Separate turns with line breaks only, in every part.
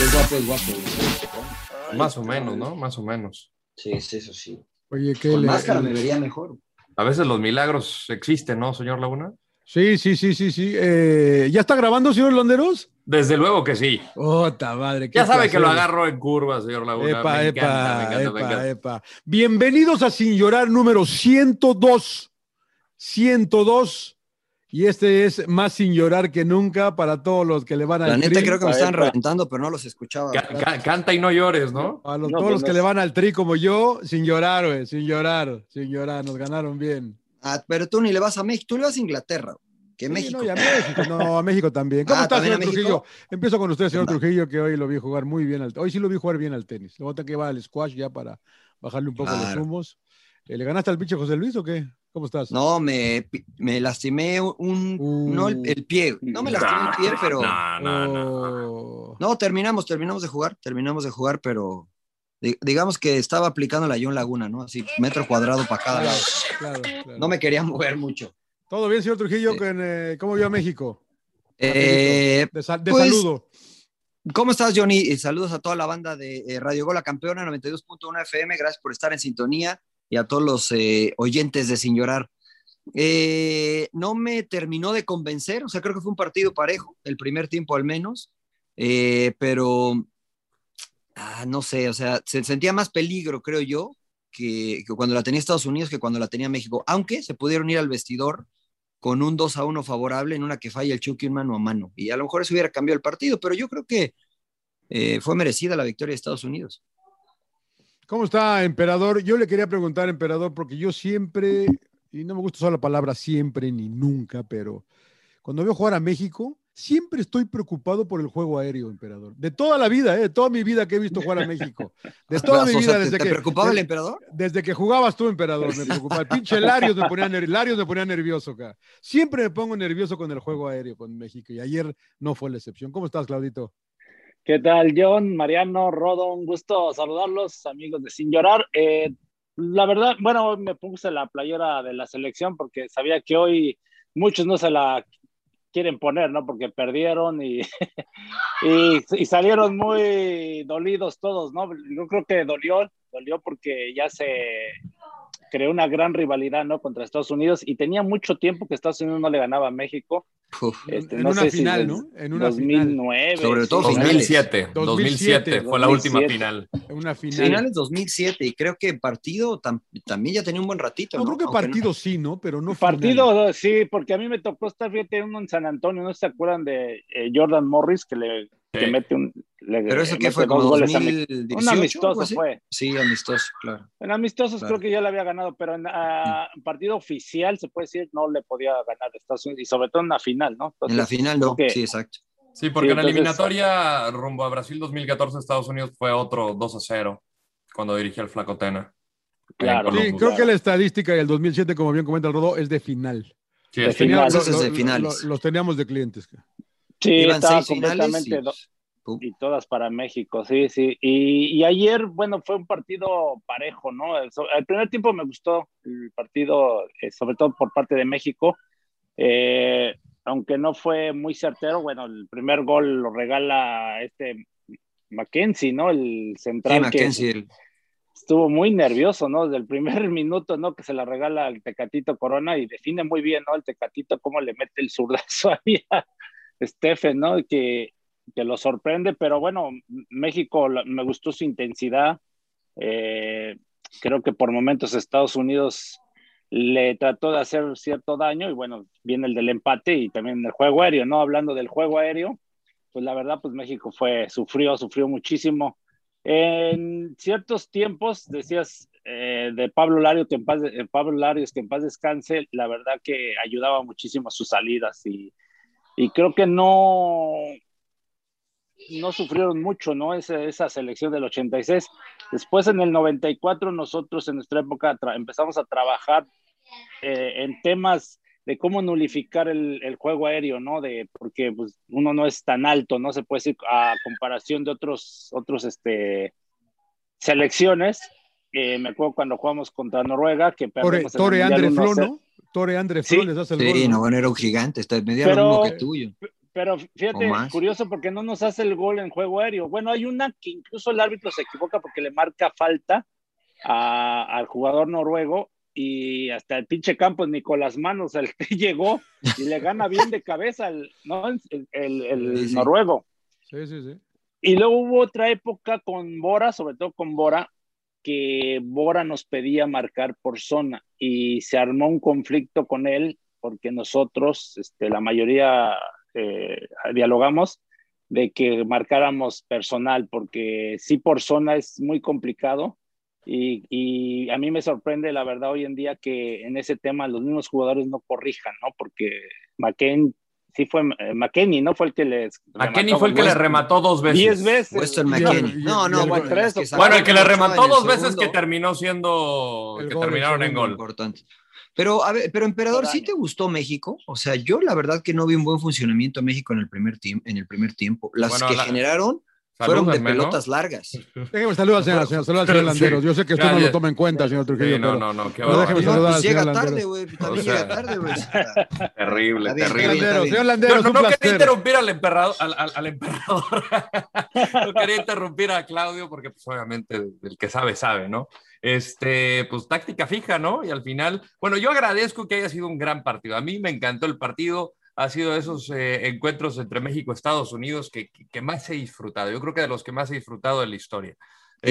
Es guapo, es guapo. Ay,
Más o menos, ¿no? Más o menos.
Sí, es eso sí.
Oye, ¿qué
Con
le-
máscara me vería mejor.
A veces los milagros existen, ¿no, señor Laguna?
Sí, sí, sí, sí, sí. Eh, ¿Ya está grabando, señor Londeros?
Desde luego que sí.
¡Ota madre! qué
Ya sabe que
placer.
lo agarro en curva, señor Laguna.
Epa, epa,
me encanta, me encanta, me
epa,
encanta.
epa. Bienvenidos a Sin Llorar número 102. 102. Y este es más Sin Llorar que nunca para todos los que le van al
La neta
tri.
creo que me están
Epa, epa.
reventando, pero no los escuchaba.
Ca- ca- canta y no llores, ¿no?
A los-
No,
todos
pues
los que
no.
le van al tri como yo, sin llorar, güey, sin llorar, sin llorar, nos ganaron bien.
Ah, pero tú ni le vas a México, tú le vas a Inglaterra, que
Sí,
México.
No, y a México, no, a México también. ¿Cómo
Ah,
está,
¿también
señor
a México?
Trujillo? Empiezo con usted, señor
Anda.
Trujillo, que hoy lo vi jugar muy bien al Hoy sí lo vi jugar bien al tenis. Luego tengo que va al squash ya para bajarle un poco los
Claro.
humos. Eh, ¿Le ganaste al pinche José Luis o qué? ¿Cómo estás?
No, me, me lastimé un.
Uh.
No el, el pie. No me lastimé el pie, pero. No.
No, no, no.
Oh.
terminamos, terminamos de jugar, terminamos de jugar, pero. di- Digamos que estaba aplicando la John Laguna, ¿no? Así, metro cuadrado para cada
Claro,
lado.
claro, claro.
No me quería mover mucho.
Todo bien, señor Trujillo,
Sí.
con, eh, ¿cómo vio a México?
Eh,
De, sal- de
pues,
saludo.
¿Cómo estás, Johnny? Y saludos a toda la banda de eh, Radio Gola Campeona 92.1 FM. Gracias por estar en sintonía y a todos los eh, oyentes de Sin Llorar. Eh, no me terminó de convencer, o sea, creo que fue un partido parejo, el primer tiempo al menos, eh, pero ah, no sé, o sea, se sentía más peligro, creo yo, que, que cuando la tenía Estados Unidos que cuando la tenía México, aunque se pudieron ir al vestidor con un 2 a 1 favorable en una que falla el Chucky un mano a mano, y a lo mejor eso hubiera cambiado el partido, pero yo creo que eh, fue merecida la victoria de Estados Unidos.
¿Cómo está, emperador? Yo le quería preguntar, emperador, porque yo siempre, y no me gusta usar la palabra siempre ni nunca, pero cuando veo jugar a México, siempre estoy preocupado por el juego aéreo, emperador. De toda la vida, ¿eh? de toda mi vida que he visto jugar a México. De toda
O
mi
sea,
vida,
¿te-
desde
¿Te
que. eh,
preocupaba el em-?
de-
emperador?
Desde que jugabas tú, emperador, me preocupaba. El pinche Larios me ponía, ner- Larios me ponía nervioso acá. Siempre me pongo nervioso con el juego aéreo con México y ayer no fue la excepción. ¿Cómo estás, Claudito?
¿Qué tal, John? Mariano, Rodo, un gusto saludarlos, amigos de Sin Llorar. Eh, la verdad, bueno, hoy me puse la playera de la selección porque sabía que hoy muchos no se la quieren poner, ¿no? Porque perdieron y, y- y salieron muy dolidos todos, ¿no? Yo creo que dolió, dolió porque ya se creó una gran rivalidad, ¿no? Contra Estados Unidos y tenía mucho tiempo que Estados Unidos no le ganaba a México.
Uf,
Este,
en
no
una
sé si
final,
des-
¿no? En una final.
2009.
Sobre todo
sí.
finales.
2007, 2007,
2007,
fue la última
2007.
final.
En una final.
Finales 2007 y creo que partido tam- también ya tenía un buen ratito.
No,
No,
creo que
Aunque
partido sí, ¿no? Pero no final.
Partido, sí, porque a mí me tocó estar, fíjate, uno en San Antonio, ¿no se acuerdan de eh, Jordan Morris que le que
Sí.
mete un... le-
No, pero eso que
mete
fue
Eh, dos
como
goles a mi-
2018.
Un
algo
amistoso
así.
fue.
Sí, amistoso, claro.
En amistosos
Claro.
creo que ya le había ganado, pero en ah, partido oficial, se puede decir, no le podía ganar a Estados Unidos, y sobre todo en la final, ¿no? Entonces,
En la final no,
creo que-
sí, exacto.
Sí, porque
Sí,
en la
entonces-
eliminatoria rumbo a Brasil 2014, Estados Unidos fue otro 2 a 0 cuando dirigía el Flacotena.
Claro.
Sí, creo que la estadística del 2007, como bien comenta el Rodo, es de final.
Sí,
De
es que-
final.
Eso es de finales.
los teníamos de clientes.
sí,
Iban
estaba
seis finales.
completamente...
y-
do-
pum.
Y todas para México, sí, sí. Y, y ayer, bueno, fue un partido parejo, ¿no? El, so- el primer tiempo me gustó el partido, eh, sobre todo por parte de México, Eh, aunque no fue muy certero, bueno, el primer gol lo regala este Mackenzie, ¿no? El
Sí,
central que
Mackenzie, el-
estuvo muy nervioso, ¿no? Desde el primer minuto, ¿no? Que se la regala al Tecatito Corona y define muy bien, ¿no? El Tecatito, cómo le mete el zurdazo ahí a- Stephen, ¿no? Que, que lo sorprende, pero bueno, México la- me gustó su intensidad. Eh, creo que por momentos Estados Unidos le trató de hacer cierto daño y bueno, viene el del empate y también el juego aéreo, ¿no? Hablando del juego aéreo, pues la verdad, pues México fue, sufrió, sufrió muchísimo. En ciertos tiempos, decías eh, de Pablo Larios, que en paz, de- eh, Pablo Larios, que en paz descanse, la verdad que ayudaba muchísimo a sus salidas y, y creo que no, no sufrieron mucho, ¿no? Ese- esa selección del 86. Después en el 94 nosotros en nuestra época tra- empezamos a trabajar eh, en temas de cómo nulificar el, el juego aéreo, ¿no? De, porque pues, uno no es tan alto, ¿no? Se puede decir a comparación de otros, otros este, selecciones. Eh, me acuerdo cuando jugamos contra Noruega, que
Tore,
perdimos en el
Tore
Mundial
Andre
1 a
Flo,
0.
¿no? Tore Andre Flo les hace el gol.
Sí, no, bueno, era un gigante, está medio
Pero- eh,
lo mismo que tuyo.
Pero
O
fíjate,
más.
curioso porque no nos hace el gol en juego aéreo. Bueno, hay una que incluso el árbitro se equivoca porque le marca falta a- al jugador noruego y hasta el pinche Campos ni con las manos el que llegó y le gana bien de cabeza el, ¿no? el, el- el
Sí, sí.
noruego.
Sí, sí, sí.
Y luego hubo otra época con Bora, sobre todo con Bora, que Bora nos pedía marcar por zona y se armó un conflicto con él porque nosotros, este, la mayoría, eh, dialogamos de que marcáramos personal, porque sí por zona es muy complicado y, y a mí me sorprende la verdad hoy en día que en ese tema los mismos jugadores no corrijan, ¿no? Porque McKen, sí fue eh, McKenny, ¿no? Fue el que les...
McKenny
remató
fue el que le
Weston.
remató dos veces.
Diez veces. Weston McKennie. No, no, bueno, las que sacó
Bueno, el que le
Ochoa en
remató
el
dos veces
segundo.
que terminó siendo. que terminaron en gol.
Importante. Pero, a ver, pero emperador, ¿sí te gustó México? O sea, yo la verdad que no vi un buen funcionamiento a México en el primer, tiemp- en el primer tiempo. Las
Bueno,
que
la-
generaron fueron de
Salúdenme, ¿no?
pelotas largas.
Déjeme saludar al señor, señor- saludar al señor
Sí.
Landeros. Yo sé que usted no
Gracias.
lo toma en cuenta, señor Trujillo.
Sí, no,
pero-
no, no, qué
pero déjeme
bárbaro.
saludar
No,
al
pues
señor
llega tarde,
Landeros.
güey,
O
también
sea,
llega tarde, güey.
eh,
Terrible,
Está
terrible.
bien, está bien, está bien.
Señor Landeros,
no,
un
no
placer.
quería interrumpir al emperador, al, al- al emperador. no quería interrumpir a Claudio porque pues obviamente el que sabe, sabe, ¿no? Este, pues táctica fija, ¿no? Y al final, bueno, yo agradezco que haya sido un gran partido. A mí me encantó el partido. Ha sido de esos eh, encuentros entre México y Estados Unidos que, que- que más he disfrutado. Yo creo que de los que más he disfrutado de la historia.
Que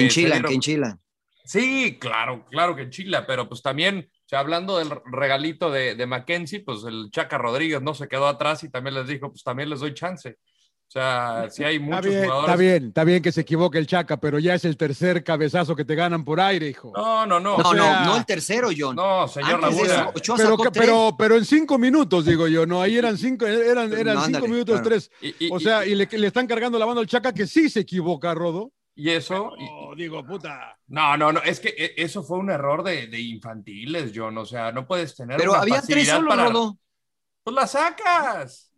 Eh, se
enchilan,
dieron-
que enchilan.
Sí, claro, claro que en Chile, pero pues también, o sea, hablando del regalito de, de Mackenzie, pues el Chaca Rodríguez no se quedó atrás y también les dijo, pues también les doy chance. O sea, si hay
Está
muchos
bien,
jugadores.
está bien, está bien que se equivoque el Chaca, pero ya es el tercer cabezazo que te ganan por aire, hijo.
No, no, no.
O
No,
sea-
no, no el tercero, John.
No, señor
Antes de
Laguna.
eso, Ochoa
pero,
sacó
que-
tres.
pero, pero en cinco minutos, digo yo, ¿no? Ahí eran cinco, eran, eran
No,
cinco
ándale,
minutos
claro.
tres.
Y- y-
o
y-
sea, y, le, le están cargando la mano al Chaca que sí se equivoca, Rodo.
Y eso.
digo, puta.
No, no, no, es que eh, eso fue un error de, de infantiles, John. O sea, no puedes tener.
Pero
una
había tres
pasividad
solo,
para-
Rodo.
Pues la sacas.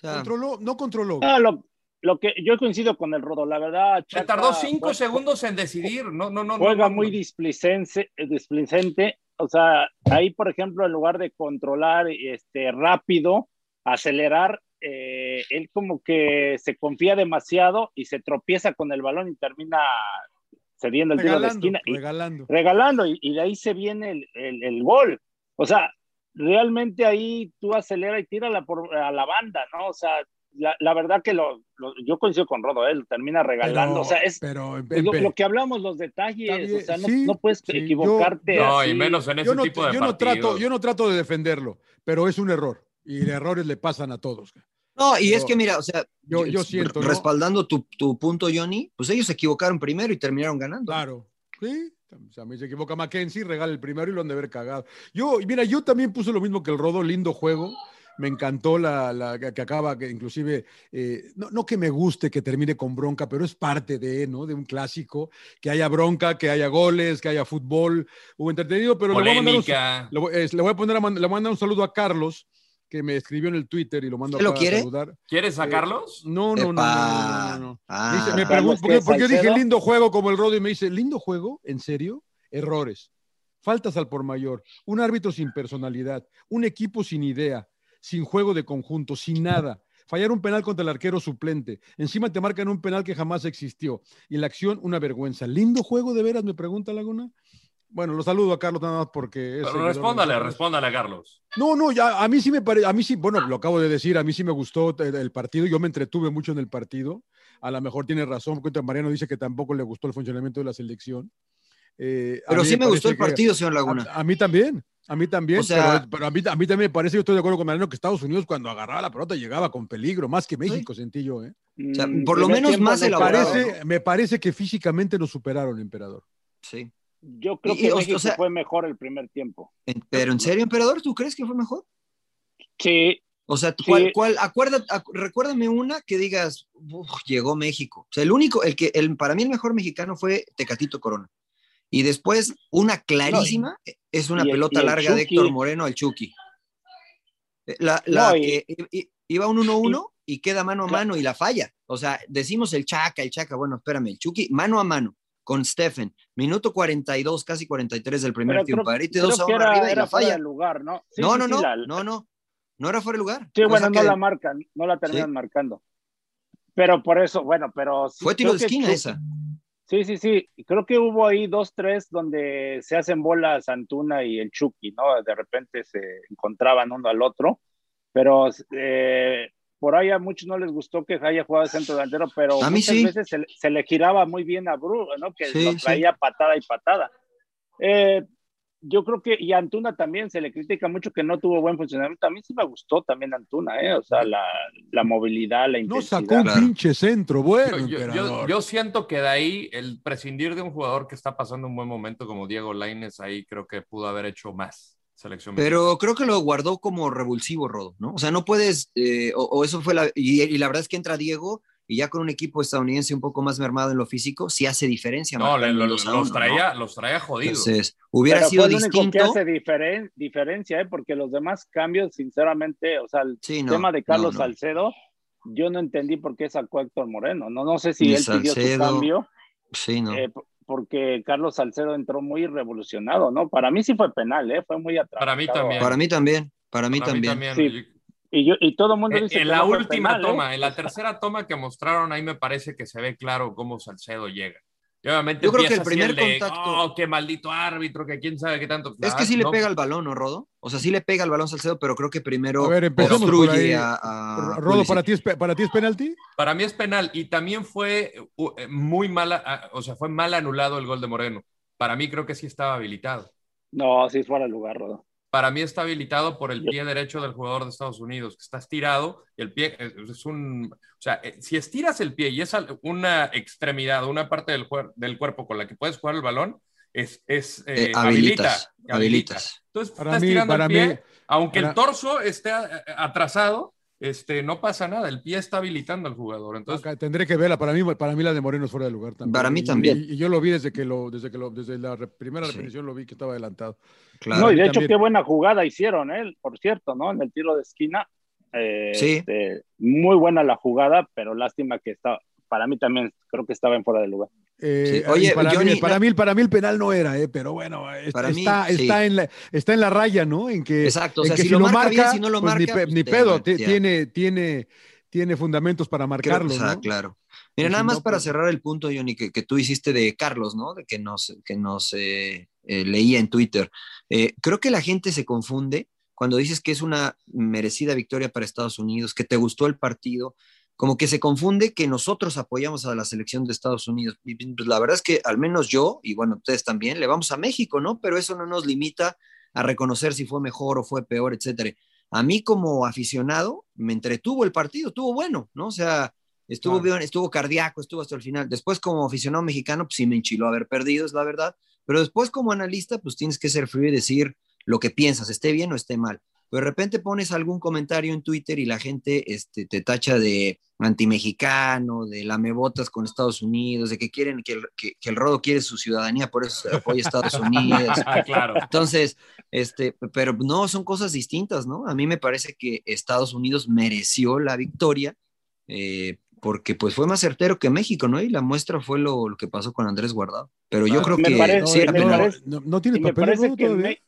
Controló, no controló.
No, lo, lo que yo coincido con el Rodo, la verdad.
Se
Chaca
tardó cinco
fue-
segundos en decidir. No, no, no. no,
Juega
no,
muy displicense- eh, displicente. O sea, ahí, por ejemplo, en lugar de controlar este, rápido, acelerar, eh, él como que se confía demasiado y se tropieza con el balón y termina cediendo el tiro de
Regalando,
esquina. Y,
regalando.
regalando y, y de ahí se viene el, el- el gol. O sea, realmente ahí tú acelera y tírala por, a la banda, ¿no? O sea, la, la verdad que lo, lo- yo coincido con Rodo, él termina regalando.
Pero-
o sea, es
pero,
lo,
Pepe.
lo que hablamos, los detalles,
Está bien,
o sea, no,
sí,
no puedes
sí, yo-
equivocarte. así.
yo no- yo no trato, Yo no trato de defenderlo, pero es un error. Y de errores le pasan a todos.
No, y es
Yo-
que mira, o sea,
yo- yo siento, ¿no?
respaldando tu, tu punto, Johnny, pues ellos se equivocaron primero y terminaron ganando.
Claro. Sí, o sea, a mí se equivoca Mackenzie, regala el primero y lo han de haber cagado. Yo, y mira, yo también puse lo mismo que el Rodo, lindo juego. Me encantó la, la que que acaba, que inclusive, eh, no, no que me guste que termine con bronca, pero es parte de, ¿no? De un clásico, que haya bronca, que haya goles, que haya fútbol, hubo entretenido, pero le voy a mandar un-
Polémica.
le voy- eh, le voy a poner a man- le voy a mandar un saludo a Carlos, que me escribió en el Twitter y lo mando
¿Usted lo
acá a
quiere?
saludar.
¿Quieres sacarlos?
No, no, no, no, no, no, no. Dice, me
Ah.
pregunto, ¿por qué,
¿Carlos
por qué dije
Salcedo?
lindo juego como el Rodo? Y me dice, ¿lindo juego? ¿En serio? Errores. Faltas al por mayor. Un árbitro sin personalidad. Un equipo sin idea. Sin juego de conjunto. Sin nada. Fallar un penal contra el arquero suplente. Encima te marcan un penal que jamás existió. Y la acción, una vergüenza. ¿Lindo juego de veras? Me pregunta Laguna. Bueno, lo saludo a Carlos nada más porque... es
Pero
seguidor de
respóndale,
nosotros.
respóndale a Carlos.
No, no, ya, a mí sí me parece, a mí sí, bueno, lo acabo de decir, a mí sí me gustó el, el partido, yo me entretuve mucho en el partido, a lo mejor tiene razón, porque Mariano dice que tampoco le gustó el funcionamiento de la selección. Eh, a
Pero
mí
sí me
parece
gustó el partido, señor Laguna.
A, a mí también, a mí también,
O sea-
pero, pero a, mí, a mí también me parece, yo estoy de acuerdo con Mariano, que Estados Unidos cuando agarraba la pelota llegaba con peligro, más que México, sentí yo. ¿eh?
Mm,
O sea, por lo menos más
me
elaborado.
parece, me parece que físicamente nos superaron, emperador.
Sí.
Yo creo
Y-
que
y, o- o
México
sea-
fue mejor el primer tiempo.
Pero en serio, emperador, ¿tú crees que fue mejor?
Sí.
O sea,
Sí.
¿cuál, cuál- acuerda- acu- recuérdame una que digas, "Uf, llegó México. O sea, el único, el que, el, para mí el mejor mexicano fue Tecatito Corona. Y después, una clarísima, e, es una
y el- y
pelota
el
larga de
Chucky.
Héctor Moreno al Chucky. Eh, La, la
No, y-
que i- i- iba un 1-1 y queda mano a mano y la falla. O sea, decimos el Chaca, el Chaca, bueno, espérame, el Chucky, mano a mano con Stephen, minuto 42, casi 43 del primer
Pero
tiempo.
creo-
Ahorita
creo
2 a
que
1
era-
arriba y
era
la
fuera
falla.
de lugar, ¿no? Sí,
no,
sí,
no,
sí,
no,
la-
no, no. No era fuera de lugar.
Sí,
Cosa
bueno, no
que-
la marcan, no la terminan
Sí.
marcando. Pero por eso, bueno, pero sí,
Fue tiro
creo
de
que
esquina
Chu-
esa.
Sí, sí, sí. Y Creo que hubo ahí dos, tres donde se hacen bolas Antuna y el Chucky, ¿no? De repente se encontraban uno al otro. Pero eh, por ahí a muchos no les gustó que haya jugado de centro delantero, pero
A mí
muchas
sí.
veces se, le- se le giraba muy bien a Bruno, ¿no? Que
Sí,
lo
sí.
traía patada y patada. Eh, yo creo que, y a Antuna también se le critica mucho que no tuvo buen funcionamiento. A mí sí me gustó también Antuna, ¿eh? O sea, la, la movilidad, la
No
intensidad.
sacó un pinche centro, bueno,
Yo- yo,
emperador.
yo siento que de ahí el prescindir de un jugador que está pasando un buen momento como Diego Lainez, ahí creo que pudo haber hecho más selección.
Pero creo que lo guardó como revulsivo, Rodo, ¿no? O sea, no puedes, eh, o, o eso fue la, y, y la verdad es que entra Diego y ya con un equipo estadounidense un poco más mermado en lo físico, sí hace diferencia.
No,
marcar
le- lo-
dos a
los,
uno,
traía,
¿no?
los traía jodidos.
Entonces, hubiera
Pero
sido
fue el único que
distinto.
hace diferen- diferencia, ¿eh? porque los demás cambios, sinceramente, o sea, el
Sí, no,
tema de Carlos
no, no.
Salcedo, yo no entendí por qué sacó a Héctor Moreno. No, no sé si
Ni
él pidió su
Salcedo,
cambio,
Sí, no.
eh, p- porque Carlos Salcedo entró muy revolucionado, ¿no? Para mí sí fue penal, ¿eh? fue muy atrás.
Para mí también.
Para mí también, para mí
Para mí
también.
también.
Y, yo- y todo el mundo
Eh,
dice
en
que
la
no fue
última
penal, ¿eh?
toma, en la tercera toma que mostraron, ahí me parece que se ve claro cómo Salcedo llega. Y obviamente
Yo creo que
empieza
el
así
primer
de,
contacto-
"Oh, qué maldito árbitro, que quién sabe qué tanto.
Es
Ah,
que sí le
no,
pega el balón, ¿no, Rodo? O sea, sí le pega el balón Salcedo, pero creo que primero
A ver, empecemos por ahí.
obstruye a, a
Rodo,
Pulisic.
¿para ti, es, pe- ¿para ti es penalti?
Para mí es penal y también fue uh, eh, muy mala, ah, o sea, fue mal anulado el gol de Moreno. Para mí creo que sí estaba habilitado.
No, sí fuera el lugar, Rodo.
Para mí está habilitado por el pie derecho del jugador de Estados Unidos, que está estirado y el pie es es un, o sea, eh, si estiras el pie y es al- una extremidad, una parte del, cuer- del cuerpo con la que puedes jugar el balón, es, es eh,
Eh, habilitas,
habilita,
habilitas.
Entonces
Para
estás
mí,
tirando
para
el pie,
mí-
aunque
para-
el torso esté a- a- atrasado, este, no pasa nada, el pie está habilitando al jugador. Entonces
Acá tendré que verla. Para mí, para mí la de Moreno es fuera de lugar también.
Para mí
Y-
también.
Y, y yo lo vi desde que lo, desde que lo, desde la re- primera repetición lo vi que estaba adelantado.
Claro.
no, y de hecho,
También.
qué buena jugada hicieron, ¿eh? por cierto, ¿no? En el tiro de esquina. eh,
Sí.
este, muy buena la jugada, pero lástima que está, para mí también creo que estaba en fuera de lugar.
Eh,
Sí. Oye,
y para,
Johnny,
mí, para,
no-
mí, para mí el penal no era, eh, pero bueno, es-
Para mí,
está,
sí.
está, en la, está en la raya, ¿no? En que,
Exacto, o
en
sea,
que
si lo marca bien, si no lo
pues ni,
marca,
pe-
pues
ni
te-
pedo, ti-
ya.
tiene, tiene, tiene fundamentos para
Creo-
marcarlo.
o sea,
¿no?
claro. Mira,
Y
nada
si
más
no,
para
pues-
cerrar el punto, Johnny, que, que tú hiciste de Carlos, ¿no? De que nos, que nos eh, eh, leía en Twitter. Eh, creo que la gente se confunde cuando dices que es una merecida victoria para Estados Unidos, que te gustó el partido, como que se confunde que nosotros apoyamos a la selección de Estados Unidos. Y, pues, la verdad es que al menos yo, y bueno, ustedes también, le vamos a México, ¿no? Pero eso no nos limita a reconocer si fue mejor o fue peor, etcétera. A mí como aficionado me entretuvo el partido, estuvo bueno, ¿no? O sea, estuvo
Claro.
bien, estuvo cardíaco, estuvo hasta el final. Después como aficionado mexicano, pues sí me enchiló haber perdido, es la verdad. Pero después como analista, pues tienes que ser frío y decir lo que piensas, esté bien o esté mal. Pero de repente pones algún comentario en Twitter y la gente este, te tacha de antimexicano, de lamebotas con Estados Unidos, de que quieren que el, que- que el rodo quiere su ciudadanía, por eso se apoya a Estados Unidos.
ah, Claro.
Entonces, este, pero no, son cosas distintas, ¿no? A mí me parece que Estados Unidos mereció la victoria eh, porque pues fue más certero que México, ¿no? Y la muestra fue lo, lo que pasó con Andrés Guardado. Pero yo
Ah,
creo
me
que
parece-
sí era
me
penal.
parece-
No, no tiene
Y me ¿eh?
papel
parece
¿no?
que,
todavía.
Me-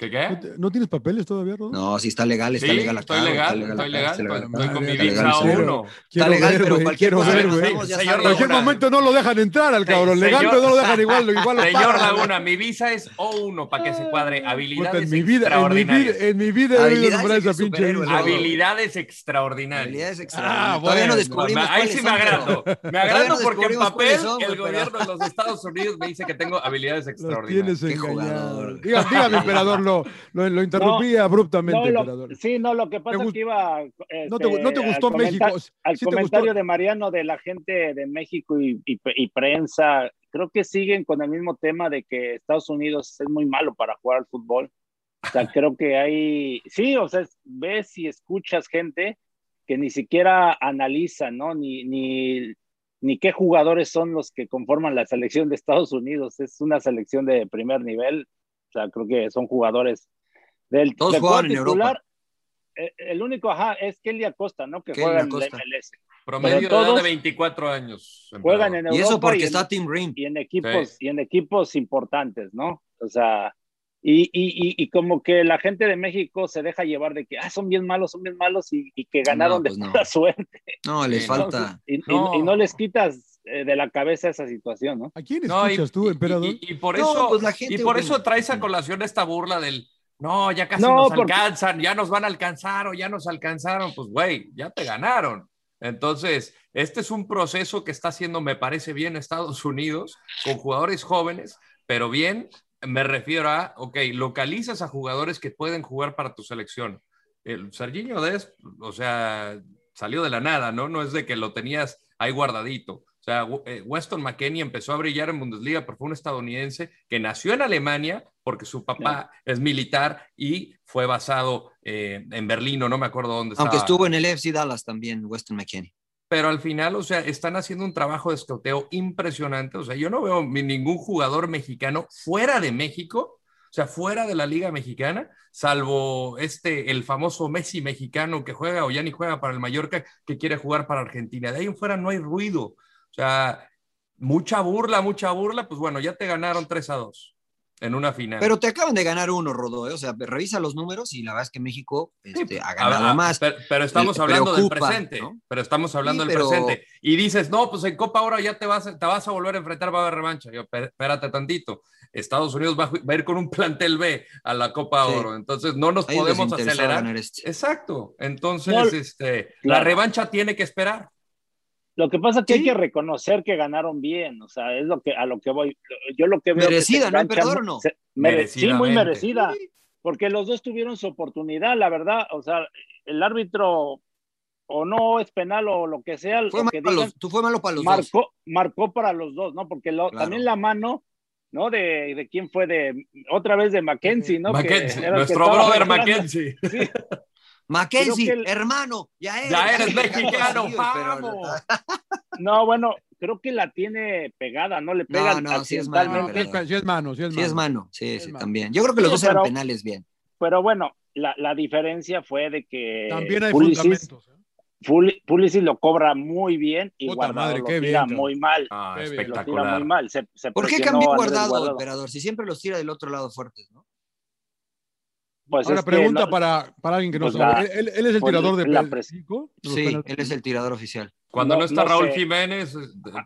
¿Qué qué?
¿No, te- no tienes papeles todavía, Rodo?
No, sí está legal, está
Sí,
legal acá.
estoy
güey,
legal,
está acá,
estoy legal, pues, estoy
está
Ah,
acá,
con
está
mi
legal,
visa
está legal.
uno.
Está legal, pero cualquier
quiero
cosa
ver,
que
güey.
hagamos, ya
En
saben.
cualquier momento no lo dejan entrar al cabrón. Legal,
Señor-
pero no lo dejan igual. igual lo
Señor
paran, güey.
Laguna, mi visa es O1 para que se cuadre.
Puta,
Habilidades
en mi vida, en mi vida,
extraordinarias.
en mi vida he oído
Habilidades
nombrar esa
de
pinche
superhéroe,
visa.
Habilidades extraordinarias.
Habilidades extraordinarias.
extraordinarias.
Todavía no descubrimos
Ah, Ahí
cuáles
sí me
son, pero-
agrando. Me
Todavía
agrando
no
porque en
descubrimos
papel
cuáles son,
el
güey, pero-
gobierno de los Estados Unidos me dice que tengo habilidades extraordinarias.
Tienes engañado. Diga- Dígame, emperador, lo, lo, lo interrumpí abruptamente,
No, lo-
emperador.
sí, no, lo que pasa es que iba.
no te gu- no te
este,
gustó
al
México,
comenta- Al
sí te
comentario
gustó.
de Mariano de la gente de México y, y pre- y prensa, creo que siguen con el mismo tema de que Estados Unidos es muy malo para jugar al fútbol. O sea, creo que hay. Sí, o sea, ves y escuchas gente que ni siquiera analiza, ¿no? Ni, ni, ni qué jugadores son los que conforman la selección de Estados Unidos. Es una selección de primer nivel. O sea, creo que son jugadores del
Todos
del
jugaban
cuadro
en
titular, eh, El único, ajá, es Kelly Acosta, ¿no? Que
Kelly
juega en la
Acosta.
MLS.
Promedio
Pero
de edad de
todos
24 años. emperador.
Juegan en Europa. en- Y en equipos,
Sí.
y en equipos importantes, ¿no? O sea, y, y- y- y como que la gente de México se deja llevar de que, ah, son bien malos, son bien malos y, y que ganaron
No, pues
de
no.
pura suerte.
No, les
Sí,
falta.
Y, y- y
No.
no. les quitas eh, de la cabeza esa situación, ¿no?
¿A quién
No, y-
escuchas tú, emperador?
Y por
No,
eso,
pues la gente
y por
opina.
eso traes a colación esta burla del no, ya casi
No,
nos
porque-
alcanzan, ya nos van a alcanzar o ya nos alcanzaron. Pues, güey, ya te ganaron. Entonces, este es un proceso que está haciendo, me parece bien, Estados Unidos con jugadores jóvenes, pero bien, me refiero a, ok, localizas a jugadores que pueden jugar para tu selección. El Serginho Dest, o sea, salió de la nada, ¿no? No es de que lo tenías ahí guardadito. O sea, W- eh, Weston McKennie empezó a brillar en Bundesliga porque fue un estadounidense que nació en Alemania porque su papá es militar y fue basado eh, en Berlín, o no me acuerdo dónde
Aunque
estaba.
estuvo en el FC Dallas también, Weston McKinney.
Pero al final, o sea, están haciendo un trabajo de escauteo impresionante. O sea, yo no veo ni- ningún jugador mexicano fuera de México, o sea, fuera de la Liga Mexicana, salvo este, el famoso Messi mexicano que juega o ya ni juega para el Mallorca, que quiere jugar para Argentina. De ahí en fuera no hay ruido. O sea, mucha burla, mucha burla. Pues bueno, ya te ganaron 3 a 2 en una final.
Pero te acaban de ganar uno, Rodó. ¿eh? O sea, revisa los números y la verdad es que México este, ha ganado
Ah, ah,
más.
Pero, pero estamos
Le-
hablando
preocupa,
del presente.
¿no?
Pero estamos hablando
Sí,
del
pero-
presente. Y dices, no, pues en Copa ahora ya te vas, te vas a volver a enfrentar, va a haber revancha. Yo, "Per- espérate tantito. Estados Unidos va, a ju- va a ir con un plantel B a la Copa
Sí.
Oro. Entonces no nos
A ellos les
podemos
interesaba
acelerar.
ganar este.
Exacto. Entonces,
No,
este, la
claro.
revancha tiene que esperar.
Lo que pasa es que hay que reconocer que ganaron bien, o sea, es lo que a lo que voy. Yo lo que veo
Merecida,
que
¿no,
se
emperador,
mu-
o no?
se- mere- sí, muy
Merecidamente.
merecida, porque los dos tuvieron su oportunidad, la verdad, o sea, el árbitro o no es penal o lo que sea,
Fue
lo que
malo para
digan,
los- tú fue malo para los dos.
marcó, marcó para los dos, ¿no? Porque lo-
Claro.
también la mano, ¿no? De, de quién fue de otra vez de Mackenzie, ¿no? Que
Mackenzie,
era el que
nuestro
estaba
brother
jugando.
Mackenzie.
Mackenzie,
Creo que el-
hermano, ya eres,
Ya eres
mexicano,
mexicano,
sí,
vamos.
No, bueno, creo que la tiene pegada, ¿no? Le
No,
pegan
no, sí es
accidentalmente.
mano.
Sí es, sí es mano, sí es
Sí
mano.
es mano, sí, sí,
mano.
también. Yo creo que los
Sí,
dos eran
pero-
penales bien.
Pero bueno, la, la diferencia fue de que
También hay
Pulisic,
fundamentos. ¿eh?
Puli- Pulisic lo cobra muy bien y
Puta
Guardado
madre,
lo
qué bien,
tira
cabrón.
muy mal.
Ah,
Lo tira
espectacular.
muy mal. Se- se
¿Por qué
presionó
cambió
Andrés
guardado, emperador? Si siempre los tira del otro lado fuertes, ¿no?
Pues
Ahora
es que
pregunta
no-
para, para alguien que no
Pues
sabe.
la-
él, él es el
pues
tirador de
la
penal,
pres-
chico, los
Sí,
penales.
él es el tirador oficial.
Cuando no,
No,
está
no
Raúl
sé.
Jiménez, eh,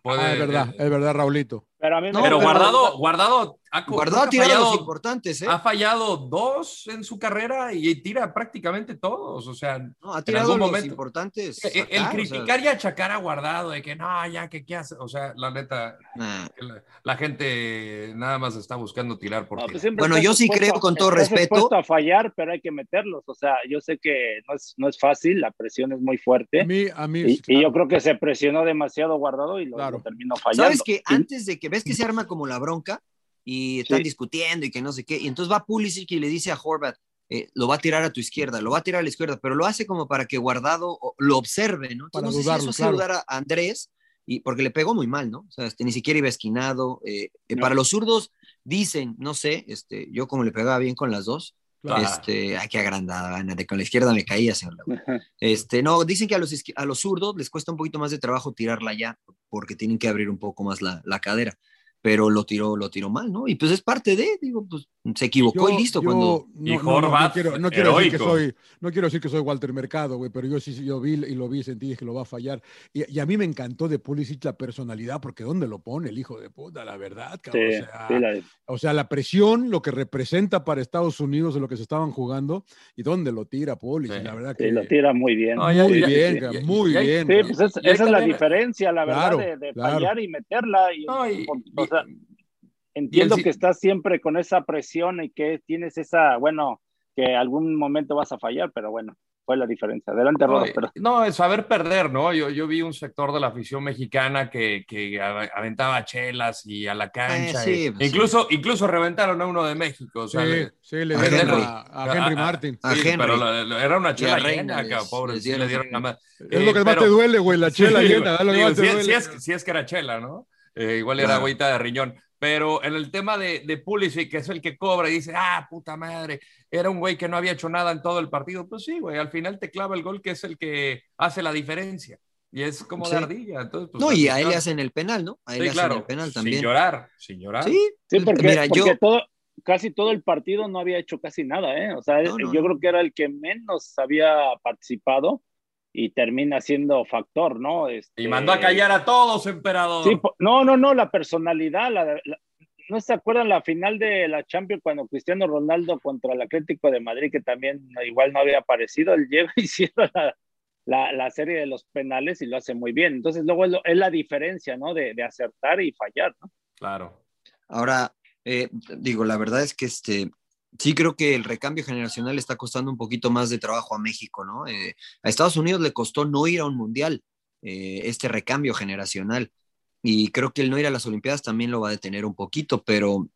puede.
Ah, es verdad, es verdad, Raulito.
Pero a mí me
Pero,
da pena-
guardado, guardado, ha, co-
Guardado
ha
tira de los
fallado
importantes, ¿eh?
ha fallado dos en su carrera y tira prácticamente todos. O sea,
No, ha
en
tirado
algún
los
momento.
importantes.
El, el
acá, o sea,
criticar y achacar a Guardado de que no, ya, que qué hace. O sea, la neta,
nah.
que la, la gente nada más está buscando tirar por
No,
tirar.
pues siempre
Bueno,
estás
yo sí
expuesto-
creo, con todo
estás
respeto-
expuesto a fallar, pero hay que meterlos. O sea, yo sé que no es, no es fácil, la presión es muy
A
fuerte.
mí, a mí,
Y,
sí,
¿Eh? y
claro.
yo creo que se presionó demasiado guardado y lo,
Claro.
lo terminó fallando.
¿Sabes que
Y-
antes de que ves que se arma como la bronca y están
Sí.
discutiendo y que no sé qué, y entonces va Pulisic y le dice a Horvat, eh, lo va a tirar a tu izquierda, lo va a tirar a la izquierda, pero lo hace como para que Guardado o- lo observe, ¿no? Entonces,
Para
no sé si
dudarlo,
eso hace
claro.
dudar a Andrés, y, porque le pegó muy mal, ¿no? O sea, este, ni siquiera iba esquinado. eh, eh,
No.
Para los zurdos dicen, no sé, este, yo como le pegaba bien con las dos,
Ah.
Claro.
este, ay, qué agrandada, Ana, de con la izquierda me caía, señor. Laguna. Este, no, dicen que a los, isqui- a los zurdos les cuesta un poquito más de trabajo tirarla ya, porque tienen que abrir un poco más la, la cadera, pero lo tiró, lo tiró mal, ¿no? Y pues es parte de, digo, pues Se equivocó
Yo-
y listo
yo
cuando.
no- no, no, no quiero, no quiero decir que soy, no quiero decir que soy Walter Mercado, güey, pero yo sí sí, yo vi y lo vi y sentí que lo va a fallar. Y, y a mí me encantó de Pulisic la personalidad, porque ¿dónde lo pone el hijo de puta? La verdad, cabrón.
Sí,
o sea,
sí, la-
o sea, la presión, lo que representa para Estados Unidos de lo que se estaban jugando y dónde lo tira Pulisic, la verdad que
Sí, lo tira muy bien.
Muy
Sí, sí,
bien,
sí.
cabrón, muy
Sí,
bien.
Sí, pues es-
Y ahí
esa es la
también-
diferencia, la verdad,
Claro,
de, de
claro.
fallar y meterla. y- o sea, entiendo
y el-
que estás siempre con esa presión y que tienes esa, bueno, que algún momento vas a fallar, pero bueno, fue la diferencia. Adelante, Rodo,
Ay,
pero
No, es saber perder, ¿no? Yo, yo vi un sector de la afición mexicana que, que a- aventaba chelas y a la cancha.
Eh, sí,
y-
pues,
incluso, incluso reventaron a uno de México. O sea,
Sí,
le-
sí, le
a
dieron
Henry. ah,
a- a Henry Martin.
sí,
A Henry.
Pero la- la- era una chela
Y a Reina
llena,
les-
cabrón, pobre,
les
sí,
dieron
le dieron la ma-
Es lo que más
pero-
te duele, güey, la chela
Sí,
llena, es lo que
digo,
más te
si, es-
duele.
si es, si es que era chela, ¿no? Eh, igual era
Claro.
agüita de riñón. Pero en el tema de, de Pulisic, que es el que cobra y dice, ah, puta madre, era un güey que no había hecho nada en todo el partido. Pues sí, güey, al final te clava el gol que es el que hace la diferencia. Y es como
Sí.
de ardilla. Entonces, pues,
no, y a
claro.
él le hacen el penal, ¿no? A él
Sí,
le hacen
claro,
el penal
sin
también.
llorar, sin llorar.
Sí, pues,
Sí, porque,
mira,
porque
yo.
todo, casi todo el partido no había hecho casi nada, ¿eh? O sea, yo creo que era el que menos había participado y termina siendo factor, ¿no? Este,
Y mandó a callar a todos, emperador.
Sí, po- no, no, no, la personalidad, la- la- ¿no se acuerdan la final de la Champions cuando Cristiano Ronaldo contra el Atlético de Madrid, que también igual no había aparecido, él llega y cierra la, la- la serie de los penales y lo hace muy bien. Entonces luego es, lo- es la diferencia, ¿no? De, de acertar y fallar, ¿no?
Claro.
Ahora, eh, digo, la verdad es que este, sí creo que el recambio generacional está costando un poquito más de trabajo a México, ¿no? Eh, a Estados Unidos le costó no ir a un mundial, eh, este recambio generacional. Y creo que el no ir a las Olimpiadas también lo va a detener un poquito, pero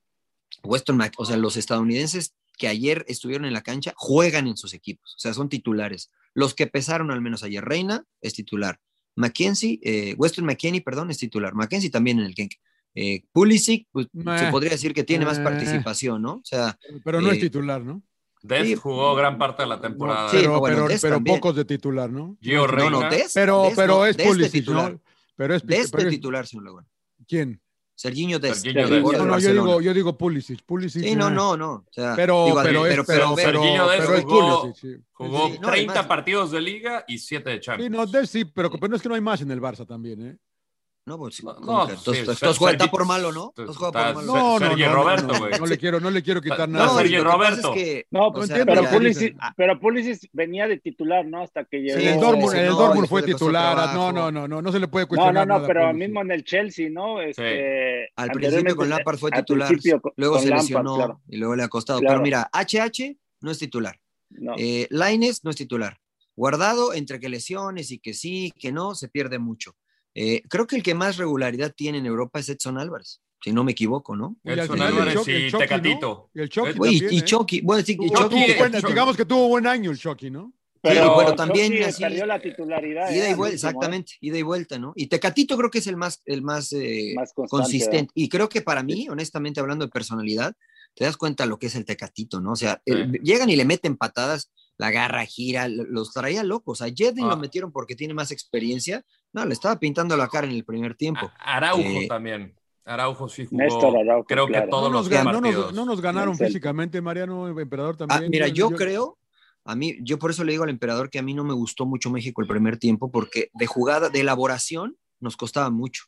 Weston, Mac- o sea, los estadounidenses que ayer estuvieron en la cancha juegan en sus equipos, o sea, son titulares. Los que pesaron al menos ayer, Reina es titular. Mackenzie, eh, Weston McKinney, perdón, es titular. Mackenzie también en el Genk. Eh, Pulisic, pues,
Meh.
se podría decir que tiene más
Eh.
participación, ¿no? O sea,
Pero no es
eh,
titular, ¿no?
Dest
Sí.
jugó gran parte de la temporada.
pero,
no, bueno,
pero-
Dest
pero
también.
pocos de titular, ¿no?
Gio No, Reina. no,
Dest-
pero
Dest
pero
no,
es
Dest este, de
Pulisic,
titular.
¿no? Pero es,
de este
pero es-
titular, señor Laguna.
¿Quién?
Serginho Dest.
Serginho
el
Dest.
No,
jugador del
no, yo
Barcelona.
digo, yo digo Pulisic. Pulisic
Sí, no,
eh.
no, no. o sea,
pero,
digo,
pero,
eh,
es, pero, pero,
Serginho este, Dest
pero es
jugó-
Pulisic. sí.
Jugó
Sí, no,
30
además-
partidos de liga y 7 de Champions.
Sí, no, Dest sí, pero, pero es que no hay más en el Barça también, ¿eh?
No, pues, ¿cómo
no,
que?
sí,
entonces,
Ser-
entonces juega- está
Sergi-
por malo, ¿no?
Entonces
Entonces juega por
está-
malo.
No,
No, no,
Sergio
no, no,
Roberto,
no,
güey.
no, le quiero, no le quiero quitar
No,
nada.
y
Sergio
lo que pasa es
Roberto.
que-
No,
pues,
pues,
entiendo
pero,
la
Pulisic,
diferencia.
pero Pulisic venía de titular, ¿no? Hasta que llegó.
El
sí,
Dortmund,
sí,
el
no,
Dortmund
y
fue
le costó
titular.
trabajo.
No, no, no, no, no se le puede
No,
cuestionar.
no, no,
nada a
pero
Pulisic.
mismo en el Chelsea, ¿no? Este,
Al
anteriormente-
principio con Lampard fue
al
titular,
principio con-
luego
con
se
Lampard,
lesionó
claro.
y luego le ha costado.
Claro.
Pero mira, HH no es titular.
No.
Eh, Lainez no es titular. Guardado entre que lesiones y que sí, que no, se pierde mucho. Eh, creo que el que más regularidad tiene en Europa es Edson Álvarez, si no me equivoco, ¿no?
Y al
Edson
final el
Álvarez
Chucky-
y
el Chucky, ¿no?
Tecatito.
Y el Chucky
Güey, y-
también,
y
¿eh?
Chucky, bueno, sí, y
Tuvo-
Chucky,
tuvo buen-
Chucky.
digamos que tuvo buen año el Chucky, ¿no?
Pero,
Sí, pero
también
también así-
perdió la titularidad.
Ida
eh,
y
al
vuelta,
último, ¿eh?
exactamente, ida y vuelta, ¿no? Y Tecatito creo que es el más, el más, eh,
Más constante,
consistente. Y creo que para mí, honestamente, hablando de personalidad, te das cuenta lo que es el Tecatito, ¿no? O sea, el- llegan y le meten patadas, la garra gira, lo- los traía locos. A Jedin
Ah.
lo metieron porque tiene más experiencia. No, le estaba pintando la cara en el primer tiempo.
Araujo
Eh,
también. Araujo sí jugó.
¿eh? Néstor Araujo,
creo
claro.
que todos
no nos,
los
gan- no nos-
partidos.
no nos ganaron
Marcel.
físicamente, Mariano Emperador
Ah,
también.
mira, yo creo, a mí, yo por eso le digo al emperador que a mí no me gustó mucho México el primer tiempo, porque de jugada, de elaboración, nos costaba mucho.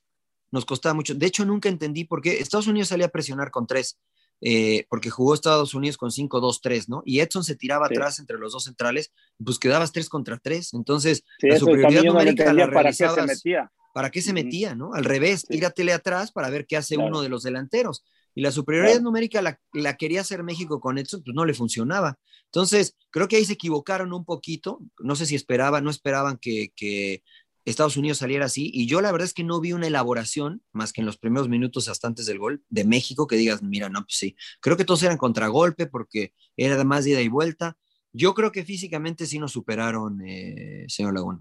Nos costaba mucho. De hecho, nunca entendí por qué Estados Unidos salía a presionar con tres, eh, porque jugó Estados Unidos con 5-2-3, ¿no? Y Edson se tiraba
Sí.
atrás entre los dos centrales, pues quedabas tres contra tres. Entonces,
Sí,
la
eso también
superioridad
yo no le
numérica la
entendía para qué se
realizabas-
metía.
¿Para qué se
Ujú.
metía, no? Al revés, tíratele atrás para ver qué hace
Claro.
uno de los delanteros. Y la superioridad
Claro.
numérica la, la quería hacer México con Edson, pues no le funcionaba. Entonces, creo que ahí se equivocaron un poquito. No sé si esperaban, no esperaban que, que Estados Unidos saliera así. Y yo la verdad es que no vi una elaboración, más que en los primeros minutos hasta antes del gol, de México, que digas, mira, no, pues sí. Creo que todos eran contragolpe porque era más de ida y vuelta. Yo creo que físicamente sí nos superaron, eh, señor Laguna.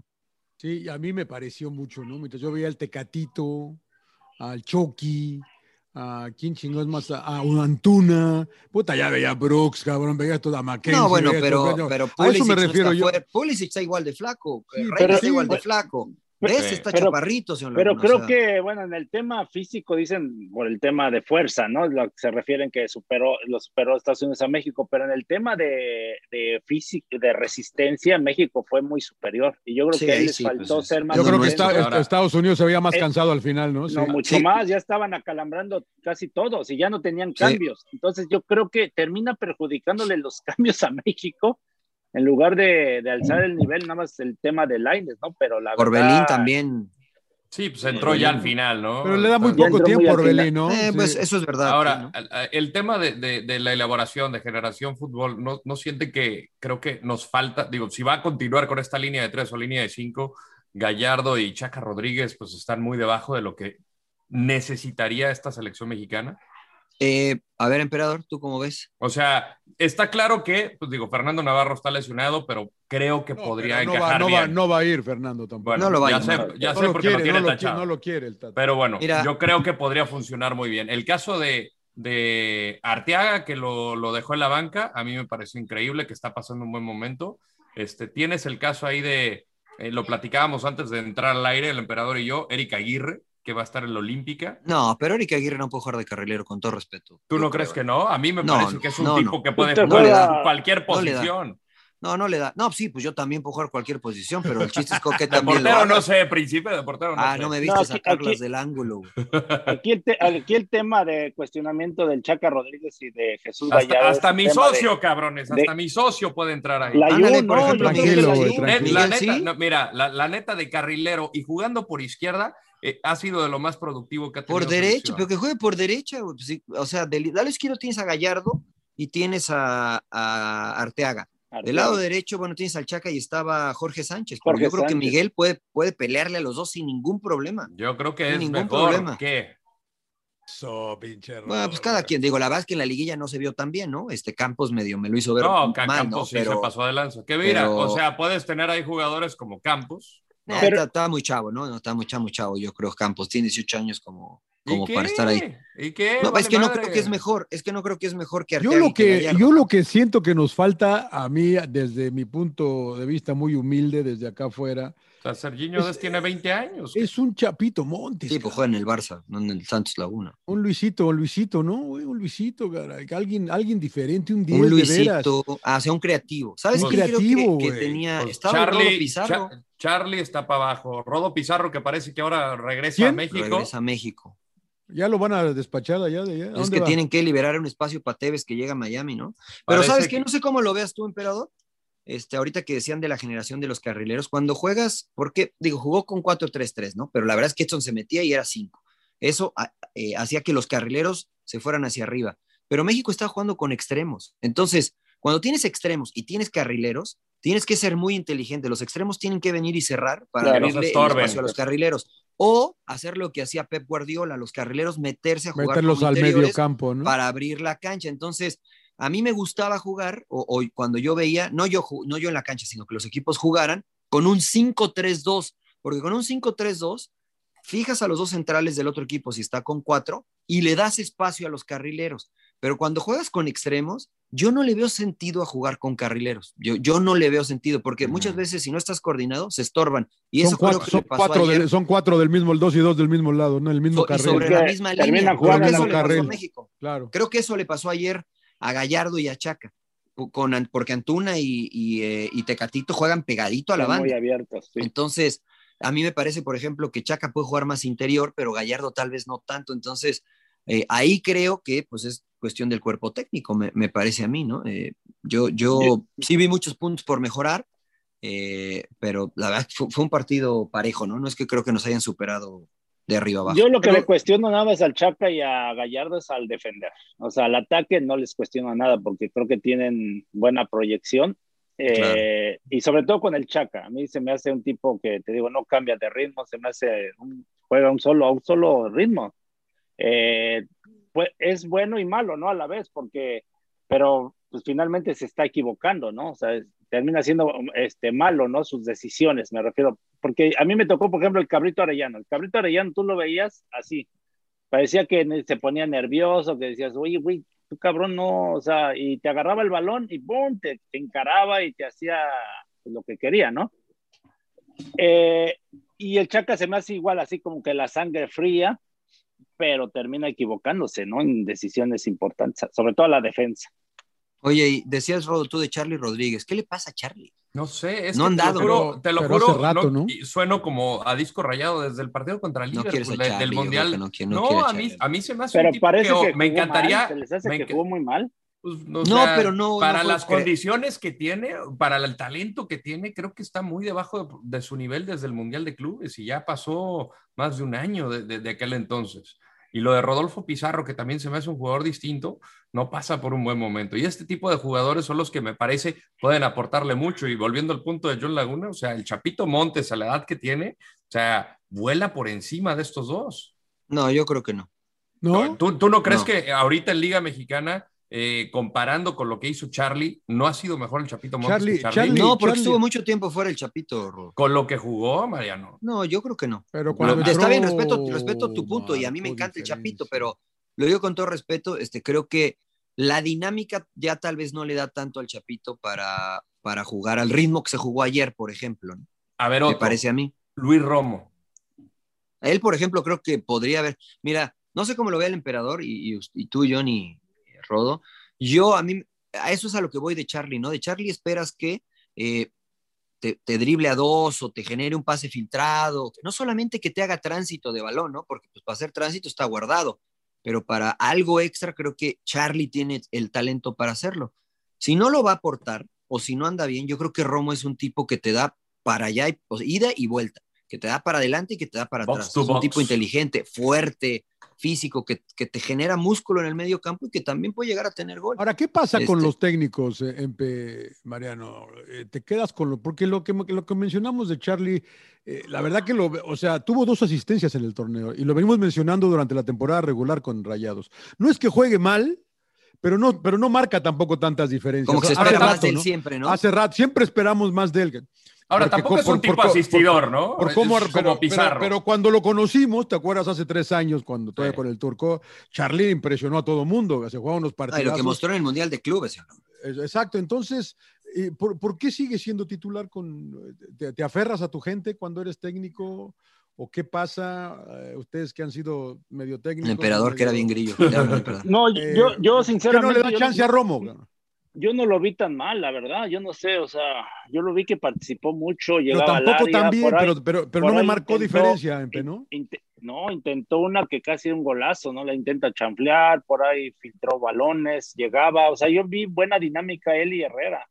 Sí, a mí me pareció mucho, ¿no? Mientras yo veía al Tecatito, al Chucky, a quién chingón más, a, a un Antuna, puta, ya veía a Brooks, cabrón, veía a toda Mackenzie.
No, bueno,
veía a todo-
pero,
bueno,
pero
a eso
Pulisic,
me
no
refiero
está
yo.
fuera. Pulisic está igual de flaco, eh,
Sí,
Reina
pero-
está igual de
sí,
flaco, ¿Ves? Está
Pero-
chaparrito, señor
Pero
Laguna,
creo
o sea.
que, bueno, en el tema físico dicen por el tema de fuerza, ¿no? Lo que se refieren que superó, lo superó Estados Unidos a México, pero en el tema de, de físico, de resistencia, México fue muy superior. Y yo creo
Sí,
que ahí
ahí
les
sí,
faltó
pues,
ser más.
Yo creo que
intensos.
está- Estados Unidos se veía más
Eh,
cansado al final, ¿no?
No,
Sí.
mucho más, ya estaban acalambrando casi todos y ya no tenían cambios. Entonces yo creo que termina perjudicándole los cambios a México en lugar de, de alzar el nivel, nada más el tema de Lines, ¿no? Pero la verdad-
también.
Sí, pues entró ya al final, ¿no?
Pero le da muy poco
entró muy
tiempo a
al final.
Orbelín, ¿no?
Eh,
Sí.
pues eso es verdad.
Ahora,
sí, ¿no?
al- al- el tema de, de- de la elaboración de generación fútbol, no, no siente que creo que nos falta, digo, si va a continuar con esta línea de tres o línea de cinco, Gallardo y Chaca Rodríguez pues están muy debajo de lo que necesitaría esta selección mexicana.
Eh, a ver, emperador, ¿tú cómo ves?
O sea, está claro que, pues digo, Fernando Navarro está lesionado, pero creo que podría
Pero no, va,
encajar
no, va,
bien.
no va a ir Fernando tampoco.
Bueno, No lo va a ya ir, sé- no. ya sé
lo
porque lo
quiere,
tiene
no, lo, qui-
tachado.
no lo quiere el Tata.
Pero bueno,
Mira.
yo creo que podría funcionar muy bien. El caso de, de Arteaga, que lo, lo dejó en la banca, a mí me pareció increíble, que está pasando un buen momento. Este, tienes el caso ahí de, eh, lo platicábamos antes de entrar al aire, el emperador y yo, Erika Aguirre, que va a estar en la Olímpica.
No, pero Erika Aguirre no puede jugar de carrilero, con todo respeto.
¿Tú no, crees que no? A mí me
No,
parece que es un
no,
tipo
no.
que puede
Usted
jugar
juega-
en cualquier
no le da.
posición.
No, no le da. No, sí, pues yo también puedo jugar cualquier posición, pero el chiste es que
de
también lo
portero no
hagas.
sé, príncipe, de portero no
Ah,
sé.
no me viste
No, aquí-
sacarlas
aquí-
del ángulo. güey.
Aquí el, te- aquí el tema de cuestionamiento del Chaca Rodríguez y de Jesús Gallardo.
Hasta, hasta
es un
mi
tema de-
socio, cabrones, hasta
de-
mi socio puede entrar ahí.
La Ándale, Jun, por no, ejemplo, yo creo que tranquilo, la güey, Jun.
Net- eh, la
tranquilo.
neta,
¿Sí?
no, mira, la, la neta de carrilero y jugando por izquierda eh, ha sido de lo más productivo que ha tenido.
Por
selección.
derecha, pero que juegue por derecha. güey. Pues sí, o sea, del lado izquierdo tienes a Gallardo y tienes a, a Arteaga. Del lado derecho, bueno, tienes al Chaca y estaba Jorge Sánchez. pero
Jorge
yo creo que
Sánchez.
Miguel puede, puede pelearle a los dos sin ningún problema.
Yo creo que
Sin
es
ningún
mejor
problema.
que.
So, pinche
Bueno, pues cada quien, digo, la verdad es que en la liguilla no se vio tan bien, ¿no? Este Campos medio me lo hizo ver.
No, Ca-
mal,
Campos
¿no?
sí
Pero-
se pasó de lanza. Que mira,
pero-
o sea, puedes tener ahí jugadores como Campos.
Nah, está, está eh, muy chavo, ¿no? No, Está muy chavo, muy chavo, yo creo, Campos. Tiene 18 años como,
¿Y
como
qué?
para estar ahí.
¿Y qué?
No,
Vale
es que no
madre.
creo que es mejor, es que no creo que es mejor que
Yo
Arteaga y
lo
que
que,
Gallardo.
yo lo que siento que nos falta a mí, desde mi punto de vista muy humilde, desde acá afuera,
O sea, Serginho Dest tiene 20 años.
es un Chapito Montes.
Sí, pues juega en el Barça, no en el Santos Laguna.
Un Luisito, un Luisito, ¿no? Güey, Un Luisito, caray, que alguien, alguien diferente, un 10
Un
de veras.
Luisito, hacia un creativo. ¿Sabes
Un
quién creo que-
creativo,
que,
güey.
tenía?
Pues
estaba
Charlie,
Rodo Pizarro.
Cha- Charlie está para abajo. Rodo Pizarro, que parece que ahora regresa a
¿Quién?
México.
Regresa a México.
Ya lo van a despachar allá de allá. ¿A
Es
dónde
que
va?
tienen que liberar un espacio para Tevez que llega a Miami, ¿no? Pero
Parece
¿sabes qué?
que-
No sé cómo lo veas tú, emperador. Este, ahorita que decían de la generación de los carrileros, cuando juegas, porque, digo, jugó con 4-3-3, ¿no? Pero la verdad es que Edson se metía y era 5. Eso a- eh, hacía que los carrileros se fueran hacia arriba. Pero México está jugando con extremos. Entonces, cuando tienes extremos y tienes carrileros, tienes que ser muy inteligente. Los extremos tienen que venir y cerrar para
Claro,
abrirle
no
el
estorben.
espacio a los carrileros. O hacer lo que hacía Pep Guardiola, los carrileros meterse a jugar
Meterlos
como
al
interiores
medio campo, ¿no?
para abrir la cancha. Entonces, a mí me gustaba jugar, o, o cuando yo veía, no yo, ju- no yo en la cancha, sino que los equipos jugaran con un 5-3-2, porque con un 5-3-2, fijas a los dos centrales del otro equipo si está con cuatro y le das espacio a los carrileros. Pero cuando juegas con extremos, yo no le veo sentido a jugar con carrileros. Yo, yo no le veo sentido, porque muchas veces si no estás coordinado, se estorban. Y
son
eso creo
cuatro,
que
son
le pasó
cuatro
ayer.
del, son cuatro del mismo, el dos y dos del mismo lado, ¿no? El mismo
So- y
carril.
sobre la misma línea.
Sobre el
Creo
mismo
que eso le pasó a
carril.
México.
Claro.
Creo que eso le pasó ayer a Gallardo y a Chaca, po- con, An- porque Antuna y, y, eh, y Tecatito juegan pegadito a la
Están
banda.
muy abiertos. sí.
Entonces, a mí me parece, por ejemplo, que Chaca puede jugar más interior, pero Gallardo tal vez no tanto. Entonces, eh, ahí creo que pues es cuestión del cuerpo técnico, me, me parece a mí, ¿no? Eh, yo, yo sí vi muchos puntos por mejorar, eh, pero la verdad fue, fue un partido parejo, ¿no? No es que creo que nos hayan superado de arriba abajo.
Yo lo que
Pero-
le cuestiono nada más al Chaca y a Gallardo es al defender. O sea, al ataque no les cuestiono nada porque creo que tienen buena proyección. Eh, Y sobre todo con el Chaca. A mí se me hace un tipo que, te digo, no cambia de ritmo, se me hace, un- juega un solo, a un solo ritmo. Eh, pues, es bueno y malo, ¿no? A la vez, porque, pero pues finalmente se está equivocando, ¿no? O sea, es- termina siendo este, malo, ¿no? Sus decisiones, me refiero, porque a mí me tocó, por ejemplo, el cabrito Arellano. El cabrito Arellano tú lo veías así. Parecía que ne- se ponía nervioso, que decías, oye, güey, tú cabrón no, o sea, y te agarraba el balón y ¡pum! Te, te encaraba y te hacía lo que quería, ¿no? Eh, y el Chaca se me hace igual, así como que la sangre fría, pero termina equivocándose, ¿no? En decisiones importantes, sobre todo la defensa.
Oye, y decías, Rodo, tú de Charlie Rodríguez. ¿Qué le pasa a Charlie?
No sé, es
No
que
han dado.
te lo juro,
Pero-
te lo
pero hace
juro,
rato,
no-
¿no?
y sueno como a disco rayado desde el partido contra el Liverpool
quieres a
de-
Charlie,
del
yo creo
Mundial.
que
No,
no quiere- no quiere a
a, mí,
Charlie.
a mí se me hace
Pero
un tipo
parece
que, oh,
que
me
jugó
encantaría.
mal, se les hace
me
que
enca-
jugó muy mal.
Pues, o
No,
sea,
pero no- no
Para
puedo
las
creer.
condiciones que tiene, para el talento que tiene, creo que está muy debajo de, de su nivel desde el Mundial de Clubes y ya pasó más de un año de, de- de aquel entonces. Y lo de Rodolfo Pizarro, que también se me hace un jugador distinto, no pasa por un buen momento. Y este tipo de jugadores son los que me parece pueden aportarle mucho. Y volviendo al punto de John Laguna, o sea, el Chapito Montes a la edad que tiene, o sea, vuela por encima de estos dos.
No, yo creo que no.
¿No?
¿Tú, tú no crees
No.
que ahorita en Liga Mexicana, eh, comparando con lo que hizo Charlie, no ha sido mejor el Chapito Montes que Charlie?
no, porque estuvo mucho tiempo fuera el Chapito, Rodo.
Con lo que jugó, Mariano.
No, yo creo que no.
Pero
cuando
Está
entró,
bien, respeto, respeto tu punto y a mí me encanta el Chapito, pero lo digo con todo respeto, este, creo que la dinámica ya tal vez no le da tanto al Chapito para, para jugar al ritmo que se jugó ayer, por ejemplo. ¿no?
A ver,
Me
otro.
parece a mí.
Luis Romo.
A él, por ejemplo, creo que podría haber. Mira, no sé cómo lo ve el emperador y, y, y tú, Johnny, eh, Rodo. Yo, a mí, a eso es a lo que voy de Charlie, ¿no? De Charlie esperas que eh, te, te drible a dos o te genere un pase filtrado, no solamente que te haga tránsito de balón, ¿no? Porque pues, para hacer tránsito está guardado, pero para algo extra creo que Charlie tiene el talento para hacerlo. Si no lo va a aportar o si no anda bien, yo creo que Romo es un tipo que te da para allá, y, o sea, ida y vuelta, que te da para adelante y que te da para
Box
atrás.
to
Es un
box.
tipo inteligente, fuerte, físico, que, que te genera músculo en el medio campo y que también puede llegar a tener gol.
Ahora, ¿qué pasa con
Este-
los técnicos, eh, Empe, Mariano? Eh, te quedas con lo, porque lo que, lo que mencionamos de Charlie, eh, la verdad que lo, o sea, tuvo dos asistencias en el torneo y lo venimos mencionando durante la temporada regular con Rayados. No es que juegue mal, pero no, pero no marca tampoco tantas diferencias.
Como que se
Hace
espera más
rato,
de él siempre, ¿no?
Hace rato, siempre esperamos más de él.
Ahora,
Porque
tampoco
co-
es un tipo
co-
asistidor,
por-
¿no?
Por cómo,
Es como
pero,
Pizarro.
pero- pero cuando lo conocimos, ¿te acuerdas hace tres años cuando todavía con el turco? Charlie impresionó a todo mundo, se jugaba unos
Ay, lo
partidos.
que mostró en el Mundial de Clubes. ¿no?
Es- Exacto, entonces, eh, ¿por, por qué sigue siendo titular con... Te, te aferras a tu gente cuando eres técnico? ¿O qué pasa? eh, ustedes que han sido medio técnicos...
El emperador que era bien grillo.
No,
Eh,
yo, yo
¿Por qué no
sinceramente.
le da
yo
chance a Romo? cabrón?
Yo no lo vi tan mal, la verdad. Yo no sé, o sea, yo lo vi que participó mucho,
Pero
llegaba al
tampoco
área,
tan bien,
por ahí-
pero, pero, pero
por
no me
ahí
marcó
intentó-
diferencia, Empe, ¿no?
inte- no, intentó una que casi era un golazo, ¿no? La intenta chanflear, por ahí filtró balones, llegaba, o sea, yo vi buena dinámica él y Herrera.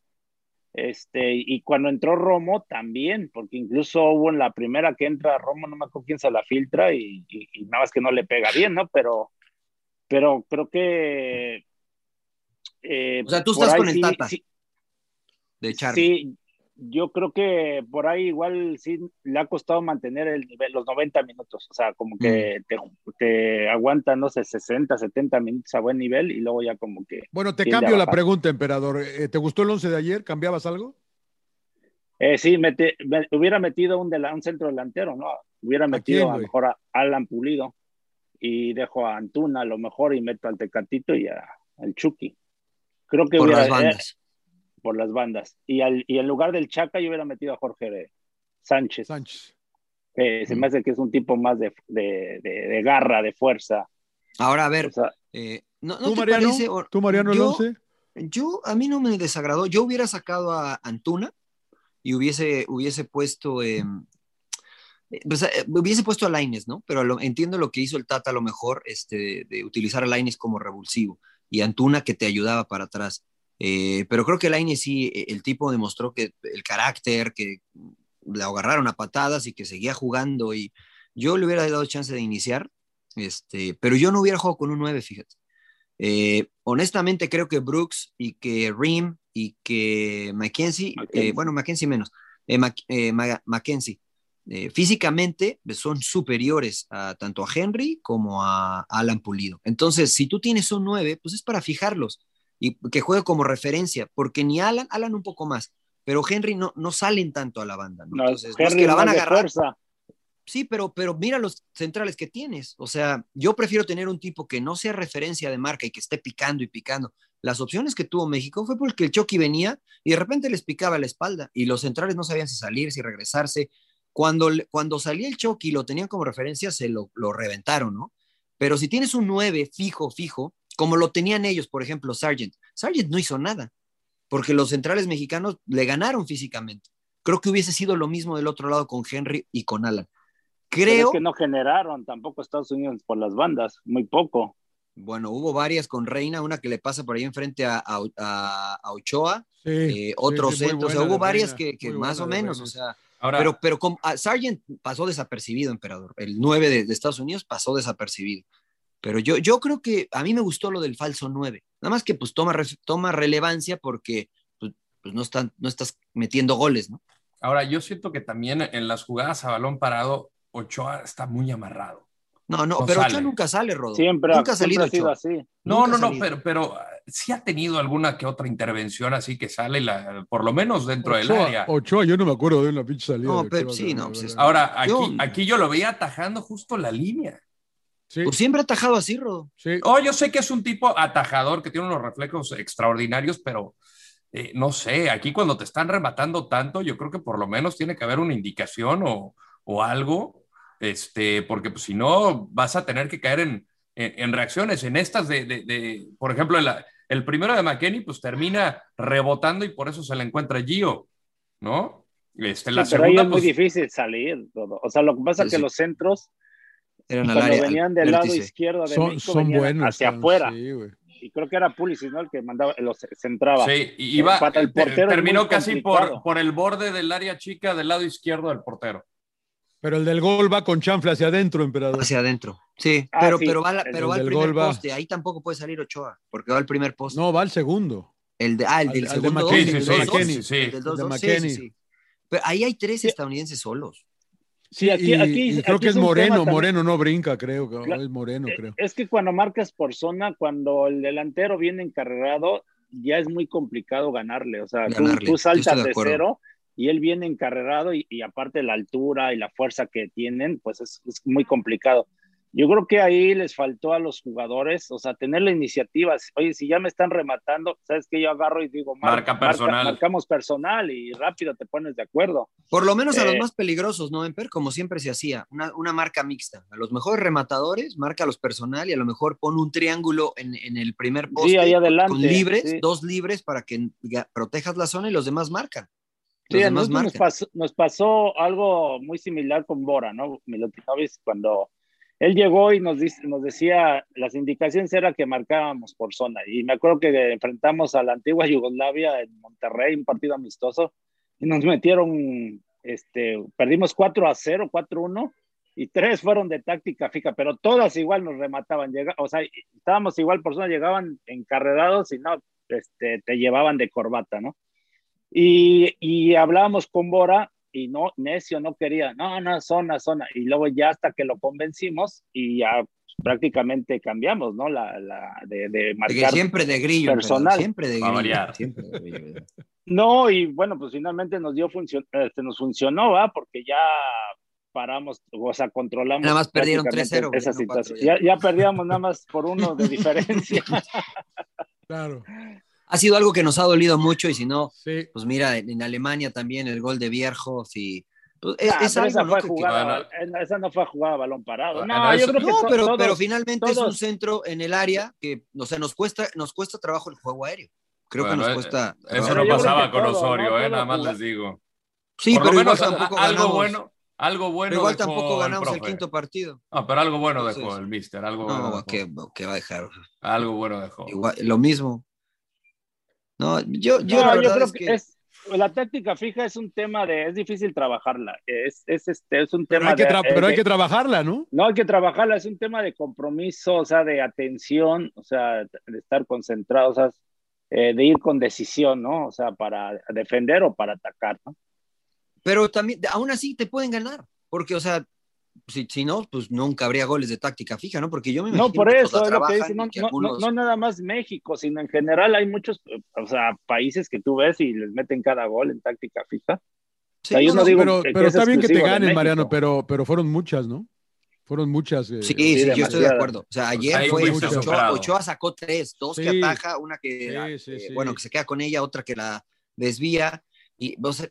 Este, y cuando entró Romo también, porque incluso hubo en la primera que entra Romo, no me acuerdo quién se la filtra y, y- y nada más que no le pega bien, ¿no? Pero, pero creo que. eh,
O sea, tú
por
estás
ahí
con el
sí-
Tata.
sí-
De Charlie.
Sí, yo creo que por ahí igual sí le ha costado mantener el nivel, los 90 minutos, o sea, como que te, te aguanta, no sé, 60, 70 minutos a buen nivel y luego ya como que...
Bueno, te
tiende a
cambio la
bajar.
pregunta, emperador. Eh, ¿Te gustó el once de ayer? ¿Cambiabas algo?
Eh, sí, mete- me- hubiera metido un, dela- un centro delantero, ¿no? Hubiera metido
quién,
a, lo
güey?
mejor a Alan Pulido y dejo a Antuna a lo mejor y meto al Tecatito y a- al Chucky. Creo que
Por
hubiera-
las bandas.
eh, por las bandas. Y, al, y en lugar del Chaca yo hubiera metido a Jorge eh, Sánchez.
Sánchez.
eh, se
Mm.
me hace que es un tipo más de, de- de- de garra, de fuerza.
Ahora, a ver,
O sea,
eh, no, no
¿Tú,
te
Mariano?
parece, o-
¿Tú, Mariano, el
yo-
once?
Yo, a mí no me desagradó. Yo hubiera sacado a Antuna y hubiese, hubiese puesto. eh, eh, pues, eh, hubiese puesto a Laines, ¿no? Pero lo- entiendo lo que hizo el Tata a lo mejor este, de utilizar a Laines como revulsivo y Antuna que te ayudaba para atrás. Eh, pero creo que Laines sí, eh, el tipo demostró que el carácter, que la agarraron a patadas y que seguía jugando y yo le hubiera dado chance de iniciar, este, pero yo no hubiera jugado con un 9, fíjate. Eh, honestamente creo que Brooks y que Rim y que Mackenzie, eh, bueno, Mackenzie menos, eh, Mac- eh, Ma- Mackenzie, eh, físicamente son superiores a tanto a Henry como a Alan Pulido. Entonces, si tú tienes un 9, pues es para fijarlos y que juegue como referencia, porque ni Alan, Alan un poco más, pero Henry no, no salen tanto a la banda. ¿no?
no,
Entonces, no es
Henry
que la van a
más de
agarrar,
fuerza.
Sí, pero, pero mira los centrales que tienes. O sea, yo prefiero tener un tipo que no sea referencia de marca y que esté picando y picando. Las opciones que tuvo México fue porque el Chucky venía y de repente les picaba la espalda y los centrales no sabían si salir, si regresarse. Cu- Cuando, le- cuando salía el Chucky y lo tenían como referencia, se lo, lo reventaron, ¿no? Pero si tienes un 9 fijo, fijo, como lo tenían ellos, por ejemplo, Sargent, Sargent no hizo nada, porque los centrales mexicanos le ganaron físicamente. Creo que hubiese sido lo mismo del otro lado con Henry y con Alan.
Pero
Creo
es que no generaron tampoco Estados Unidos por las bandas, muy poco.
Bueno, hubo varias con Reina, una que le pasa por ahí enfrente a, a- a- a Ochoa,
Sí,
eh,
sí,
otros
sí, muy
centros, o sea,
buena
hubo
la
varias
Reina,
que, que
muy
más o
buena la
menos, o
Reina.
sea,
Ahora-
pero, pero como, a Sargent pasó desapercibido, emperador, el 9 de, de Estados Unidos pasó desapercibido, pero yo, yo creo que a mí me gustó lo del falso 9, nada más que pues toma, re- toma relevancia porque pues, pues, no, están, no estás metiendo goles, ¿no?
Ahora, yo siento que también en las jugadas a balón parado, Ochoa está muy amarrado.
No, no,
No
pero
sale.
Ochoa nunca sale, Rodo.
Siempre ha-
nunca ha
siempre
salido
ha sido
Ochoa.
así.
No,
Nunca
no,
ha
no,
salido.
pero, pero ah, sí ha tenido alguna que otra intervención así que sale, la, por lo menos dentro del área.
Ochoa, Ochoa, yo no me acuerdo de una pinche salida.
No,
de
pero
Ochoa,
sí,
de-
no,
de-
pues,
de-
es- Ahora, aquí, aquí yo lo veía atajando justo la línea.
Pues siempre ha atajado así, Rodo.
Oh, yo sé que es un tipo atajador que tiene unos reflejos extraordinarios, pero eh, no sé, aquí cuando te están rematando tanto, yo creo que por lo menos tiene que haber una indicación o, o algo, este, porque pues, si no vas a tener que caer en, en- en reacciones, en estas de, de- de- por ejemplo, el, el primero de McKenny pues termina rebotando y por eso se le encuentra Gio, ¿no? Este, la
Sí, pero ahí
segunda,
es muy
pues,
difícil salir. todo. O sea, lo que pasa es
Sí,
que
sí.
los centros,
Eran al
cuando
área, al
venían del lado
vértice.
izquierdo de
Son-
México,
son
venían
buenos,
hacia
son-
afuera.
sí, güey.
y creo que era Pulisic, ¿no? El que mandaba, los centraba.
Sí, y iba,
Para el
ter-
portero es
terminó
muy
casi
complicado.
por, por el borde del área chica del lado izquierdo del portero.
Pero el del gol va con chanfle hacia adentro, emperador.
Hacia adentro. Sí,
Ah,
pero,
sí,
pero va, la-
el
pero va al
del
primer
gol va.
poste. Ahí tampoco puede salir Ochoa, porque va al primer poste.
No, va al segundo.
El de, ah, el del
al de
segundo.
McKennie,
dos, el
sí,
del
sí,
dos,
McKennie, sí.
el del dos,
El de
dos, sí, sí,
McKennie.
sí. Pero ahí hay tres estadounidenses solos.
Sí,
aquí-
y,
aquí-
y
aquí
creo que es
es un tema
Moreno,
también. eh,
Moreno no brinca, creo. que
Claro.
Es Moreno, creo.
Es que cuando marcas por zona, cuando el delantero viene encarrerado, ya es muy complicado ganarle. O sea, tú-
Ganarle,
tú,
yo
saltas
estoy de
de,
acuerdo.
cero y él viene encarrerado y, y aparte la altura y la fuerza que tienen, pues es, es muy complicado. Yo creo que ahí les faltó a los jugadores, o sea, tener la iniciativa. Oye, si ya me están rematando, ¿sabes qué? Yo agarro y digo, mar-
Marca personal.
marcamos personal y rápido te pones de acuerdo.
Por lo menos a los
Eh,
más peligrosos, ¿no, Emper? Como siempre se hacía, una, una marca mixta. A los mejores rematadores, marca a los personal y a lo mejor pon un triángulo en, en el primer poste.
ahí
con-
adelante,
Con libres,
sí.
dos libres para que ga- protejas la zona y los demás marcan.
Sí,
Los
a
demás
nosotros nos
marcan.
pasó, nos pasó algo muy similar con Bora, ¿no? Milutinovic, cuando él llegó y nos, dice- nos decía, las indicaciones era que marcábamos por zona. Y me acuerdo que enfrentamos a la antigua Yugoslavia en Monterrey, un partido amistoso, y nos metieron, este, perdimos 4 a 0, 4 a 1, y tres fueron de táctica fija, pero todas igual nos remataban. Llega, o sea, estábamos igual por zona, llegaban encarrerados y no, este, te llevaban de corbata, ¿no? Y, y hablábamos con Bora y no, necio, no quería, no, no, zona, zona. Y luego ya hasta que lo convencimos y ya prácticamente cambiamos, ¿no? La, la de, de
Porque
marcar
siempre de grillo, emperador,
personal.
siempre de
Va a variar.
grillo. Siempre de grillo.
No, y bueno, pues finalmente nos dio función, este, nos funcionó, ¿va? Porque ya paramos, o sea, controlamos.
Nada más perdieron
prácticamente
3-0, güey,
Esa
no
situación.
4-0.
Ya, ya perdíamos nada más por uno de diferencia.
Claro.
ha sido algo que nos ha dolido mucho y si no,
Sí.
eh,
pues mira, en, en Alemania también el gol de Bierhoff y... pues, es-
Ah,
es
pero
algo,
esa,
¿no?
fue
que-
Ah.
jugada, esa no fue jugada a balón parado. No,
No,
yo creo que to-
pero,
todos-
pero finalmente es un
todos-
centro en el área que, o sea, nos cuesta, nos cuesta trabajo el juego aéreo. Creo
Bueno,
que
eh,
nos cuesta.
Eso
trabajo.
no pasaba con
todo,
Osorio,
¿no?
eh,
Todo
nada más
jugaba.
les digo.
Sí,
Por
pero
lo
igual
menos
tampoco
a- a- algo
ganamos.
bueno, algo bueno.
Pero igual
dejó
tampoco ganamos el,
profe.
quinto partido.
No, pero algo bueno dejó
Entonces,
el mister, algo
no,
bueno.
¿qué- qué va a dejar?
Algo bueno dejó.
Igual- lo mismo. No,
No,
yo, yo la
yo
verdad
creo
es
que,
que
es, la táctica fija es un tema de, es difícil trabajarla, es, es, este, es un
Pero
tema
hay, que
de-
tra- pero hay
de-
que trabajarla, ¿no?
No hay que trabajarla, es un tema de compromiso, o sea, de atención, o sea, de estar concentrado, o sea, eh, de ir con decisión, ¿no? O sea, para defender o para atacar, ¿no?
Pero también, aún así te pueden ganar, porque, o sea, si, si no, pues nunca habría goles de táctica fija, ¿no? Porque yo me imagino
No, por
que, o
eso
sea,
es lo que
trabajan
dicen, no,
y que
no-
algunos-
no- no nada más México, sino en general hay muchos, eh, o sea, países que tú ves y les meten cada gol en táctica fija.
Sí,
O sea, yo
no,
no
no,
digo
pero
que- que
pero
es
está bien que te
exclusivo de
ganen,
México.
Mariano, pero, pero fueron muchas, ¿no? Fueron muchas. eh,
Sí,
eh,
sí, yo estoy de
demasiadas.
acuerdo. O sea, ayer
Ahí
fue
fuiste
Ochoa,
superado.
Ochoa sacó tres, dos que
Sí.
ataja, una que,
Sí, sí,
eh,
sí.
bueno, que se queda con ella, otra que la desvía. Y, o sea,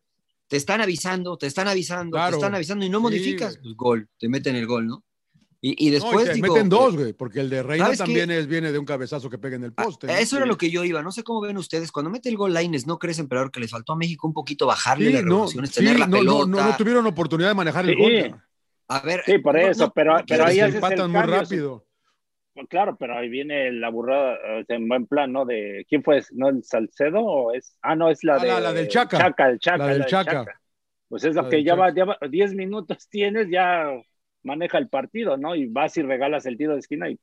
te están avisando, te están avisando,
Claro.
te están avisando y no
Sí,
modificas.
güey.
Pues, gol, te meten el gol, ¿no? Y,
No, y
y después
te
digo,
meten
eh,
dos, güey, porque el de Reina
¿sabes qué?
también es, viene de un cabezazo Pues, que pega en el
Ah,
poste. ¿no?
Ah, Eso era lo que yo iba. No sé cómo ven ustedes. Cuando mete el gol Laines, ¿no crees, emperador, que les faltó a México un poquito bajarle
Sí,
las
no,
revoluciones,
sí,
tener la
no, no,
pelota?
no, no tuvieron oportunidad de manejar el
Sí.
gol. ¿no?
A ver,
Sí, por
no,
eso,
no,
pero,
no
pero ahí
se
haces el
empatan muy
cambio,
rápido.
sí. Pues Claro, pero ahí viene la burrada eh, en buen plan, ¿no? De quién fue, ¿no? El Salcedo o es ah no es la
Ah,
de
la- la del Chaca.
el Chaca,
La del Chaca.
Pues es
La
lo que
del
ya
Chaca.
va, ya va- 10 minutos tienes ya maneja el partido, ¿no? Y vas y regalas el tiro de esquina y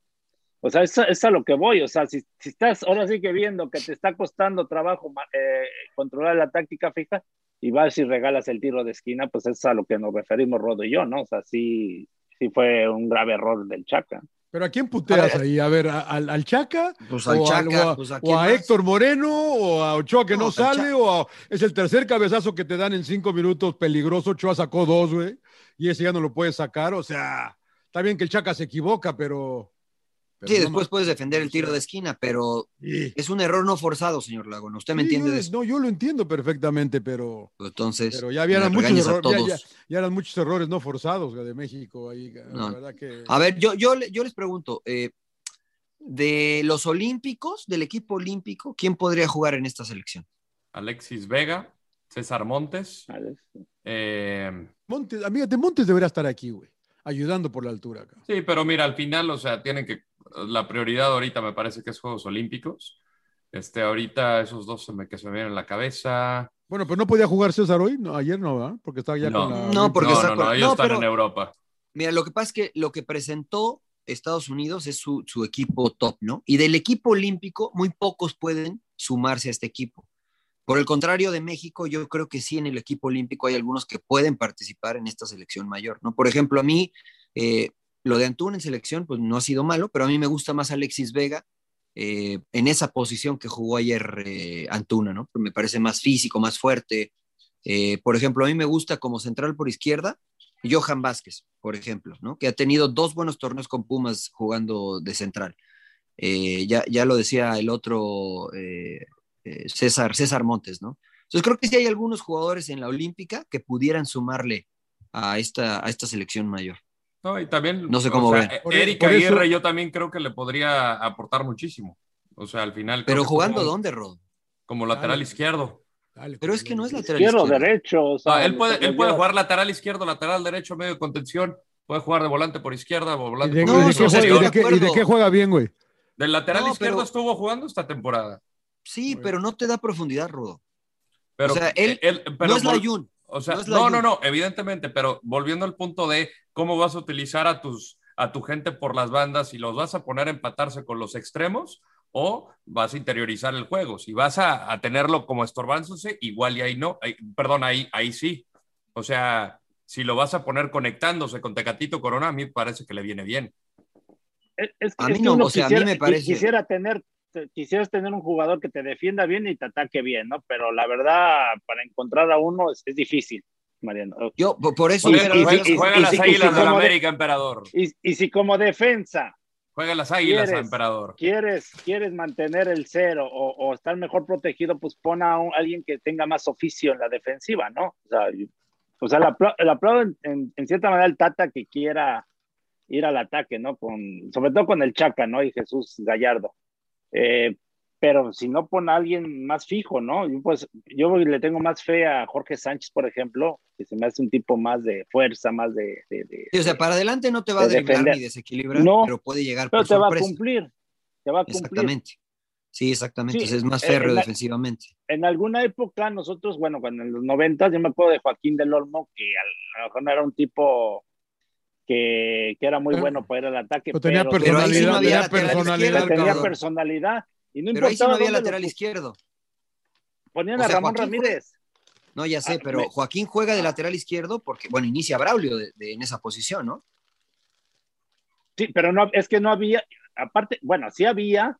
o sea, es, a- es a lo que voy, o sea, si, si estás ahora sí que viendo que te está costando trabajo ma- eh, controlar la táctica fija y vas y regalas el tiro de esquina, pues es a lo que nos referimos Rodo y yo, ¿no? O sea, sí, sí fue un grave error del Chaca.
Pero ¿a quién puteas ahí? A ver, ¿a- ¿al, al Chaca?
Pues al
¿O al-
Chaca,
o a,
pues ¿a
o
quién
a
más?
Héctor Moreno? ¿O a Ochoa que no,
No, al
sale? ¿O a- es el tercer cabezazo que te dan en cinco minutos peligroso? Ochoa sacó dos, güey. Y ese ya no lo puedes sacar. O sea, está bien que el Chaca se equivoca, pero... pero
Sí,
no
después
mames.
puedes defender el tiro de esquina, pero es un error no forzado, señor Laguna. Usted me
Sí,
entiende
yo-
de eso.
No, yo lo entiendo perfectamente, pero...
Entonces,
Pero ya
me
habían muchos
regañas a
errores, ya,
todos.
ya- ya eran muchos errores no forzados güey, de México ahí, la
No. Ah.
verdad que-
A ver, yo, yo, le- yo les pregunto, eh, de los olímpicos, del equipo olímpico, ¿quién podría jugar en esta selección?
Alexis Vega, César Montes.
Ah.
eh,
Montes, amiga, de Montes debería estar aquí, güey, ayudando por la altura. cabrón.
sí, pero mira, al final, o sea, tienen que. La prioridad ahorita me parece que es Juegos Olímpicos. Este, ahorita esos dos se me- que se me vienen en la cabeza.
Bueno, pero no podía jugar César hoy, no, ayer no, ¿verdad? Porque estaba ya
No,
con la...
No, porque
no,
está
no,
con-
no, ellos
no,
están
pero-
en Europa.
Mira, lo que pasa es que lo que presentó Estados Unidos es su, su equipo top, ¿no? Y del equipo olímpico, muy pocos pueden sumarse a este equipo. Por el contrario de México, yo creo que sí en el equipo olímpico hay algunos que pueden participar en esta selección mayor, ¿no? Por ejemplo, a mí, eh, lo de Antún en selección, pues no ha sido malo, pero a mí me gusta más Alexis Vega eh, en esa posición que jugó ayer eh, Antuna, ¿no? Me parece más físico, más fuerte. Eh, por ejemplo, a mí me gusta como central por izquierda, Johan Vázquez, por ejemplo, ¿no? Que ha tenido dos buenos torneos con Pumas jugando de central. Eh, ya, ya lo decía el otro eh, eh, César, César Montes, ¿no? Entonces creo que sí hay algunos jugadores en la Olímpica que pudieran sumarle a esta, a esta selección mayor.
No, y también.
No sé cómo
o sea,
ven.
eh,
Por- e-,
Eric
por eso-
Aguirre, yo también creo que le podría aportar muchísimo. O sea, al final. creo
Pero
que
jugando
como-
dónde, Rod?
Como lateral
Dale.
izquierdo.
Pero
pues,
es que no es lateral
Izquierdo,
izquierdo.
derecho, o sea,
Ah, él puede,
le-
él puede
le-
jugar lateral izquierdo, lateral derecho, medio de contención. Puede jugar de volante por izquierda o
¿Y
volante
de,
por
y de
derecha.
qué, juega, y de qué- y de qué juega bien, güey?
Del lateral
No,
izquierdo
pero-
estuvo jugando esta temporada.
Sí, pero no te da profundidad, Rodo.
Pero, eh,
O sea, él
pero
no es
vol-
Layún,
O sea,
no
no,
es
no,
Layún.
no, evidentemente, pero volviendo al punto de cómo vas a utilizar a tus a tu gente por las bandas y los vas a poner a empatarse con los extremos o vas a interiorizar el juego. Si vas a, a tenerlo como estorbándose, igual y ahí no, ahí- perdón, ahí, ahí sí. O sea, si lo vas a poner conectándose con Tecatito Corona, a mí parece que le viene bien.
Es, es que-
A mí
es que
no,
uno
o sea, a mí
quisiera,
me parece-
qui- Quisiera tener, te- quisieras tener un jugador que te defienda bien y te ataque bien, ¿no? Pero la verdad, para encontrar a uno es, es difícil, Mariano.
Yo, po- por eso.
Juega,
era-
juega-
y- y-
juega
y-
las
y-
águilas
y-
del
como de-
América, emperador.
Y, y si como defensa
Juega las águilas,
¿Quieres?
emperador.
quieres, quieres mantener el cero o, o estar mejor protegido, pues pon a un- alguien que tenga más oficio en la defensiva, ¿no? O sea, y- o sea, le apla- le aplaudo en, en- en cierta manera el Tata que quiera ir al ataque, ¿no? Con, sobre todo con el Chaca, ¿no? Y Jesús Gallardo. Eh, pero si no pone a alguien más fijo, ¿no? Yo, pues, yo le tengo más fe a Jorge Sánchez, por ejemplo, que se me hace un tipo más de fuerza, más de... de- de-
Sí, o sea, para adelante no te va a
de
driblar
defender.
ni desequilibrar,
No,
pero puede llegar
pero
por
te va a
sorpresa.
cumplir, te va a cumplir.
Exactamente. Sí, exactamente.
Sí,
o sea, es más
eh,
férreo
en la-
defensivamente.
en alguna época nosotros, bueno, cuando en los noventas, yo me acuerdo de Joaquín del Olmo, que a lo mejor no era un tipo que, que era muy bueno para ir al ataque,
Pero tenía personalidad,
ahí sí no
tenía
había lateral
personalidad,
izquierdo, tenía
cabrón.
personalidad, y no
Pero ahí sí
importaba
no había
dónde lo
lateral izquierdo.
ponían
O
a
sea,
Ramón
Joaquín
Ramírez.
No, ya sé,
Ah,
pero
me-
Joaquín juega de lateral izquierdo porque, bueno, inicia Braulio de- de- en esa posición, ¿no?
Sí, pero no, es que no había, aparte, bueno, sí había,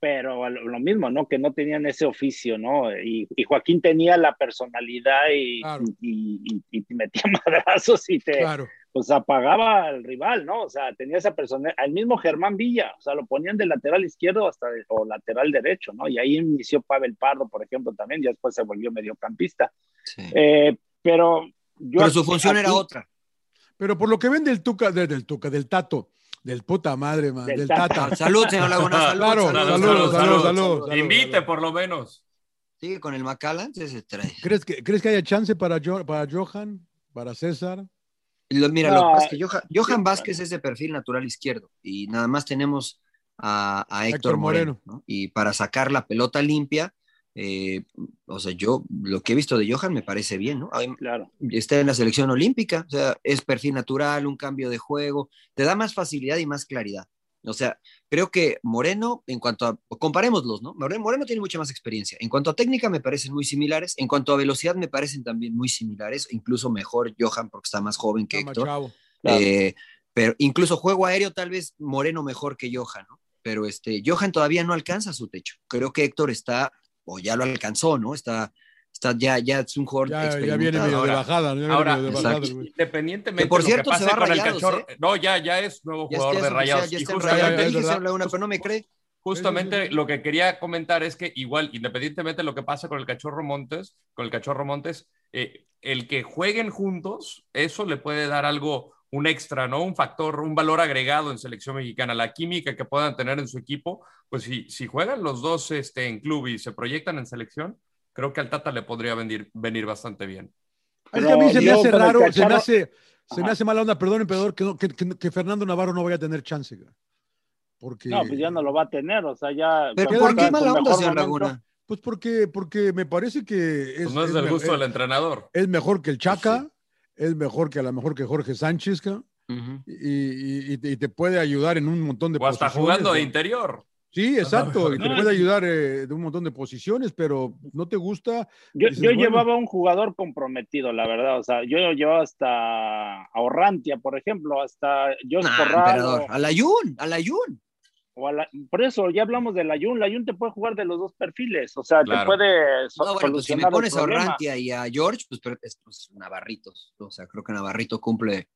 pero a lo, lo mismo, ¿no? Que no tenían ese oficio, ¿no? Y, y Joaquín tenía la personalidad y,
Claro.
y, y- y te metía madrazos y te,
Claro.
pues apagaba al rival, ¿no? O sea, tenía esa persona, al mismo Germán Villa, o sea, lo ponían de lateral izquierdo hasta de- o lateral derecho, ¿no? Y ahí inició Pavel Pardo, por ejemplo, también, ya después se volvió mediocampista. Eh, pero yo.
Pero su función era otra.
Pero por lo que ven del Tuca, de- del Tuca, del Tato, del puta madre, man, del,
Del
tata.
Tata. Salud, señor Laguna, salud,
Claro,
salud,
salud,
salud,
salud,
salud,
salud,
salud.
salud.
Invite, por lo menos.
Sí, con el Macallan se se trae.
¿Crees que, ¿Crees que haya chance para, Jo- para Johan, para César?
Lo- mira,
No,
lo que pasa es que Johan, Johan Vázquez es de perfil natural izquierdo y nada más tenemos a, a Héctor,
Héctor
Moreno.
Moreno.
¿no? Y para sacar la pelota limpia, eh, o sea, yo lo que he visto de Johan me parece bien, ¿no? Ay, Está en la selección olímpica, o sea, es perfil natural, un cambio de juego, te da más facilidad y más claridad. O sea, creo que Moreno, en cuanto a, comparémoslos, ¿no? Moreno, Moreno tiene mucha más experiencia. En cuanto a técnica, me parecen muy similares. En cuanto a velocidad, me parecen también muy similares. Incluso mejor Johan, porque está más joven que
Está más
Héctor.
chavo.
Eh, pero incluso juego aéreo, tal vez Moreno mejor que Johan, ¿no? Pero este, Johan todavía no alcanza su techo. Creo que Héctor está, o ya lo alcanzó, ¿no? Está, está ya, ya es un jugador
Ya- ya viene
experimentado.
medio de
Ahora-
bajada, ¿no? Ya viene
Ahora,
medio de
Exacto.
bajada, güey.
independientemente
Que por
de lo
cierto,
que pase
se va a
con el
Rayados,
cachorro. No, ya, ya es nuevo
Ya
jugador
está,
de
ya
Rayados.
está
Y
en
justamente-
Rayados. Ya
justamente-
dije, se habla una, pero no me cree.
Justamente lo que quería comentar es que igual, independientemente de lo que pase con el cachorro Montes, con el cachorro Montes, eh, el que jueguen juntos, eso le puede dar algo, un extra, ¿no? Un factor, un valor agregado en selección mexicana, la química que puedan tener en su equipo, pues si, si juegan los dos este, en club y se proyectan en selección, creo que al Tata le podría venir, venir bastante bien.
Es que a mí se me
Pero
hace
yo con el
raro, se me
Cachorro-
hace, se me hace mala onda, perdón, emperador, que, no- que, que- que Fernando Navarro no vaya a tener chance. güey. Porque...
No, pues ya no lo va a tener, o sea, ya.
Pero
cuando
¿por qué
está en su
mala onda,
Pues, mejor
señor
momento-
Laguna? Pues porque, porque me parece que es,
Pues no es
es eh,
del
me-
gusto Pues
es-
del entrenador.
es mejor que el Chaca, es mejor que a lo mejor que Jorge Sánchez, ca, y, y- y te- y te puede ayudar en un montón de
O hasta
posiciones,
jugando de
¿no?
interior.
Sí, exacto, y te
No,
puede
y-
ayudar eh, de un montón de posiciones, pero no te gusta.
Yo,
dices,
yo
bueno,
llevaba un jugador comprometido, la verdad. O sea, yo lo llevaba hasta a Orrantia, por ejemplo, hasta Jos
Nah,
Corral.
emperador,
o-
al Ayun, al Ayun.
o a la- por eso ya hablamos del Ayun. La Ayun te puede jugar de los dos perfiles. O sea,
Claro.
te puede so-
No, bueno, pues si me
solucionar el
pones a
problema.
Orrantia y a George, pues, pero es pues, Navarritos. O sea, creo que Navarrito cumple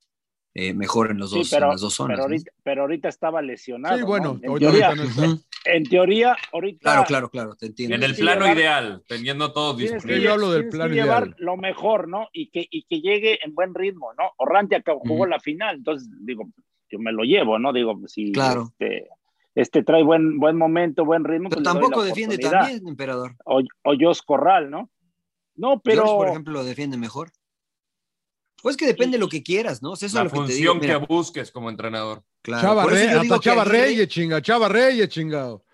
eh, mejor en, los
Sí,
dos, en las dos zonas.
pero
¿no?
ahorita, pero ahorita estaba lesionado.
Sí, bueno,
¿no? en,
ahorita-
teoría,
ahorita no
en teoría, ahorita.
Claro, claro, claro, te entiendo.
En el
Sí,
plano
llevar-
ideal, teniendo todos
Tienes que,
disponibles.
lle- tienes que llevar lo mejor, ¿no? Y que, y que llegue en buen ritmo, ¿no? Orrantia que jugó
Ujú.
la final, entonces digo, yo me lo llevo, ¿no? Digo, si
Claro.
este, este trae buen, buen momento, buen ritmo.
Pero
pues le doy la
tampoco defiende
oportunidad.
tan bien, emperador.
O, o Jos Corral, ¿no? No, pero.
George, por ejemplo, defiende mejor. Pues que depende lo que quieras, ¿no? O sea, eso
la
es lo que te digo.
función que,
mira,
busques como entrenador.
claro,
Chava
por eso
Reyes,
yo digo
hasta
que
Chava
Aguirre-
Reyes, chinga, Chava Reyes, chingado.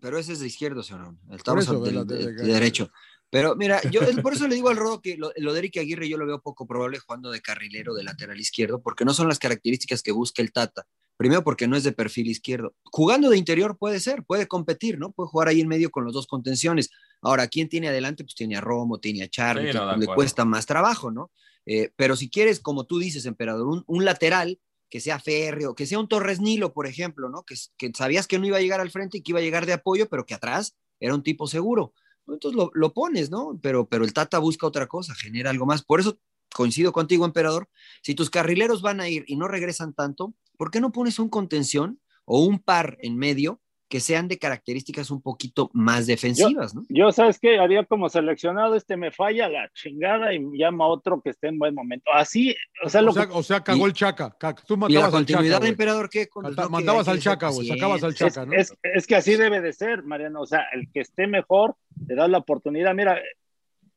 Pero ese es de izquierdo, señor. Estamos
eso,
del-
de la- de-
de-
de-
de derecho. Pero mira, yo es- por eso le digo al Rodo que lo, lo de Eric Aguirre yo lo veo poco probable jugando de carrilero de lateral izquierdo, porque no son las características que busca el Tata. Primero, porque no es de perfil izquierdo. Jugando de interior puede ser, puede competir, ¿no? Puede jugar ahí en medio con los dos contenciones. Ahora, ¿quién tiene adelante? Pues tiene a Romo, tiene a Charlie,
Sí, no, de
que le
acuerdo.
cuesta más trabajo, ¿no? Eh, pero si quieres, como tú dices, emperador, un, un lateral que sea férreo, que sea un Torres Nilo, por ejemplo, ¿no? Que, que sabías que no iba a llegar al frente y que iba a llegar de apoyo, pero que atrás era un tipo seguro. Entonces lo, lo pones, ¿no? Pero, pero el Tata busca otra cosa, genera algo más. Por eso coincido contigo, emperador. Si tus carrileros van a ir y no regresan tanto, ¿por qué no pones un contención o un par en medio que sean de características un poquito más defensivas, ¿no?
Yo, ¿sabes qué? Haría como seleccionado, este me falla la chingada y llama a otro que esté en buen momento. Así, o sea,
O
lo
sea,
que-
o sea, cagó el Chaca. ca- Tú
Y la
matabas al Chaca.
continuidad de
güey.
emperador, ¿qué? Con-
Mata-
no, que hay
Matabas
que
al
ser
Chaca, güey. Sacabas al
es,
Chaca, ¿no?
es- es que así debe de ser, Mariano. O sea, el que esté mejor, le das la oportunidad. Mira,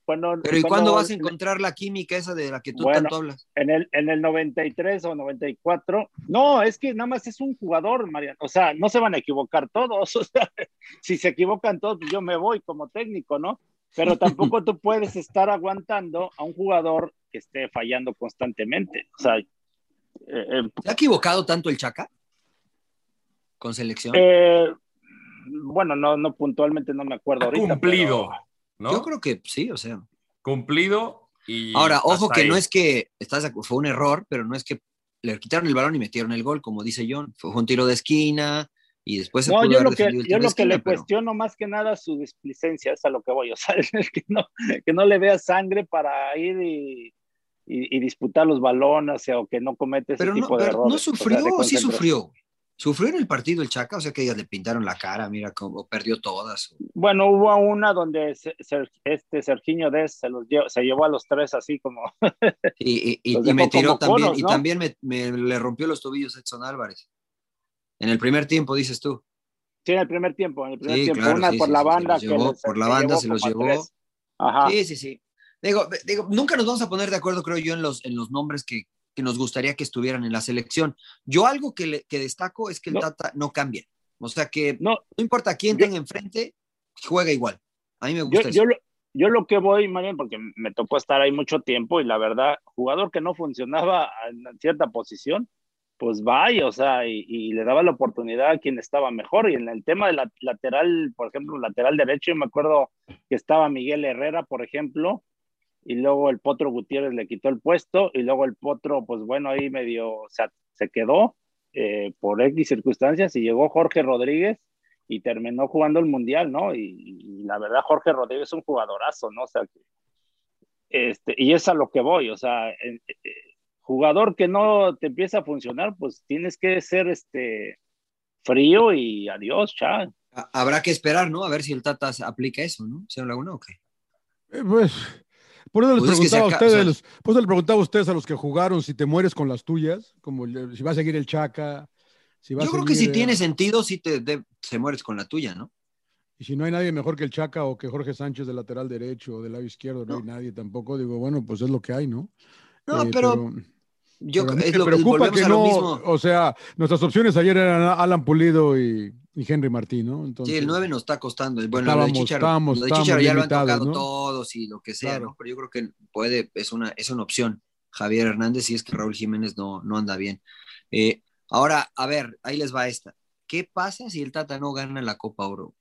cuando.
Pero ¿y cuándo
cuando-
vas a encontrar la química esa de la que tú
Bueno,
tanto hablas?
En el, en el 93 o 94. No, es que nada más es un jugador, Mariano. O sea, no se van a equivocar todos. O sea, si se equivocan todos, pues yo me voy como técnico, ¿no? Pero tampoco tú puedes estar aguantando a un jugador que esté fallando constantemente. O sea, eh, eh,
¿Se ha equivocado tanto el Chaca? Con selección.
eh, bueno, no, no puntualmente, no me acuerdo ahorita.
Cumplido,
pero-
¿no?
Yo creo que sí, o sea.
Cumplido y.
Ahora, ojo
hasta
que
ahí.
no es que estás de acu- fue un error, pero no es que le quitaron el balón y metieron el gol, como dice John. Fue un tiro de esquina y después se
No,
pudo
yo
haber
lo que,
defendido el
yo
tiro de
lo que le
esquina, pero-
cuestiono más que nada su displicencia, es a lo que voy, o sea, el que no, que no le vea sangre para ir y, y- y disputar los balones, o sea, o que no comete ese
Pero no,
tipo de
pero no
errores. o sea,
sufrió,
de
sí
concentración.
sufrió. Sufrió en el partido el Chaca, o sea que ellas le pintaron la cara, mira cómo perdió todas.
Bueno, hubo una donde se- Ser- este Sergiño Dez se, los llevó, se llevó a los tres así como...
Y, y-
Los
y me
dejó
tiró
como
también,
conos,
y
¿no?
también me, me- le rompió los tobillos Edson Álvarez. En el primer tiempo, dices tú.
Sí, en el primer tiempo, en el primer
Sí,
tiempo.
claro,
una
sí,
por
sí,
la
sí, se los
banda. que
llevó,
les-
por la
que
banda
llevó
se los
como a
llevó.
tres. Ajá.
Sí, sí, sí. Digo, ve- digo, nunca nos vamos a poner de acuerdo, creo yo, en los, en los nombres que, que nos gustaría que estuvieran en la selección. Yo algo que, le- que destaco es que el Tata no cambia. O sea que
no,
importa quién tenga enfrente, juega igual. A mí me gusta
yo,
eso.
yo, lo, yo lo que voy, Marian, porque me tocó estar ahí mucho tiempo y la verdad, jugador que no funcionaba en cierta posición, pues vaya, o sea, y, y le daba la oportunidad a quien estaba mejor. Y en el tema de la, lateral, por ejemplo, lateral derecho, yo me acuerdo que estaba Miguel Herrera, por ejemplo, y luego el Potro Gutiérrez le quitó el puesto, y luego el Potro, pues bueno, ahí medio se, se quedó eh, por X circunstancias y llegó Jorge Rodríguez y terminó jugando el Mundial, ¿no? Y, y la verdad, Jorge Rodríguez es un jugadorazo, ¿no? O sea, que- este, y es a lo que voy, o sea, eh, eh, jugador que no te empieza a funcionar, pues tienes que ser este frío y adiós, chao.
Ha- Habrá que esperar, ¿no? A ver si el Tata se- aplica eso, ¿no? ¿Se Laguna o qué?
Eh, pues, por eso les
Pues es que se
preguntaba
aca-
a ustedes,
o sea-
los- por eso les preguntaba a ustedes a los que jugaron si te mueres con las tuyas, como el- si va a seguir el Chaca, si va a
Yo creo que
seguir,
si
eh,
tiene sentido, sí te, de- se mueres con la tuya, ¿no?
Y si no hay nadie mejor que el Chaca o que Jorge Sánchez de lateral derecho o del lado izquierdo, no, hay nadie tampoco, digo, bueno, pues es lo que hay, ¿no?
No,
Eh,
pero yo
pero a
creo
mí
es
me
lo que
preocupa
volvemos
que
a lo
no, oh,
mismo.
o sea, nuestras opciones ayer eran Alan Pulido y, y Henry Martín, ¿no? Entonces,
Sí, el 9 nos está costando. Bueno, lo
Estábamos,
de Chicharo,
estábamos,
lo de Chicharo
estábamos
ya lo han
limitados,
tocado
¿no?
todos y lo que sea,
Claro.
¿no? Pero yo creo que puede, es una, es una opción. Javier Hernández, si es que Raúl Jiménez no, no anda bien. Eh, ahora, a ver, ahí les va esta. ¿Qué pasa si el Tata no gana la Copa Oro?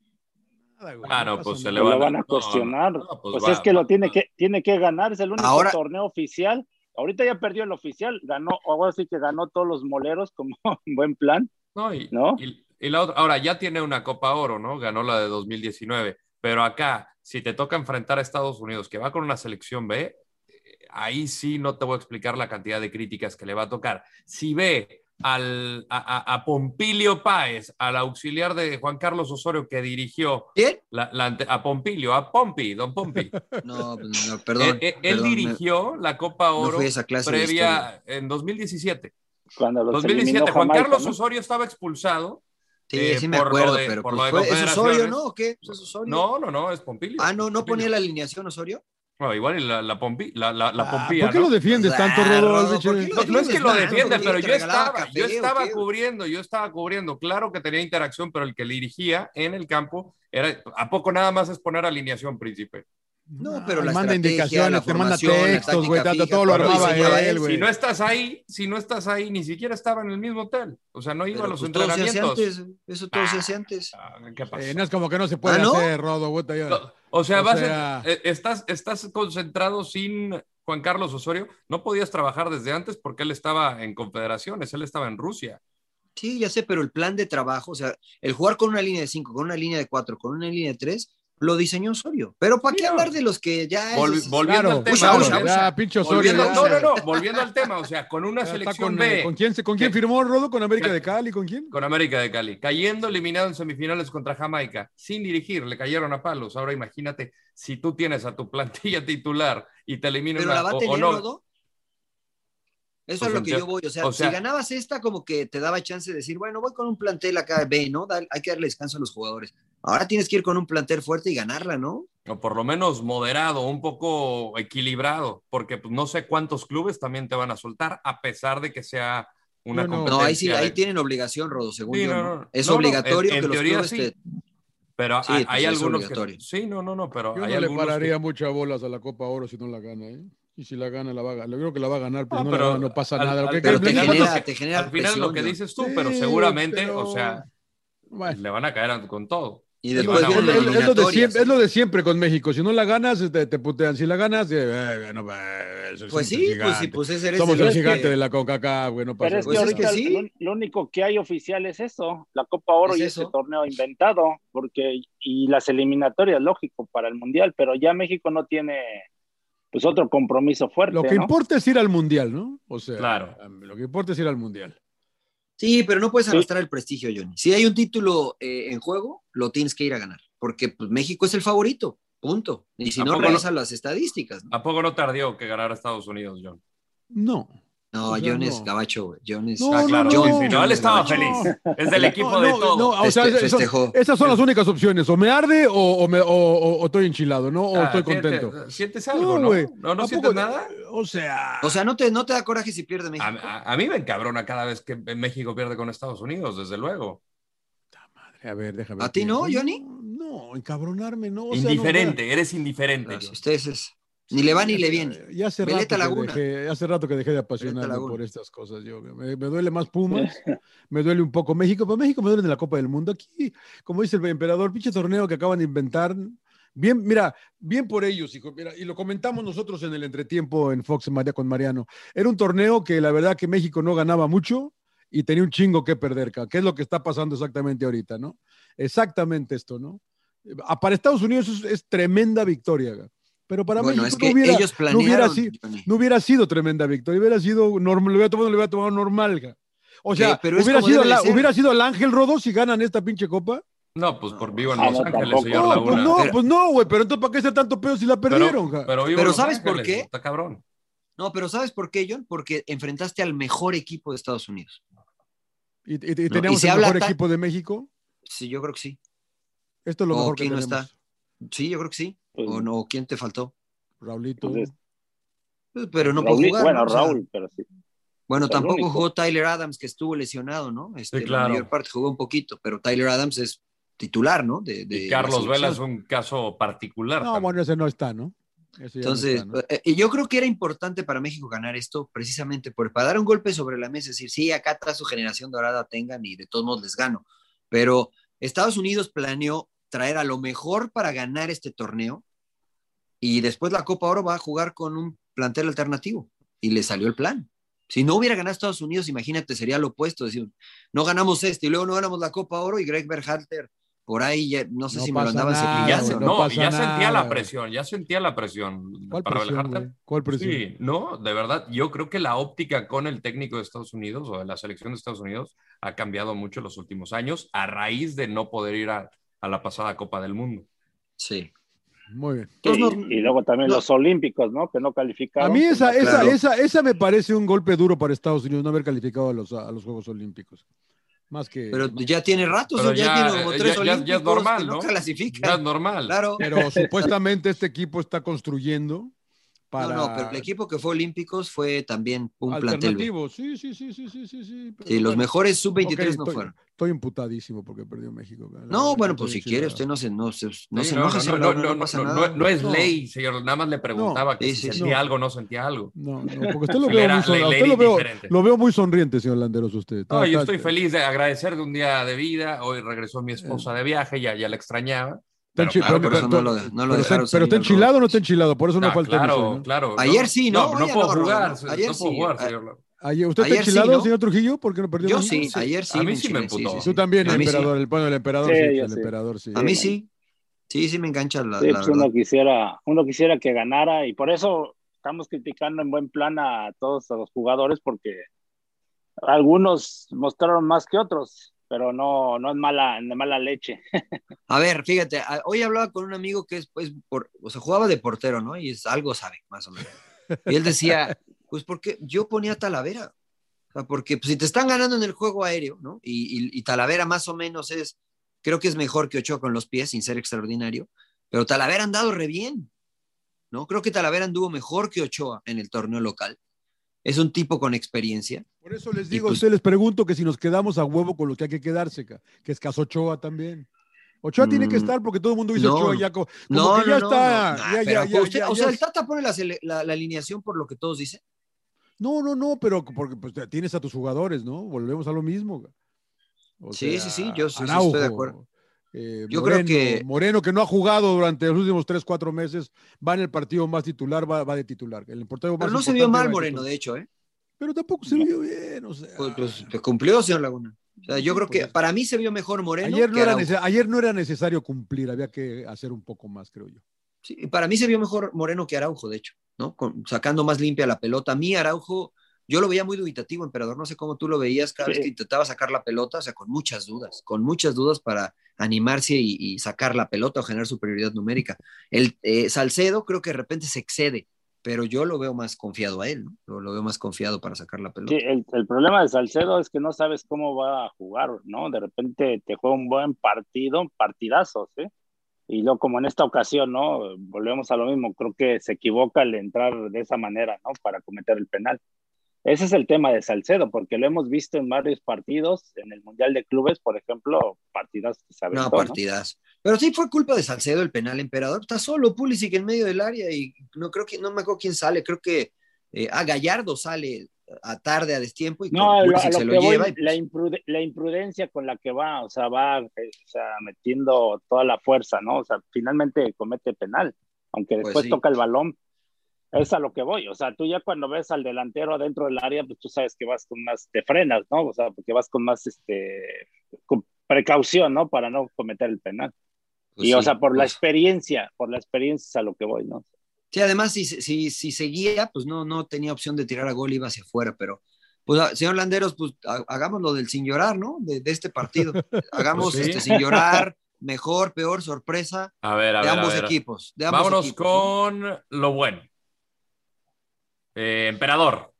Ah, no, pues se le
lo
van,
van
no,
a
no,
cuestionar.
no,
pues
va-
es que lo tiene que tiene que ganar, es el único
Ahora-
torneo oficial. Ahorita ya perdió el oficial, ganó, ahora sí que ganó todos los moleros como un buen plan.
No, y,
¿No?
y- y la otra, ahora ya tiene una Copa Oro, ¿no? Ganó la de 2019, pero acá, si te toca enfrentar a Estados Unidos, que va con una selección B, eh, ahí sí no te voy a explicar la cantidad de críticas que le va a tocar. Si ve al, a, a- a Pompilio Páez, al auxiliar de Juan Carlos Osorio que dirigió la- la ante- a Pompilio, a Pompi, don Pompi.
No, pues, no, perdón.
Eh, eh, él
perdón, me-
dirigió la Copa Oro
fui a esa clase de
previa
historia.
en 2017.
Cuando los
2017,
eliminó
Juan
Jamaica,
Carlos
¿no?
Osorio estaba expulsado.
Sí,
eh,
sí me
por lo
acuerdo,
de-
pero
por
pues,
lo de
fue- ¿es Osorio,
confederaciones.
no? ¿O qué? ¿Es Osorio?
No, no, no, es Pompilio.
Ah, no, no ponía la Ah, alineación Osorio.
Bueno, igual y la, la, Pompi- la, la, la Pompía,
Ah, ¿Por qué
¿no?
lo defiendes tanto,
Ah,
Rodo?
Rodo,
Has dicho-
¿por qué lo No, no es que lo defiende,
Porque
pero
te
yo
regalaba
estaba, yo
café, ¿o
estaba
qué?
cubriendo, yo estaba cubriendo. Claro que tenía interacción, pero el que le dirigía en el campo era, ¿a poco nada más es poner alineación, príncipe?
No, pero la
manda
estrategia,
indicaciones,
la
te manda
formación, la
textos,
táctica
güey, Tata,
fija,
todo lo
todo lo
armaba
diseñaba
él,
él.
güey.
Si no estás ahí, si no estás ahí, ni siquiera estaba en el mismo hotel. O sea, no iba
Pero,
a los
pues, todo se hace
entrenamientos. Ah.
antes, eso todo se hace antes.
¿Qué pasa?
Eh, no es como que no se puede
¿Ah, no?
hacer, Rodo. puta, ya.
O sea,
O
vas
sea-
eh, estás, estás concentrado sin Juan Carlos Osorio. No podías trabajar desde antes porque él estaba en confederaciones, él estaba en Rusia.
Sí, ya sé, pero el plan de trabajo, o sea, el jugar con una línea de 5, con una línea de 4, con una línea de 3, lo diseñó Osorio. Pero ¿para qué hablar de los que ya...
Vol-
esos-
volviendo
Claro,
al tema.
claro,
volviendo-
ya, pinche Osorio,
volviendo-
ya.
no, no, no, volviendo al tema, o sea, con una
Está
selección
con,
B,
eh, ¿con quién, se- ¿Con quién firmó Rodo? ¿Con América de Cali? ¿Con quién?
con América de Cali, cayendo eliminado en semifinales contra Jamaica, sin dirigir, le cayeron a palos. Ahora imagínate si tú tienes a tu plantilla titular y te eliminan
Pero
a-
la va a
o- o
tener,
no.
Rodo. Eso
O
es
sea,
lo que
ya-
yo voy, o sea,
o sea-
si ganabas esta, como que te daba chance de decir, bueno, voy con un plantel acá, B, ¿no? Da- hay que darle descanso a los jugadores. Ahora tienes que ir con un plantel fuerte y ganarla, ¿no?
o por lo menos moderado, un poco equilibrado, porque pues, no sé cuántos clubes también te van a soltar, a pesar de que sea una competencia.
No, ahí sí, ahí
de-
tienen obligación, Rodo, según
Sí,
yo.
no,
¿no?
no.
Es
No, no,
obligatorio
en- en
que los
teoría
clubes
sí.
te-
Pero
Sí,
hay,
pues,
hay
es
algunos
obligatorio.
que... Sí, no, no, no, pero
Yo
hay
no le
algunos
pararía
que...
muchas bolas a la Copa Oro si no la gana, ¿eh? Y si la gana, la va a ganar. Yo creo que la va a ganar, pero, no,
No,
la
Ah, pero
gana, no pasa
al-
nada. Lo
al-
que- lo
pero te
que-
genera-
lo que-
te genera Al final lo presión, que John. dices tú, pero seguramente, o sea,
bueno.
Le van a caer con todo.
Y
Le
Digo,
van a
es,
volver-
es- es lo de siempre, es lo de siempre con México. Si no la ganas, este, te, te putean. Si la ganas, eh, eh, bueno, eh, somos
Pues
el
sí, pues
gigante.
sí, pues ese eres
Somos
el-
el
es que-
gigante de la CONCACAF, güey, no pasa
Pues,
Pero es que
nada.
ahorita lo, lo único que hay oficial es eso, la Copa Oro
Es
y
eso.
ese torneo inventado, porque y las eliminatorias, lógico, para el Mundial, pero ya México no tiene pues otro compromiso fuerte.
Lo que
¿no?
importa es ir al mundial, ¿no? O sea,
Claro.
lo que importa es ir al mundial.
Sí, pero no puedes arrastrar el prestigio, Johnny. Si hay un título eh, en juego, lo tienes que ir a ganar, porque pues, México es el favorito, punto. Y si
¿A
no,
poco no?
revisan las estadísticas. ¿no?
¿A poco no tardó que ganara Estados Unidos, John?
No.
No,
O sea,
John
Pues no.
es gabacho, güey. John es.
No, Ah, claro, no, sí, no. sí, no,
él estaba feliz. Es del equipo de todos.
No, o sea,
Feste-
esas-
festejó.
esas son las únicas opciones. O me arde o, o me- o- o- o estoy enchilado, ¿no? O
Ah,
estoy
siente-
contento.
¿Sientes algo,
No,
no?
güey.
¿No, no
¿A
sientes
poco-
nada?
O sea...
O sea, no te, no te da coraje si pierde México.
A, a- a mí me encabrona cada vez que México pierde con Estados Unidos, desde luego.
A ver, déjame.
¿A ti no,
Johnny?
No, encabronarme, no. o sea, no,
indiferente, eres indiferente.
Ustedes es... Ni le va ni le viene.
Ya hace rato,
Veleta
que
Laguna.
dejé, hace rato que dejé de apasionarme
Laguna.
por estas cosas. Yo, me, me duele más Pumas, me duele un poco México, pero México me duele de la Copa del Mundo. Aquí, como dice el emperador, pinche torneo que acaban de inventar. Bien, mira, bien por ellos, hijo. Mira, y lo comentamos nosotros en el entretiempo en Fox María con Mariano. Era un torneo que la verdad que México no ganaba mucho y tenía un chingo que perder, ca- que es lo que está pasando exactamente ahorita, ¿no? Exactamente esto, ¿no? Ah, Para Estados Unidos es, es tremenda victoria, ga. pero para
Bueno,
México
es que
no hubiera,
ellos
no hubiera
planearon,
sido, no hubiera sido tremenda victoria, hubiera sido normal, lo hubiera tomado, lo hubiera tomado normal. ga. O sea,
Eh,
Sí, pero es
hubiera,
como
sido
debe
la-
de ser.
hubiera sido el Ángel Rodó si ganan esta pinche copa.
No, pues por vivo en
Ah,
Los
no,
Ángeles,
tampoco.
señor
No, pues
Laguna.
no,
Pero-
pues no, güey, pero entonces ¿para qué hacer tanto pedo si la perdieron? ga?
pero vivo en
Pero
Los
¿sabes por
Ángeles,
qué?
Está cabrón.
No, pero ¿sabes por qué, John? Porque enfrentaste al mejor equipo de Estados Unidos.
y, y- y
No, y
teníamos
se
el
habla
mejor
tan-
equipo de México.
Sí, yo creo que sí.
Esto es lo
¿O
mejor que
quién no
tenemos.
está? Sí, yo creo que sí.
Pues,
¿O no? ¿Quién te faltó?
Raulito.
Pero no pudo
Raúl-
jugar.
Bueno,
¿no? O sea,
Raúl, pero sí.
Bueno,
Fue el
tampoco
único.
jugó Tyler Adams, que estuvo lesionado, ¿no? Este,
Sí, claro.
La mayor parte jugó un poquito, pero Tyler Adams es titular, ¿no? De, de
Y
la
Carlos Vela es
selección.
un caso particular.
No, bueno, ese no está, ¿no? Ese ya no
Entonces,
está, ¿no?
eh, y yo creo que era importante para México ganar esto, precisamente por, para dar un golpe sobre la mesa, es decir, sí, acá está su generación dorada, tengan y de todos modos les gano. Pero Estados Unidos planeó traer a lo mejor para ganar este torneo y después la Copa Oro va a jugar con un plantel alternativo y le salió el plan. Si no hubiera ganado Estados Unidos, imagínate, sería lo opuesto, decir, no ganamos este y luego no ganamos la Copa Oro y Greg Berhalter por ahí ya no sé
No
si me lo
pasa
andaban
nada,
Y ya, se-
güey,
cepillando. ¿no?
no,
pasa
y ya sentía
nada,
la presión, ya sentía la presión.
¿Cuál
para
presión,
relajarte.
güey? ¿Cuál presión?
Sí, no, de verdad, yo creo que la óptica con el técnico de Estados Unidos o de la selección de Estados Unidos ha cambiado mucho en los últimos años a raíz de no poder ir a, a la pasada Copa del Mundo.
Sí.
Muy bien.
Y, y luego también los olímpicos, ¿no? Que no
A
calificaron.
mí esa,
Pues,
esa,
claro.
esa, esa me parece un golpe duro para Estados Unidos no haber calificado a los, a los Juegos Olímpicos. Más que...
Pero ya tiene rato,
Pero
o sea, ya,
ya,
tiene como
eh,
tres
ya- ya- ya es
olímpicos
normal,
que no,
¿no?
clasifica.
Ya es normal.
Claro.
Pero supuestamente este equipo está construyendo
No,
para...
no, pero el equipo que fue olímpicos fue también un plantel. B.
alternativo. Sí, sí, sí, sí, sí, sí. sí pero
Sí, los mejores sub-23
Ok,
no
estoy-
fueron.
Estoy imputadísimo porque perdió México. La
No,
verdad,
bueno,
estoy
pues si
enchilado.
quiere, usted no se, no, se- no
Sí,
se enoje,
no,
señor
no,
Laguna,
no,
no Ah, pasa
no,
nada.
no, no es
No.
ley, señor. Nada más le preguntaba que
Sí,
si
sí, sí.
sentía
No.
algo o no sentía algo.
No, no, porque usted lo
Le
veo,
era-
muy, son-
le-
a
le
usted
era
lo, veo,
indiferente.
lo veo muy sonriente, señor Landeros, usted. Está-
No, yo
está- Eh.
estoy feliz de agradecer de un día de vida. Hoy regresó mi esposa de viaje, ya, ya la extrañaba.
está
Pero
enchi-
claro,
pero-
por eso
pero-
no lo-
no lo
pero está-
dejaron
Pero
salir
está
al
enchilado o no está enchilado, por eso no
Ah,
falta el
claro,
uso, ¿no?
claro.
Ayer sí, ¿no?
No,
Oye,
puedo
no, Rodo,
jugar.
no. Ayer
no
sí.
puedo jugar,
A-
señor.
Ayer- ¿Usted está
Ayer sí,
enchilado,
¿no?
señor Trujillo? Porque no perdió
Yo
México?
sí, ayer sí.
A mí sí me
enchilé,
emputó.
Tú también,
A
el
mí sí.
emperador. El, bueno, el emperador
Sí,
sí,
yo
el
sí.
emperador sí.
A mí sí. Sí, sí me engancha la,
Sí,
la
pues,
verdad.
uno quisiera, uno quisiera que ganara y por eso estamos criticando en buen plan a todos a los jugadores porque algunos mostraron más que otros, pero no, no es mala, en mala leche.
A ver, fíjate, a- hoy hablaba con un amigo que es, pues, por, o sea, jugaba de portero, ¿no? Y es algo sabe, más o menos. Y él decía, pues, porque yo ponía a Talavera. O sea, porque pues, si te están ganando en el juego aéreo, ¿no? Y, y- y Talavera más o menos es, creo que es mejor que Ochoa con los pies, sin ser extraordinario, pero Talavera ha andado re bien, ¿no? Creo que Talavera anduvo mejor que Ochoa en el torneo local. Es un tipo con experiencia.
Por eso les digo, a
pues-
ustedes les pregunto que si nos quedamos a huevo con lo que hay que quedarse, ca- que es caso Ochoa también. Ochoa tiene que
Mm,
estar porque todo el mundo dice
no,
Ochoa ya co- como
No,
que ya
no, no,
está.
no, nah,
ya, ya,
pero
ya,
usted-
ya,
o
ya
sea,
es-
el Tata pone la, sele- la- la alineación por lo que todos dicen.
No, no, no, pero porque pues, tienes a tus jugadores, ¿no? Volvemos a lo mismo. ca. O
Sí, sí, sí, yo sí, sí, estoy de acuerdo.
eh,
Yo creo
Moreno,
que-
Moreno, que no ha jugado durante los últimos 3, 4 meses, va en el partido más titular, va, va de titular. El portero más
Pero no se vio
importante
mal
va de
Moreno,
titular.
de hecho, ¿eh?
Pero tampoco se vio bien, o sea.
Pues,
Ah.
pues, te cumplió, señor Laguna. O sea, yo creo que para mí se vio mejor Moreno.
pues, Ayer no,
que
era
Araujo.
nece- ayer no era necesario cumplir, había que hacer un poco más, creo yo.
Sí, para mí se vio mejor Moreno que Araujo, de hecho, ¿no? Con- sacando más limpia la pelota. A mí Araujo Yo lo veía muy dubitativo, emperador. No sé cómo tú lo veías cada
Sí.
vez que intentaba sacar la pelota, o sea, con muchas dudas, con muchas dudas para animarse y, y sacar la pelota o generar superioridad numérica. El eh, Salcedo creo que de repente se excede, pero yo lo veo más confiado a él, ¿no? Lo, lo veo más confiado para sacar la pelota.
Sí, el, el problema de Salcedo es que no sabes cómo va a jugar, ¿no? De repente te juega un buen partido, partidazos, ¿eh? Y luego, como en esta ocasión, ¿no? Volvemos a lo mismo, creo que se equivoca al entrar de esa manera, ¿no? Para cometer el penal. Ese es el tema de Salcedo, porque lo hemos visto en varios partidos, en el Mundial de Clubes, por ejemplo, partidazos que se
No,
aventó,
partidas. Pero sí fue culpa de Salcedo el penal, emperador. Está solo Pulisic en medio del área y no creo que, no me acuerdo quién sale. Creo que eh, a Gallardo sale a tarde, a destiempo y
No, a
con
lo, a
Pulisic
lo que
se lo
voy,
lleva. y- pues,
la, imprude- la imprudencia con la que va, o sea, va eh, o sea, metiendo toda la fuerza, ¿no? O sea, finalmente comete penal, aunque después
Pues sí. Mm.
toca el balón. Es a lo que voy, o sea, tú ya cuando ves al delantero adentro del área, pues tú sabes que vas con más, te frenas, ¿no? O sea, porque vas con más, este, con precaución, ¿no? Para no cometer el penal.
Pues
y, o
sí,
sea, por la
pues.
experiencia, por la experiencia es a lo que voy, ¿no?
Sí, además, si, si, si seguía, pues no, no tenía opción de tirar a gol, iba hacia afuera. Pero, pues, ah, señor Landeros, pues ha- hagamos lo del sin llorar, ¿no? De, de este partido. Hagamos
Pues sí.
este, sin llorar, mejor, peor, sorpresa.
A ver, a
De
ver. a
ambos
ver.
equipos, de ambos
Vámonos
equipos,
con lo bueno. Eh, emperador.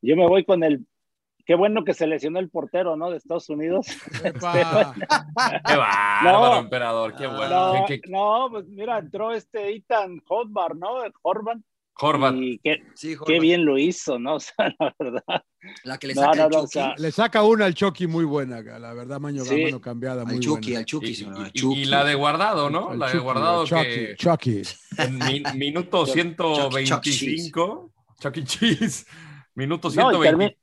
Yo me voy con el. Qué bueno que se lesionó el portero, ¿no? De Estados Unidos.
Qué bárbaro, emperador. Qué bueno.
Ah. No,
Qué- qué-
no, pues mira, entró este Ethan Hotbar, ¿no? El Horvan.
Horvat.
Y qué,
Sí, Horvat.
qué bien lo hizo, ¿no? O sea, la verdad.
La que
le No, saca no, el no, o Chucky. sea-
Le saca una al Chucky muy buena, la verdad, mano,
Sí.
mano cambiada. Muy buena.
Chucky,
y- y la de guardado, ¿no?
Al
La de
Chucky,
guardado
Chucky,
que
Chucky.
en mi- minuto
Chucky, Chucky, Chucky
125. Chucky E. Cheese. Minuto
No, y Pues-
125.
termi-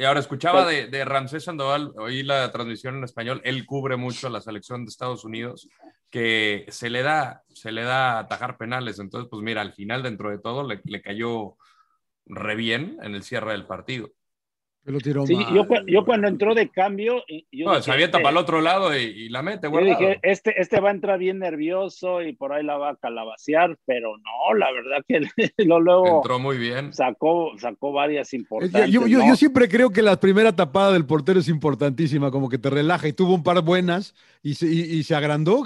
Y ahora escuchaba de, de Ramsés Sandoval, oí la transmisión en español, él cubre mucho a la selección de Estados Unidos, que se le da, se le da atajar penales. Entonces, pues mira, al final, dentro de todo, le, le cayó re bien en el cierre del partido.
Que lo tiró
Sí,
mal.
yo, cu- yo cuando entró de cambio. y- yo
No,
dije,
se avienta
este-
para el otro lado y, y la mete,
Yo
guardado.
dije, este, este va a entrar bien nervioso y por ahí la va a calabacear, pero no, la verdad que lo luego
Entró muy bien.
sacó, sacó varias
Es
importantes.
que Yo, yo-
¿no?
yo siempre creo que la primera tapada del portero es importantísima, como que te relaja y tuvo un par buenas y se, y- y se agrandó,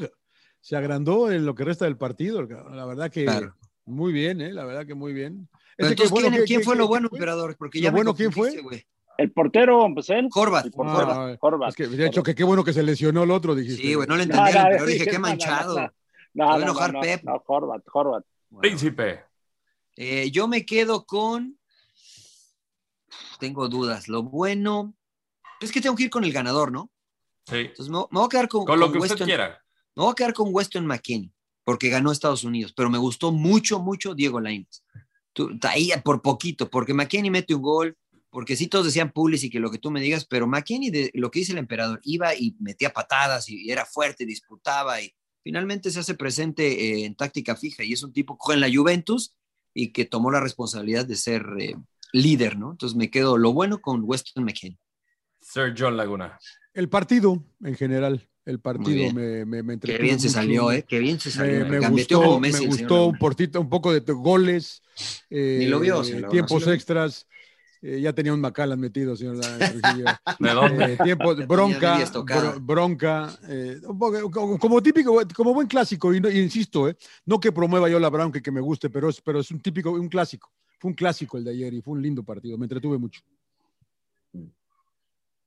se agrandó en lo que resta del partido. el cabrón. La verdad que
Claro.
muy bien, ¿eh? la verdad que muy bien.
Pero
Ese que,
entonces,
bueno,
¿quién,
¿qué-
quién
qué-
fue
qué-
lo
qué
bueno,
fue?
emperador? Porque
¿Lo
ya me
bueno quién fue?
confundiste, güey.
El portero, pues él.
Horvat.
El
Ah,
portero,
ah,
Horvat.
es que, de hecho, que qué bueno que se lesionó el otro, dijiste.
Sí, güey, no le
No,
entendí,
no,
pero
sí,
dije,
sí,
qué
no, no,
manchado.
no, no.
Se
No,
va a
no,
enojar
no,
Pep.
no, Horvat, Horvat.
Príncipe.
Eh, yo me quedo con. Tengo dudas. Lo bueno. Es que tengo que ir con el ganador, ¿no?
Sí.
Entonces me, me voy a quedar con.
Con lo
con
que usted
Weston-
quiera.
Me voy a quedar con Weston McKinney, porque ganó Estados Unidos, pero me gustó mucho, mucho Diego Lainez. Tú- Ahí por poquito, porque McKinney mete un gol, porque sí todos decían Pulisic y que lo que tú me digas, pero McKinney, de, lo que dice el emperador, iba y metía patadas y, era fuerte, disputaba y finalmente se hace presente eh, en táctica fija y es un tipo que juega en la Juventus y que tomó la responsabilidad de ser eh, líder, ¿no? Entonces me quedo lo bueno con Weston McKinney.
Sir John Laguna.
El partido, en general, el partido
bien.
me, me, me
Qué
entretuvo
bien se
mucho.
salió, ¿eh? Qué bien se
Me,
salió.
me
Gambeteó
gustó,
como
me
Messi el señor
gustó un, portito, un poco de t- goles, eh,
Ni lo vio, señor Laguna,
tiempos
sí lo vio.
extras. eh, ya tenía un Macallan metido, señor Laguna, Trujillo.
¿De dónde?
Eh, tiempo,
Ya tenía
bronca,
media estocada.
bro- bronca, eh, un poco- como, como típico, como buen clásico, y no- y insisto, eh, no que promueva yo la bronca y que me guste, pero es, pero es un típico, un clásico. Fue un clásico el de ayer y fue un lindo partido, me entretuve mucho.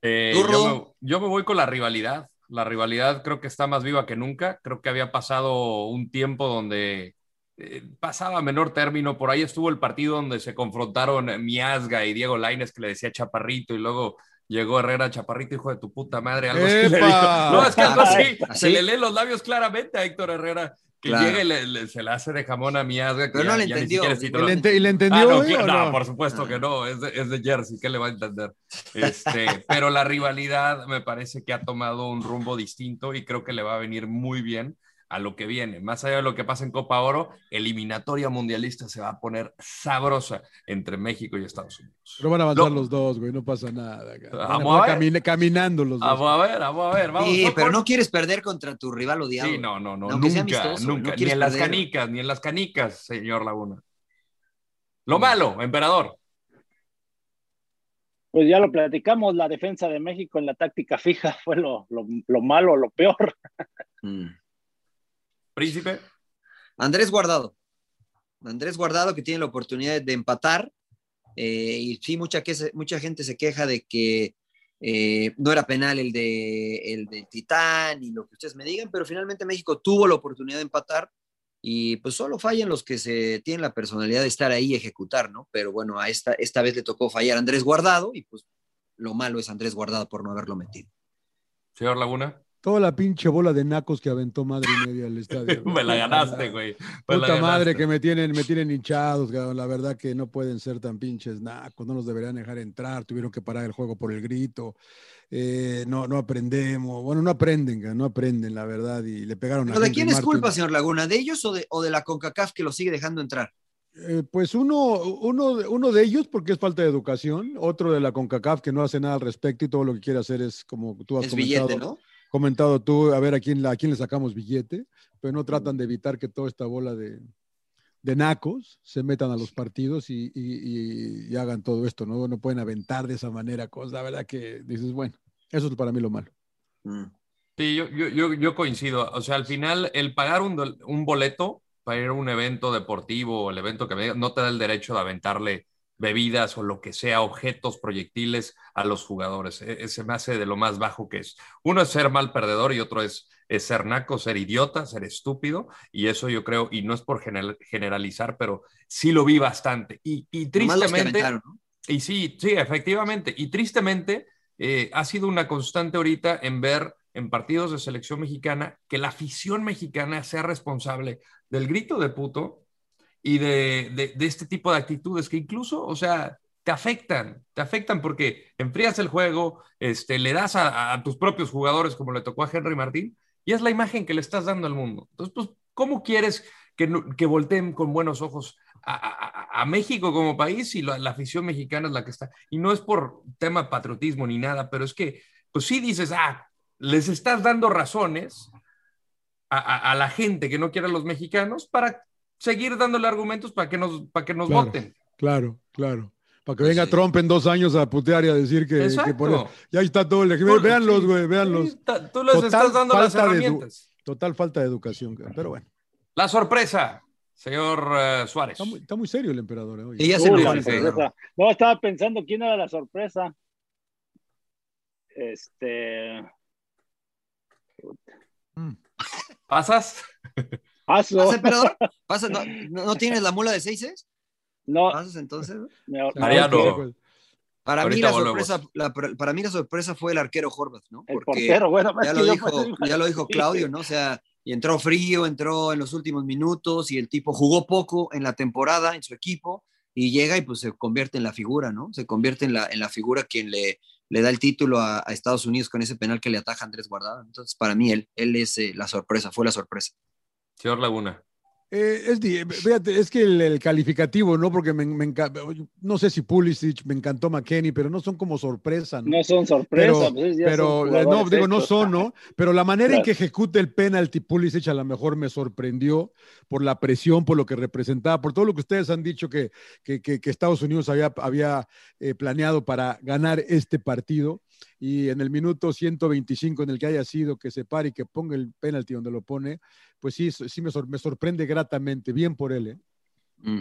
Eh,
¿Tú,
yo,
Rodo?
me, yo me voy con la rivalidad. La rivalidad creo que está más viva que nunca. Creo que había pasado un tiempo donde eh, pasaba a menor término. Por ahí estuvo el partido donde se confrontaron Miasga y Diego Laines, que le decía Chaparrito, y luego llegó Herrera Chaparrito, hijo de tu puta madre. Algo así le
¡Epa!
dijo. No, es que algo así.
¿Así?
Se le leen los labios claramente a Héctor Herrera, que
¿Ah, Claro.
llega y le- le- se la hace de jamón a Miasga. que
Pero no
ya-
le
ya ni
entendió.
siquiera es titular.
¿Y le ente- y le entendió?
Ah, no,
eh,
cla-
o
no,
no?
por supuesto que no, es de, es de Jersey, ¿qué le va a entender? Este, pero la rivalidad me parece que ha tomado un rumbo distinto y creo que le va a venir muy bien a lo que viene. Más allá de lo que pasa en Copa Oro, eliminatoria mundialista se va a poner sabrosa entre México y Estados Unidos.
Pero van a avanzar
Lo-
los dos, güey, no pasa nada. cara. Van a
Vamos a
jugar
ver.
camine- caminando pues los dos.
Vamos a ver, vamos a ver, vamos
Sí,
vamos
pero
con-
no quieres perder contra tu rival odiado.
Sí, no, no, no,
Aunque
nunca,
sea amistoso, no
nunca, ni
quieres
en las
perder.
canicas, ni en las canicas, señor Laguna. Lo malo, emperador.
Pues ya lo platicamos, la defensa de México en la táctica fija fue lo, lo, lo malo, lo peor.
Príncipe.
Mm. Andrés Guardado. Andrés Guardado que tiene la oportunidad de empatar. eh, y sí, mucha, que se- mucha gente se queja de que eh, no era penal el de el del Titán y lo que ustedes me digan, pero finalmente México tuvo la oportunidad de empatar y pues solo fallan los que se tienen la personalidad de estar ahí y ejecutar, ¿no? Pero bueno, a esta, esta vez le tocó fallar a Andrés Guardado y pues lo malo es Andrés Guardado por no haberlo metido.
Señor Laguna.
Toda la pinche bola de nacos que aventó madre y media al estadio.
Me la ganaste, güey. Me la
Puta madre
ganaste.
que me tienen, me tienen hinchados, cabrón. La verdad que no pueden ser tan pinches nacos, no nos deberían dejar entrar, tuvieron que parar el juego por el grito. Eh, no, no aprendemos. Bueno, no aprenden, cabrón, no aprenden, la verdad. Y le pegaron a
¿Pero de
Henry
quién es
Martin.
culpa, señor Laguna? ¿De ellos o de, o de la CONCACAF que lo sigue dejando entrar?
Eh, pues uno, uno, de- uno de ellos porque es falta de educación, otro de la CONCACAF que no hace nada al respecto y todo lo que quiere hacer es como tú has
Es
comentado,
billete, ¿no?
comentado tú, a ver a quién, la- a quién le sacamos billete, pero no tratan de evitar que toda esta bola de, de nacos se metan a los partidos y, y- y- y hagan todo esto, ¿no? No pueden aventar de esa manera cosas, la verdad que dices, bueno, eso es para mí lo malo.
Mm.
Sí, yo, yo, yo, yo coincido. O sea, al final, el pagar un, dol- un boleto para ir a un evento deportivo o el evento que me diga, no te da el derecho de aventarle bebidas o lo que sea, objetos, proyectiles a los jugadores. E- e- se me hace de lo más bajo que es. Uno es ser mal perdedor y otro es, es ser naco, ser idiota, ser estúpido. Y eso yo creo, y no es por general- generalizar, pero sí lo vi bastante. Y, y
Nomás los que
tristemente.
aventaron,
Y sí, sí, efectivamente. Y tristemente eh, ha sido una constante ahorita en ver en partidos de selección mexicana que la afición mexicana sea responsable del grito de puto y de, de- de este tipo de actitudes que incluso, o sea, te afectan, te afectan porque enfrías el juego, este, le das a, a tus propios jugadores como le tocó a Henry Martín y es la imagen que le estás dando al mundo. Entonces, pues, ¿cómo quieres que, no- que volteen con buenos ojos a, a- a- a México como país y la, la afición mexicana es la que está? Y no es por tema patriotismo ni nada, pero es que, pues sí dices, ah, les estás dando razones a, a- a la gente que no quiere a los mexicanos para seguir dándole argumentos para que nos, para que nos
Claro.
voten.
Claro, claro. Para que venga Trump en dos años a putear y a decir que, que por- e-,
Exacto.
ya está todo el
Tú-
Veanlos,
sí,
güey, veanlos.
ta- tú les estás dando las herramientas.
total falta de educación, cabrón, pero bueno.
La sorpresa, señor eh, Suárez.
Está muy serio el emperador. ¿eh? Oye.
Uy, la sorpresa. No, estaba pensando quién era la sorpresa. Este.
¿Pasas?
Hazlo.
¿Pasa, emperador? ¿Pasa? ¿No, no- no tienes la mula de seises?
No.
¿Pasas entonces?
Mariano.
Para mí,
Ahorita
la
volvemos.
sorpresa, la- para mí la sorpresa fue el arquero Horvath, ¿no? Porque
portero, bueno, es
ya,
que
lo
yo
dijo,
pensé-
ya lo dijo Claudio, ¿no? O sea, y entró frío, entró en los últimos minutos y el tipo jugó poco en la temporada en su equipo y llega y pues se convierte en la figura, ¿no? Se convierte en la, en la figura quien le, le da el título a, a Estados Unidos con ese penal que le ataja a Andrés Guardado. Entonces, para mí, él, él es eh, la sorpresa, fue la sorpresa.
Señor Laguna.
Eh, es, di- fíjate, es que el, el calificativo, ¿no? Porque me, me enca- no sé si Pulisic, me encantó McKenny, pero no son como sorpresa, ¿no?
No son sorpresas,
Pero,
pues, ya
pero,
son
eh, no,
jugadores
digo, no
hechos.
son, ¿no? Pero la manera en
Claro.
que ejecuta el penalti Pulisic a lo mejor me sorprendió por la presión, por lo que representaba, por todo lo que ustedes han dicho que, que, que- que Estados Unidos había, había eh, planeado para ganar este partido. Y en el minuto 125 en el que haya sido, que se pare y que ponga el penalti donde lo pone, pues sí, sí me, sor- me sorprende gratamente. Bien por él, ¿eh?
Mm.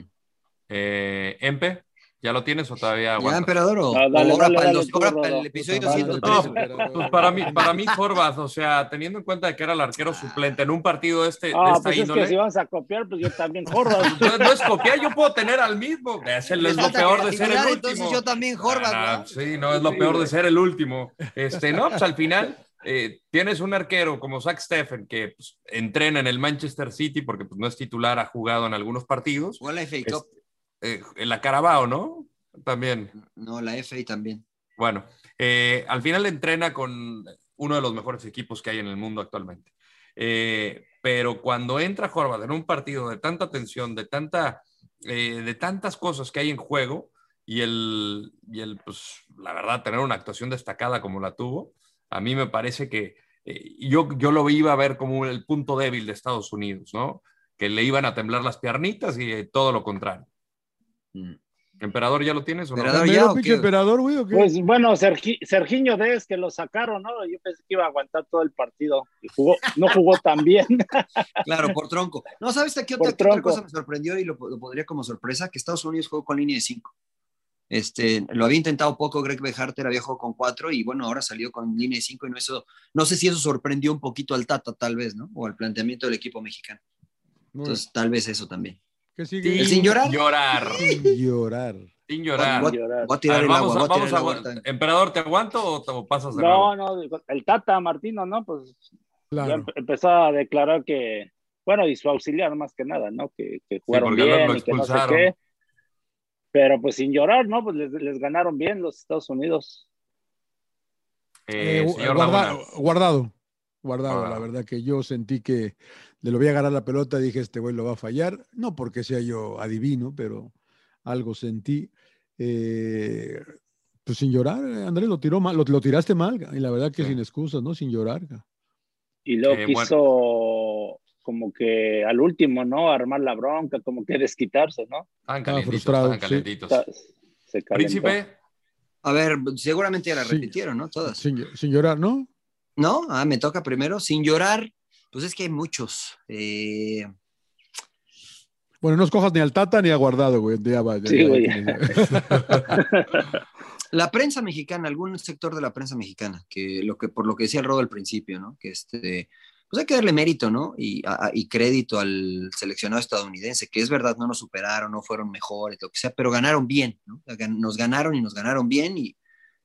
Eh, Empe, ¿ya lo tienes o todavía aguantas?
emperador, o- Ah, dale, o ahora dale, para el dale dos- tú, ahora Rodo. para el episodio Dale, 203,
No, pues para mí, para mí Horvath, o sea, teniendo en cuenta que era el
Ah.
arquero suplente en un partido de, este, de
Ah,
esta
pues es
índole,
que si vamos a copiar, pues yo también jordas.
no, no es copiar, yo puedo tener al mismo. Es, el- es lo
Falta
peor de pues, ser el
creatividad,
último.
Entonces, yo también,
Ah,
Horvath, ¿no?
Sí, no, es lo peor de ser el último. Este, no, pues al final eh, tienes un arquero como Zach Steffen que pues, entrena en el Manchester City porque pues, no es titular, ha jugado en algunos partidos.
O la FA Cup.
Es- eh, en la Carabao, ¿no? También.
No, la FA también.
Bueno, eh, al final entrena con uno de los mejores equipos que hay en el mundo actualmente. Eh, pero cuando entra Horvath en un partido de tanta tensión, de, tanta, eh, de tantas cosas que hay en juego, y el, y el, pues, la verdad, tener una actuación destacada como la tuvo, a mí me parece que eh, yo, yo lo iba a ver como el punto débil de Estados
Mm.
Unidos, ¿no? Que le iban a temblar las piernitas y eh, todo lo contrario. ¿Emperador ya lo tienes o no?
¿Emperador ya o qué?
emperador, güey, o qué?
Pues bueno, Sergi- Sergiño Dez, que lo sacaron, ¿no? Yo pensé que iba a aguantar todo el partido. Y jugó, no jugó tan bien.
Claro, por tronco. No, ¿sabes de qué
Por
otra, qué otra
tronco.
cosa me sorprendió y lo, lo podría como sorpresa? Que Estados Unidos jugó con línea de 5. Este, lo había intentado poco, Greg Bejarter había jugado con 4 y bueno, ahora salió con línea de 5 y no, eso, no sé si eso sorprendió un poquito al Tata tal vez, ¿no? O al planteamiento del equipo mexicano.
Mm.
pues,
Entonces, tal vez eso también.
¿Qué
¿El sin llorar?
Llorar.
Sin llorar.
Sin llorar.
Voy a- voy a tirar
A ver,
el
vamos
agua,
a-
voy a tirar
vamos
el
a
agua
aguant-
ahorita.
Emperador, ¿te aguanto o, te- o pasas de nuevo?
No, no, digo, el Tata Martino, ¿no? Pues
Claro.
ya empe- empezó a declarar que, bueno, y su auxiliar más que nada, ¿no? Que, que jugaron
porque lo-
bien
lo
y que no sé
expulsaron.
qué. Pero pues sin llorar, ¿no? Pues les, les ganaron bien los Estados Unidos.
Eh,
Eh, gu-
señor
guarda-
Laguna. Ah.
guardado. Guardado,
Guardado.
la verdad que yo sentí que le lo voy a agarrar la pelota, dije, este güey lo va a fallar, no porque sea yo adivino, pero algo sentí. Eh, pues sin llorar, eh, Andrés, lo tiró mal, lo, lo tiraste mal, y la verdad que sin excusas, ¿no? Sin llorar. ca.
Y luego
Eh, bueno.
quiso como que al último, ¿no? Armar la bronca, como que desquitarse, ¿no?
Estaban calentitos,
frustrado,
estaban
sí.
calentitos.
Ta- Se calentó.
Pues, Príncipe,
A ver, seguramente ya la
Sí.
repitieron, ¿no? Todas.
Sin, sin llorar, ¿no?
¿No? Ah, me toca primero. Sin llorar, pues es que hay muchos. Eh,
Bueno, no escojas ni al Tata ni a Guardado, güey. ya va, ya-
Sí,
ya
güey.
tienes-
Pues,
la prensa mexicana, algún sector de la prensa mexicana, que lo que por lo que decía el Rodo al principio, ¿no? Que este, pues hay que darle mérito, ¿no? Y, a- a- y crédito al seleccionado estadounidense, que es verdad, no nos superaron, no fueron mejores, lo que sea, pero ganaron bien, ¿no? Gan- Nos ganaron y nos ganaron bien y,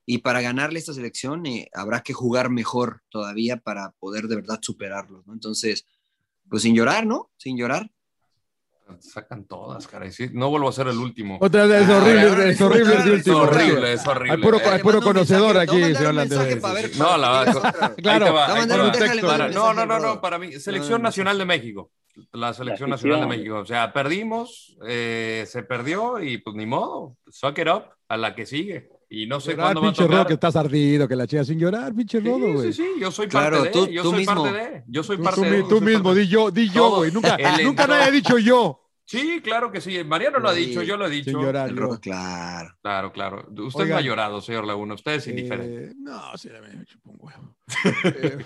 y para ganarle esta selección eh, habrá que jugar mejor todavía para poder de verdad superarlos, ¿no? Entonces, pues sin llorar, ¿no? Sin llorar.
sacan todas, caray. Sí, no vuelvo a ser el último.
Otra vez, es
Ah,
horrible,
ahora
es horrible,
resulta-
el último.
Es horrible, es horrible.
Hay puro,
Eh,
hay
le
puro
mando un mensaje,
conocedor
te voy a
aquí,
mandar
señor
un
Landero.
mensaje para ver
No,
cuál
la
te
verdad,
quieres otra.
Claro,
Ahí te va, ahí
Está
te va.
mandando un texto,
Texto.
manda
Para-
un
no, no,
mensaje,
no,
Rodo.
no, para mí, Selección Nacional de México. La Selección
La
Nacional de
afición.
México. O sea, perdimos, eh, se perdió y pues ni modo. Suck it up a la que sigue. Y no sé
Llorar,
cuándo va a
pinche Rodo,
tocar.
que estás ardido, que la chica sin llorar, pinche
Sí,
Rodo, güey.
sí, sí, yo soy
Claro,
parte
tú-
de. Yo
tú
soy parte
mismo.
de. Yo soy
Tú,
parte
tú
de.
mi-
yo
tú
soy
mismo,
parte de.
di yo, di yo,
Todo.
güey. Nunca,
El
nunca
entrón.
nadie ha dicho yo.
Sí, claro que sí. Mariano lo ha
Sí,
dicho, yo lo he dicho.
Sin llorar,
El
yo.
rojo, claro.
Claro, claro. Usted
Oigan.
no ha llorado, señor Laguna. Usted es indiferente.
Eh, no, sí, a mí me chupa un huevo. Eh,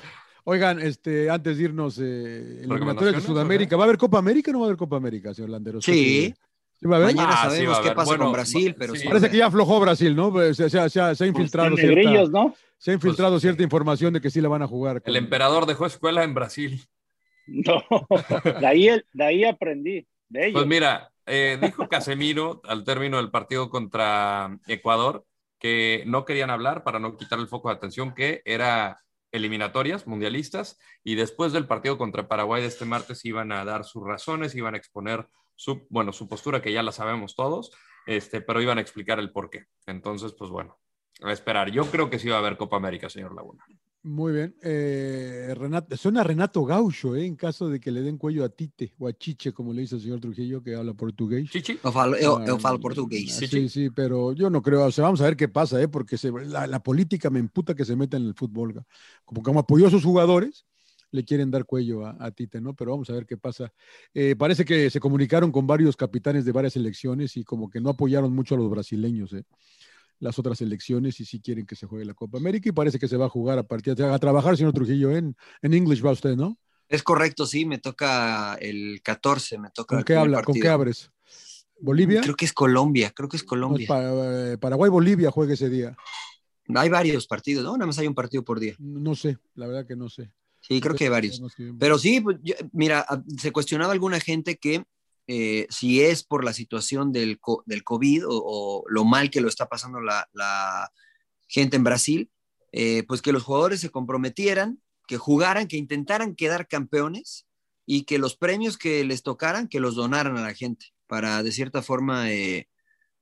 oigan, este, antes de irnos, eh, eliminatorias de
¿Recomendaciones,
Sudamérica. ¿Va a haber Copa América o no va a haber Copa América, señor Landero? ¿Usted
Sí.
qué- sí va a haber?
Mañana
Ah, sí va
sabemos
a
qué
haber.
pasa
Bueno,
con Brasil, pero
sí.
sí.
Parece que ya aflojó Brasil, ¿no? Pues, Se, se- se- se ha infiltrado
Pues, negrillos,
cierta,
¿no?
se ha infiltrado
Pues,
cierta información de que sí la van a jugar.
El
con-
emperador dejó escuela en Brasil.
No. De ahí, el- de ahí aprendí. De ellos.
Pues mira, eh, dijo Casemiro al término del partido contra Ecuador que no querían hablar para no quitar el foco de atención que era eliminatorias mundialistas y después del partido contra Paraguay de este martes iban a dar sus razones, iban a exponer su, bueno, su postura que ya la sabemos todos, este, pero iban a explicar el por qué. Entonces, pues bueno, a esperar. Yo creo que sí va a haber Copa América, señor Laguna.
Muy bien. Eh, Renato, suena Renato Gaucho, ¿eh? En caso de que le den cuello a Tite o a Chiche, como le dice el señor Trujillo, que habla portugués.
Chichi.
Eu falo, eu, eu
Ah,
eh, falo português.
ah, Sí, sí, pero yo no creo. O sea, vamos a ver qué pasa, ¿eh? Porque se- la, la política me emputa que se meta en el fútbol. ga. Como, como apoyó a sus jugadores, le quieren dar cuello a, a Tite, ¿no? Pero vamos a ver qué pasa. Eh, parece que se comunicaron con varios capitanes de varias elecciones y como que no apoyaron mucho a los brasileños, ¿eh? las otras elecciones y si quieren que se juegue la Copa América y parece que se va a jugar a partir de a trabajar, señor Trujillo, en, en English va usted, ¿no?
Es correcto, sí, me toca el 14, me toca
¿Con
el
qué
primer
habla? ¿Con qué
partido.
abres? ¿Bolivia?
Creo que es Colombia, creo que es
No, es
Colombia.
Pa- eh, Paraguay-Bolivia juega ese día.
Hay varios partidos, ¿no? Nada más hay un partido por día.
No sé, la verdad que no sé.
Sí, creo que hay varios.
Pero,
Pero sí, pues, yo- mira, a- se cuestionaba alguna gente que eh, si es por la situación del, co- del COVID o, o lo mal que lo está pasando la, la gente en Brasil, eh, pues que los jugadores se comprometieran, que jugaran, que intentaran quedar campeones y que los premios que les tocaran, que los donaran a la gente para de cierta forma, eh,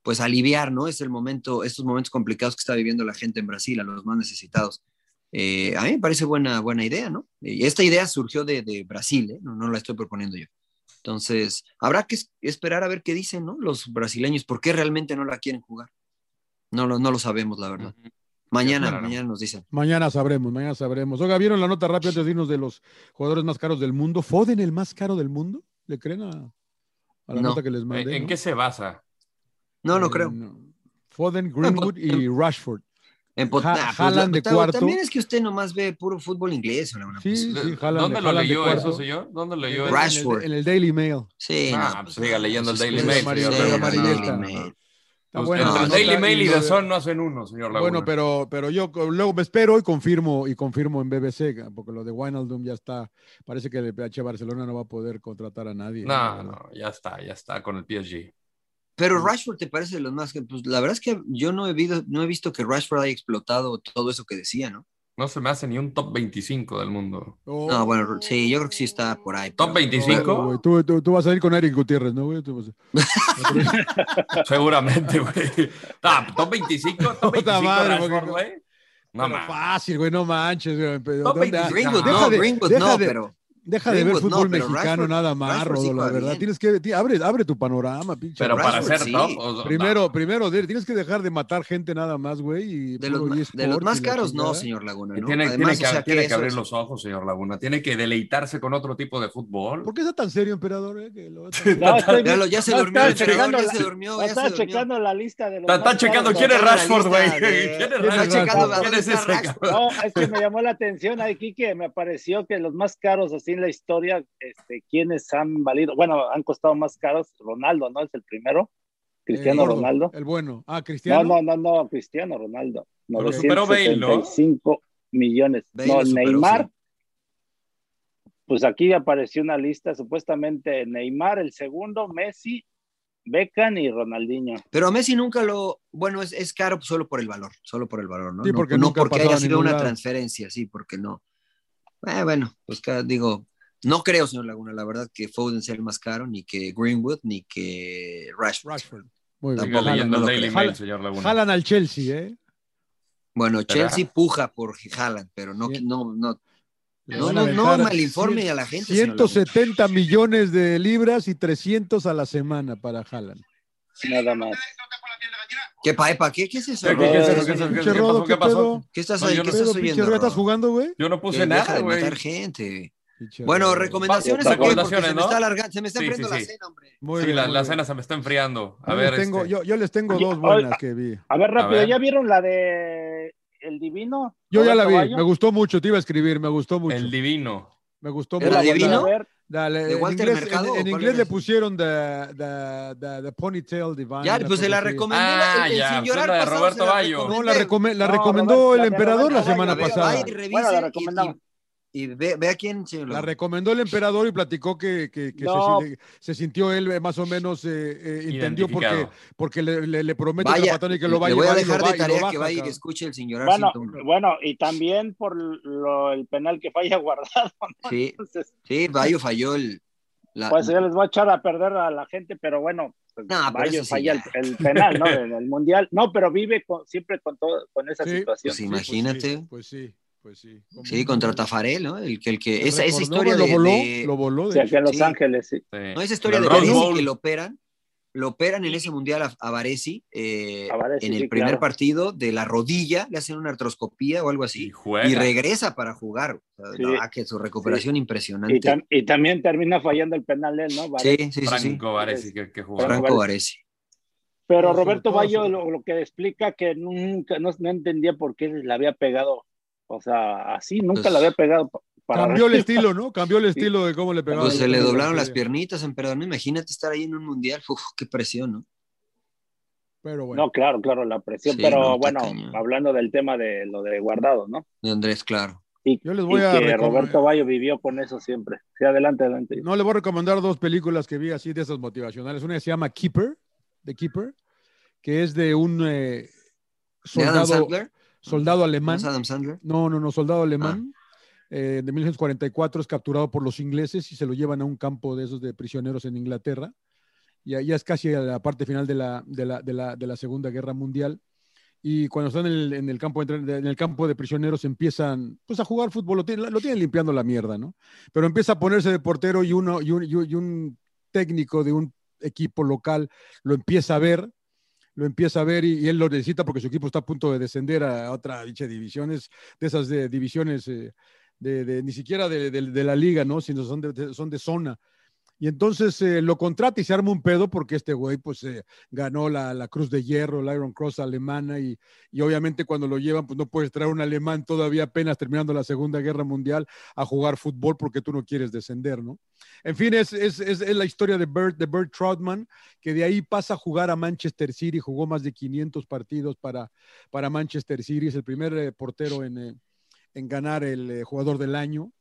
pues aliviar, ¿no? Es el momento, estos momentos complicados que está viviendo la gente en Brasil, a los más necesitados. Eh, a mí me parece buena, buena idea, ¿no? Y esta idea surgió de, de Brasil, ¿eh? no, no la estoy proponiendo yo. Entonces, habrá que es- esperar a ver qué dicen, ¿no? Los brasileños, ¿por qué realmente no la quieren jugar? No lo, no lo sabemos, la
Mm,
verdad. Mañana,
esperarán.
mañana nos dicen.
mañana sabremos, mañana sabremos. Oiga, ¿vieron la nota rápida antes de irnos de los jugadores más caros del mundo? ¿Foden el más caro del mundo? ¿Le creen a, a la
No.
nota que les mandé?
Eh, ¿En
no? Eh,
qué se basa?
No, no creo.
Foden, Greenwood y Rashford.
En
Ha- Eh, Haaland de cuarto.
También es que usted nomás ve puro fútbol inglés. Una
Sí, sí, Haaland-
pues, ¿Dónde lo
Haaland de
leyó
cuarto.
eso, señor? ¿Dónde lo leyó?
En el, en el Daily Mail.
Sí.
Ah,
no,
pues siga leyendo el
pues,
Daily
es
Mail,
amarilla,
señor
es
Laguna. No,
amarilla,
no,
Mail.
Está
Pues,
buena
entre
la
el
nota
Daily
y
Mail y
lo
The
de-
Sun no hacen uno, señor Laguna.
Bueno, pero, pero yo co- luego me espero y confirmo y confirmo en BBC, porque lo de Wijnaldum ya está. Parece que el PH Barcelona no va a poder contratar a nadie.
No, no, ya está, ya está con el PSG.
Pero Rashford te parece de los más que, pues la verdad es que yo no he visto, no he visto que Rashford haya explotado todo eso que decía, ¿no?
No se me hace ni un top 25 del mundo.
No, bueno, sí, yo creo que sí está por ahí.
¿Top 25?
Güey, Tú, tú- tú vas a ir con Eric Gutiérrez, ¿no, güey? Tú vas
Seguramente, güey. Ah, Top 25, top 25
madre,
Rashford,
porque-
güey. No,
a...
mames.
Fácil, güey, no manches. güey, pero
Top
¿dónde-
25,
deja
no,
de-
Greenwood
deja
no,
de-
pero-
Deja de ver
Greenwood no,
fútbol
pero
mexicano
Rashford-
nada más,
Rashford sí
Rodo, la
juega
verdad.
bien.
Tienes que, ti- abre, abre tu panorama, pinche.
Pero para
Rashford,
ser
sí.
top, o- o-
Primero, primero, de- tienes que dejar de matar gente nada más, güey. y
De los
puro
ma- de
eSport
los más
y la
caros, no,
chingada.
señor Laguna,
Que
¿no?
Tiene,
Además,
tiene
o
que,
sea, que
tiene que
eso
abrir
es-
los ojos, señor Laguna. Tiene que deleitarse con otro tipo de fútbol.
¿Por qué está tan serio, emperador? eh? Que lo-
No, estoy- Míralo, ya se
No,
durmió
estaba
el emperador,
checando
ya
la-
se durmió,
no,
ya se
estaba
durmió.
checando la lista de los
Está- está
más
checando
caros.
quién es
Está
Rashford,
la lista
güey.
de-
¿Quién es Está Rashford? checando a ¿Quién dónde es está ese Rashford? cabrón?
No, es que me llamó la atención aquí que me pareció que los más caros así en la historia, este, quienes han valido, bueno, han costado más caros, Ronaldo, ¿no? Es el primero, Cristiano
El gordo,
Ronaldo.
El bueno. Ah, Cristiano.
No, no, no, no, Cristiano Ronaldo.
Pero superó Bale, ¿no?
975 millones.
Bale
no,
lo superó,
Neymar.
sí.
Pues aquí apareció una lista, supuestamente Neymar, el segundo, Messi, Beckham y Ronaldinho.
Pero a Messi nunca lo, bueno, es, es caro solo por el valor, solo por el valor, ¿no?
Sí,
No-
porque
no,
nunca ha
porque
pasado
haya
a
sido
ningún
una
lado.
transferencia, sí, porque no. Eh, bueno, pues cada- digo, no creo, señor Laguna, la verdad que Foden sea el más caro, ni que Greenwood, ni que Rashford.
Muy bien.
Tampoco,
Siga leyendo
no
el
lo
Daily
creo.
Mail, señor Jalan al Chelsea, ¿eh?
Bueno,
¿Será?
Chelsea puja por Haaland, pero no, no, no.
Le
No,
van a
no, no
aventar
malinforme
cien-
a la gente. señor Laguna.
170 millones de libras y 300 a la semana para Haaland.
Nada más.
¿Qué pa, epa, ¿Qué, qué es eso?
¿Qué, qué, qué es eso, qué es eso, qué es
¿Qué,
eso, qué pasó, qué pasó?
¿Qué estás
No,
ahí?
yo
¿Qué
no-
estás
Pedro,
oyendo?
pinche Rodo, ¿estás
Rodo?
jugando, güey?
Yo no puse
Que deja
nada,
de
güey.
matar gente. Bueno, recomendaciones
Va-
aquí, porque
recomendaciones,
se me
¿no?
está alargando, se me está
Sí,
enfriando
sí,
la
sí.
cena, hombre.
Muy
sí,
bien,
la,
muy
la
bien.
cena se me está enfriando. A
Yo
ver,
les tengo-
este,
yo, yo les tengo
Oye,
dos
oye,
buenas que vi.
A ver,
A
rápido,
ver.
¿ya vieron la de El Divino?
Yo ya la
Roberto
vi,
Bayo?
me gustó mucho, te iba a escribir, me gustó mucho. El
divino.
Me gustó
¿Era divino?
Dale,
¿De
en
Walter
inglés,
Mercado
en-
o
en
cuál
inglés
era
le pusieron the, the, the- the Ponytail Divine.
Ya, pues se la
cosa así.
recomendé la- el- el
ya,
sin
pues es
llorar
la de
pasado,
Roberto
se la
Bayo.
recomendé.
No, la, recome- la recomendó el emperador la semana pasada.
Vaya y
Bueno, la
revise
recomendamos.
y, y ve, ve a quién, señor
La
Laguna.
recomendó el emperador y platicó que, que- que
No.
se, se sintió él eh, más o menos eh, eh, entendió porque,
Identificado.
porque le, le, le promete
Vaya,
Zapatón y que lo va
le voy a
llevar y lo
dejar
va-
de
y lo
tarea que
baja,
vaya y que
cabrón.
escuche el sin llorar.
Bueno, eh,
síntoma.
bueno, y también por lo, el penal que falla guardado. ¿no?
Sí,
Entonces,
sí, Bayo falló el. La,
pues yo les voy a echar a perder a la gente, pero bueno, pues,
Ah. No, pero
Bayo
eso sí
falla
ya.
el, el penal, ¿no? En el mundial. No, pero vive con- siempre con todo, con esa
Sí,
situación.
pues imagínate.
Pues sí, pues sí. ¿Cómo
Sí, contra Tafarel, ¿no? El que, el que esa, esa
Recordó,
historia
lo
de-
voló,
de-
lo voló. de
Sí, aquí en
hecho.
Los Ángeles, sí.
No, esa historia de Varese que lo operan, lo operan en ese mundial a, a Varese, eh,
A Varese,
en el
sí,
primer
claro.
partido de la rodilla, le hacen una artroscopía o algo así,
juega.
y, regresa para jugar. O sea,
Sí.
no, ah, que su recuperación
Y,
impresionante.
tam- y también termina fallando el penal él, ¿no?
sí,
Varese.
sí, sí, sí.
Franco Varese, que, que jugaba.
Franco Varese.
Pero
Todo su-
Roberto
todo
Bayo
su-
lo, lo que explica que nunca, no, no entendía por qué le había pegado, o sea, así, nunca
Pues,
la había pegado. pa- para
Cambió el
arriba.
estilo, ¿no? Cambió el estilo de cómo le pegaba.
Pues se le doblaron las piernitas, emperador. Imagínate estar ahí en un mundial. Uf, qué presión, ¿no?
Pero bueno.
No, claro, claro, la presión,
Sí,
pero
no, está
bueno,
cañón.
hablando del tema de lo de guardado, ¿no?
De Andrés, claro.
Y,
Yo les Pues voy
y
a
que
recom-
Roberto Bayo vivió con eso siempre. Sí, adelante, adelante.
No, le voy a recomendar dos películas que vi así de esas motivacionales. Una se llama Keeper, The Keeper, que es de un eh,
¿De
soldado,
Adam Sandler?
soldado
¿No
alemán.
es Adam Sandler?
No, no, no, soldado alemán. eh, de 1944 es capturado por los ingleses y se lo llevan a un campo de esos de prisioneros en Inglaterra. Ya, ya es casi a la parte final de la, de la, de la- de la Segunda Guerra Mundial. Y cuando están en el, en el campo, de entren- de- en el campo de prisioneros empiezan pues, a jugar fútbol, lo tienen, lo tienen limpiando la mierda, ¿no? Pero empieza a ponerse de portero y, uno, y, un, y un- y un técnico de un equipo local lo empieza a ver, lo empieza a ver y, y él lo necesita porque su equipo está a punto de descender a otra dicha divisiones, de esas eh, de divisiones eh, de, de- ni siquiera de, de- de la liga, ¿no? Sino son de, de- son de zona. Y entonces eh, lo contrata y se arma un pedo porque este güey pues eh, ganó la, la Cruz de Hierro, la Iron Cross alemana y, y obviamente cuando lo llevan pues no puedes traer un alemán todavía apenas terminando la Segunda Guerra Mundial a jugar fútbol porque tú no quieres descender, ¿no? En fin, es, es, es- es la historia de Bert, de Bert Troutman, que de ahí pasa a jugar a Manchester City, jugó más de 500 partidos para, para Manchester City, es el primer eh, portero en, eh, en ganar el eh, jugador del año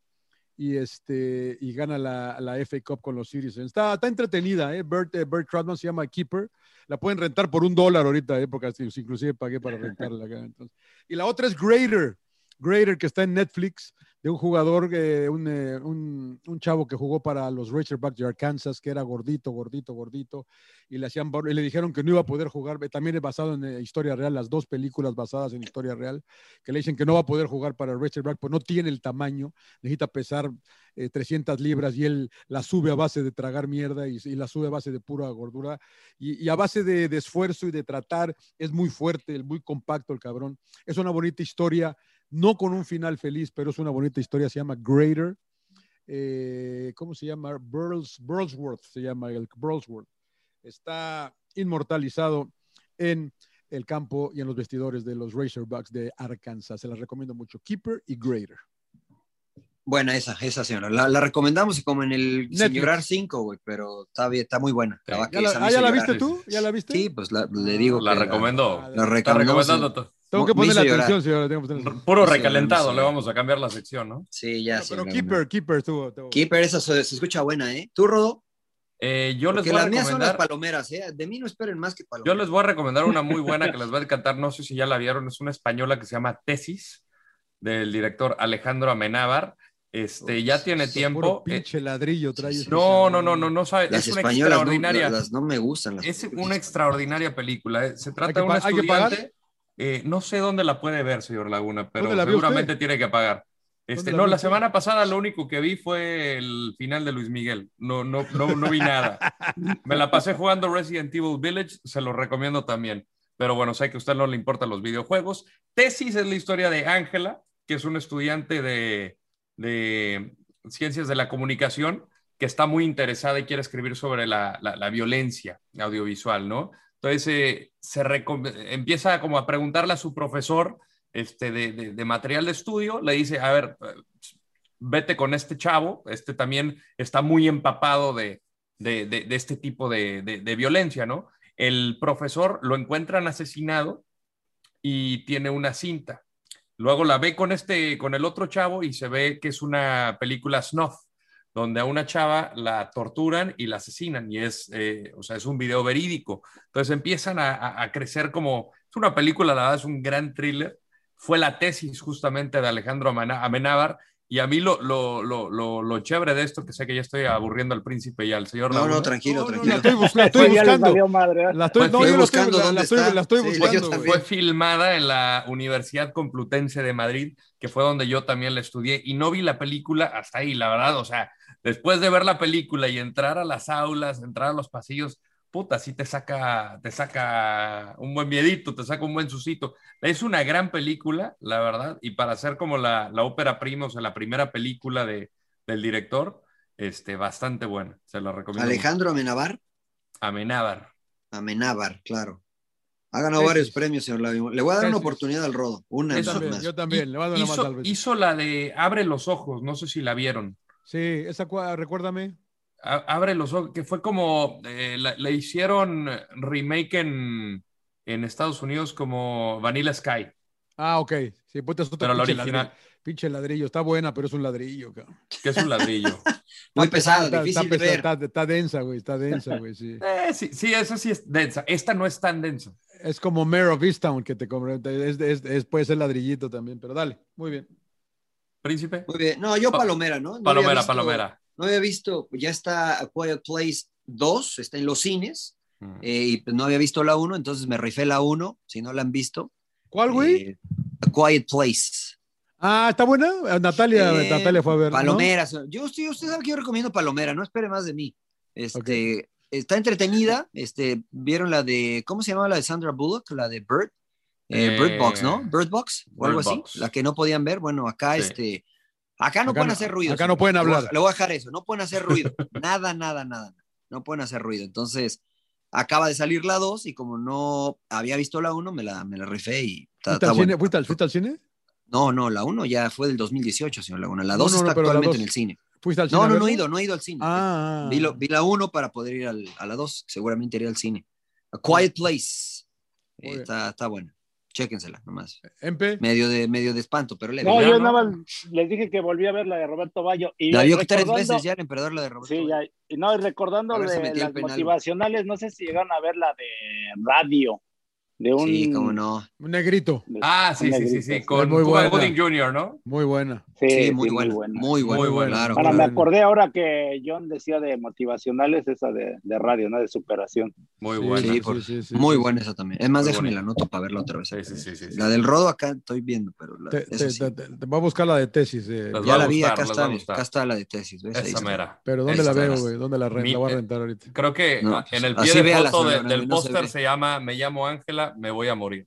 y este y gana la, la FA Cup con los Citizens. Está, está entretenida, ¿eh? Bert, eh, Bert Troutman se llama Keeper. La pueden rentar por un dólar ahorita, ¿eh? Porque así, inclusive pagué para rentarla acá. entonces. Y la otra es Greater. Greater, que está en Netflix, de un jugador, eh, un, eh, un- un chavo que jugó para los Razorbacks de Arkansas, que era gordito, gordito, gordito, y le, hacían, bar- y le dijeron que no iba a poder jugar. También es basado en eh, historia real, las dos películas basadas en historia real, que le dicen que no va a poder jugar para Razorback, pues no tiene el tamaño, necesita pesar eh, 300 libras y él la sube a base de tragar mierda y, y la sube a base de pura gordura y, y a base de, de esfuerzo y de tratar, es muy fuerte, el muy compacto el cabrón. Es una bonita historia, no con un final feliz, pero es una bonita historia, se llama Greater. eh, ¿Cómo se llama? Burls, Burlsworth se llama el Burlsworth. Está inmortalizado en el campo y en los vestidores de los Razorbacks de Arkansas. Se las recomiendo mucho. Keeper y Greater.
Buena esa, esa señora. La, la recomendamos como en el
Netflix.
Señorar 5, güey, pero está bien, está muy buena. La va a
¿Ya
querer
la,
salir
ah, ¿ya la
señorar.
viste tú? ¿Ya la viste? Ah,
Sí, pues la- le digo.
La
que
recomendó.
La,
Está
recomendamos.
recomendando todo.
Tengo que
Me hizo
ponerle
llorar.
atención, señora. tengo que ponerle atención.
Puro
Sí,
recalentado,
sí.
le vamos a cambiar la sección, ¿no?
Sí, ya.
Pero
señora.
Keeper, Keeper estuvo. estuvo-
Keeper, esa se, se escucha buena, ¿eh? ¿Tú, Rodo?
Eh, yo les
Porque
voy a
las mías son las
recomendar.
palomeras, ¿eh? De mí no esperen más que
Yo
palomeras.
les voy a recomendar una muy buena que les va a encantar. No sé si ya la vieron. Es una española que se llama Tesis, del director Alejandro Amenábar. Este, ya tiene
Puro
tiempo. Eh,
pinche ladrillo trae. ese
no,
cabrón.
no, no, no, no sabe.
Las
es una
españolas no-
extraordinaria.
las- las no me gustan. Las
es una extraordinaria película. eh. Se
¿Hay
trata
que
de un
pa- hay que pagar?
estudiante. eh, no sé dónde la puede ver, señor Laguna, pero
¿Dónde la vio
seguramente tiene que pagar. Este,
la
no,
vio
la
usted?
semana pasada lo único que vi fue el final de Luis Miguel. No, no, no, no vi nada. Me la pasé jugando Resident Evil Village, se lo recomiendo también. Pero bueno, sé que a usted no le importan los videojuegos. Tesis es la historia de Ángela, que es una estudiante de, de ciencias de la comunicación que está muy interesada y quiere escribir sobre la, la- la violencia audiovisual, ¿no? Entonces eh, se recom- empieza como a preguntarle a su profesor este, de, de- de material de estudio, le dice, a ver, eh, vete con este chavo, este también está muy empapado de, de, de- de este tipo de, de- de violencia, ¿no? El profesor lo encuentran asesinado y tiene una cinta. Luego la ve con este, con el otro chavo y se ve que es una película snuff, donde a una chava la torturan y la asesinan y es, eh, o sea, es un video verídico. Entonces empiezan a, a- a crecer como, es una película, la verdad es un gran thriller. Fue la tesis justamente de Alejandro Amena- Amenábar y a mí lo, lo, lo, lo, lo chévere de esto, que sé que ya estoy aburriendo al príncipe y al señor.
No,
Laguna.
no, tranquilo,
No, no,
tranquilo.
la estoy, bus- la estoy
Pues ya les
buscando.
valió madre, ¿eh?
La estoy, no,
Estoy
yo la estoy,
buscando
la- la
dónde
estoy-
está.
la estoy
Sí, yo
buscando.
también.
güey.
fue filmada en la Universidad Complutense de Madrid, que fue donde yo también la estudié, y no vi la película hasta ahí, la verdad, o sea, después de ver la película y entrar a las aulas, entrar a los pasillos, puta, sí te saca, te saca un buen miedito, te saca un buen susito. Es una gran película, la verdad, y para ser como la, la ópera prima, o sea, la primera película de, del director, este, bastante buena, se la recomiendo.
Alejandro Amenabar.
mucho. Amenábar.
Amenábar, claro. Ha ganado
Tesis.
varios premios, señor Lavín. Le voy a dar una
Tesis.
oportunidad al Rodo. Una
Yo
Eso-
nada
también,
más.
yo también, le voy a dar una más
Hizo,
tal vez.
hizo la de Abre los ojos, no sé si la vieron.
Sí, esa cua- recuérdame.
A- Abre los ojos, que fue como eh, la- le hicieron remake en, en Estados Unidos como Vanilla Sky,
Ah, ok. Sí, puta, es otro
pero la
pinche
original,
ladrillo. Pinche ladrillo, está buena, pero es un ladrillo, cabrón.
que es un ladrillo.
Muy
Está
pesada,
está-
difícil
está
de
pesada,
ver.
está- está densa, güey, está densa, güey, sí.
Eh, sí, sí, esa sí es densa. Esta no es tan densa.
Es como Mayor of Easttown que te compré. Es, es- es- puede ser ladrillito también, pero dale, muy bien.
Príncipe.
Muy bien. No, yo
Pa-
Palomera, Pues, ¿no? No
Palomera,
había visto-
Palomera.
No había visto, ya está A Quiet Place 2, está en los cines,
Mm.
eh, y pues no había visto la 1, entonces me rifé la 1, si no la han visto.
¿Cuál, güey?
Eh, A Quiet Place.
ah, ¿está buena? Eh, Natalia,
Eh,
Natalia fue a ver. ¿no?
Palomera. Yo, usted, usted sabe que yo recomiendo Palomera, no espere más de mí. Este, Está entretenida. Este, ¿Vieron la de, cómo se llamaba la de Sandra Bullock? La de Bird. Eh,
Eh,
Bird Box, ¿no? Bird Box o
Bird
algo así.
Box.
La que no podían ver. Bueno, acá
Sí.
este, Acá no
Acá
pueden
no-
hacer ruido.
acá no pueden hablar.
Le voy, a dejar eso. No pueden hacer ruido. nada, nada, nada. No pueden hacer ruido. Entonces, acaba de salir la 2 y como no había visto la 1, me la, me la rifé y está,
¿Fuiste
está
al
bueno.
cine? ¿Fuiste al- fuiste al cine?
No, no, la 1 ya fue del 2018, señor Laguna. La
No,
2
no, no,
está
pero la
actualmente
dos.
en el cine.
¿Fuiste al cine
No,
a
no, no he
verla?
ido, no he ido al cine.
Ah.
Vi, lo- vi la 1 para poder ir al- a la 2. Seguramente iré al cine. A Quiet Place. Eh, está, está buena. Chéquensela nomás.
ah. ¿Empe?
Medio de, medio de espanto, pero le
No, yo nada más les dije que volví a ver la de Roberto Bayo. Y
La vio tres
recordando-
veces ya el emperador la de Roberto.
Sí, ya. Y no, y recordando
A ver si
de
metía el
las
penal.
motivacionales, no sé si llegaron a ver la de radio. De un,
Sí, cómo no.
Un negrito.
Ah, sí, sí, sí, sí, con
Muy
Cuba
buena.
Gooding Jr., ¿no?
Muy buena.
Sí,
Sí, muy buena, muy buena,
Muy buena. claro,
Ahora,
claro.
me acordé ahora que John decía de motivacionales, esa de, de radio, ¿no? De superación.
Muy
Sí,
buena.
sí, por-
sí, sí,
muy
sí,
buena
sí.
esa también. Es más,
Muy
déjame
buena.
la anoto para verla otra vez.
sí,
La del rodo acá estoy viendo, pero la,
Te,
esa
te-
sí.
te- te- te voy a buscar la de tesis. eh.
Las
ya
va a
la vi,
gustar,
acá
las
está,
va a gustar.
acá está la de tesis. ¿ves? Ahí
Esa
está.
mera.
Pero ¿dónde la
Esta
veo,
es-
güey? ¿Dónde la, re-
Mi-
la voy a
eh,
rentar ahorita?
Creo que
No,
ah, en el
así
pie de
véalas,
foto de-
señora, no,
del
no se
póster
ve.
se, llama Me llamo Ángela, me voy a morir.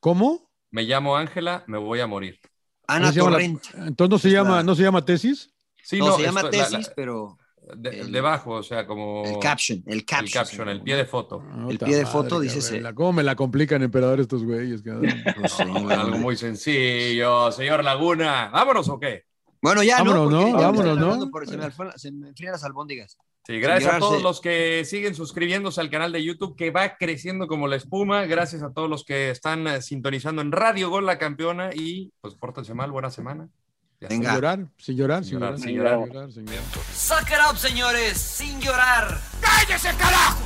¿Cómo?
Me llamo Ángela, me voy a morir.
Ana
¿No se llama la-
Torrent.
Entonces no se, llama, no se llama tesis.
Sí,
no, se llama
esto- la-
tesis,
la-
pero
de-
el-
debajo, o sea, como.
el caption, el caption.
el caption, el pie de foto.
El
Ah, Puta
pie de
madre,
foto dice
cabrón, la- ¿Cómo me la complican emperador estos güeyes? cabrón?
No, algo muy sencillo, señor Laguna. ¿Vámonos o qué?
Bueno, ya
Vámonos,
no.
¿no?
Porque ya me
Vámonos,
estoy
¿no?
hablando por- se, me alfue- se me enfrían las albóndigas.
Sí, gracias
Señor
a todos
Arce.
los que siguen suscribiéndose al canal de YouTube que va creciendo como la espuma. Gracias a todos los que están eh, sintonizando en Radio Gol la campeona y pues pórtense mal, buena semana. Ya
Sin
Venga.
llorar, sin llorar, sin
Sin llorar,
llorar,
sin
sin llorar, sin llorar.
Suck it up, señores, sin llorar.
¡Cállese, carajo!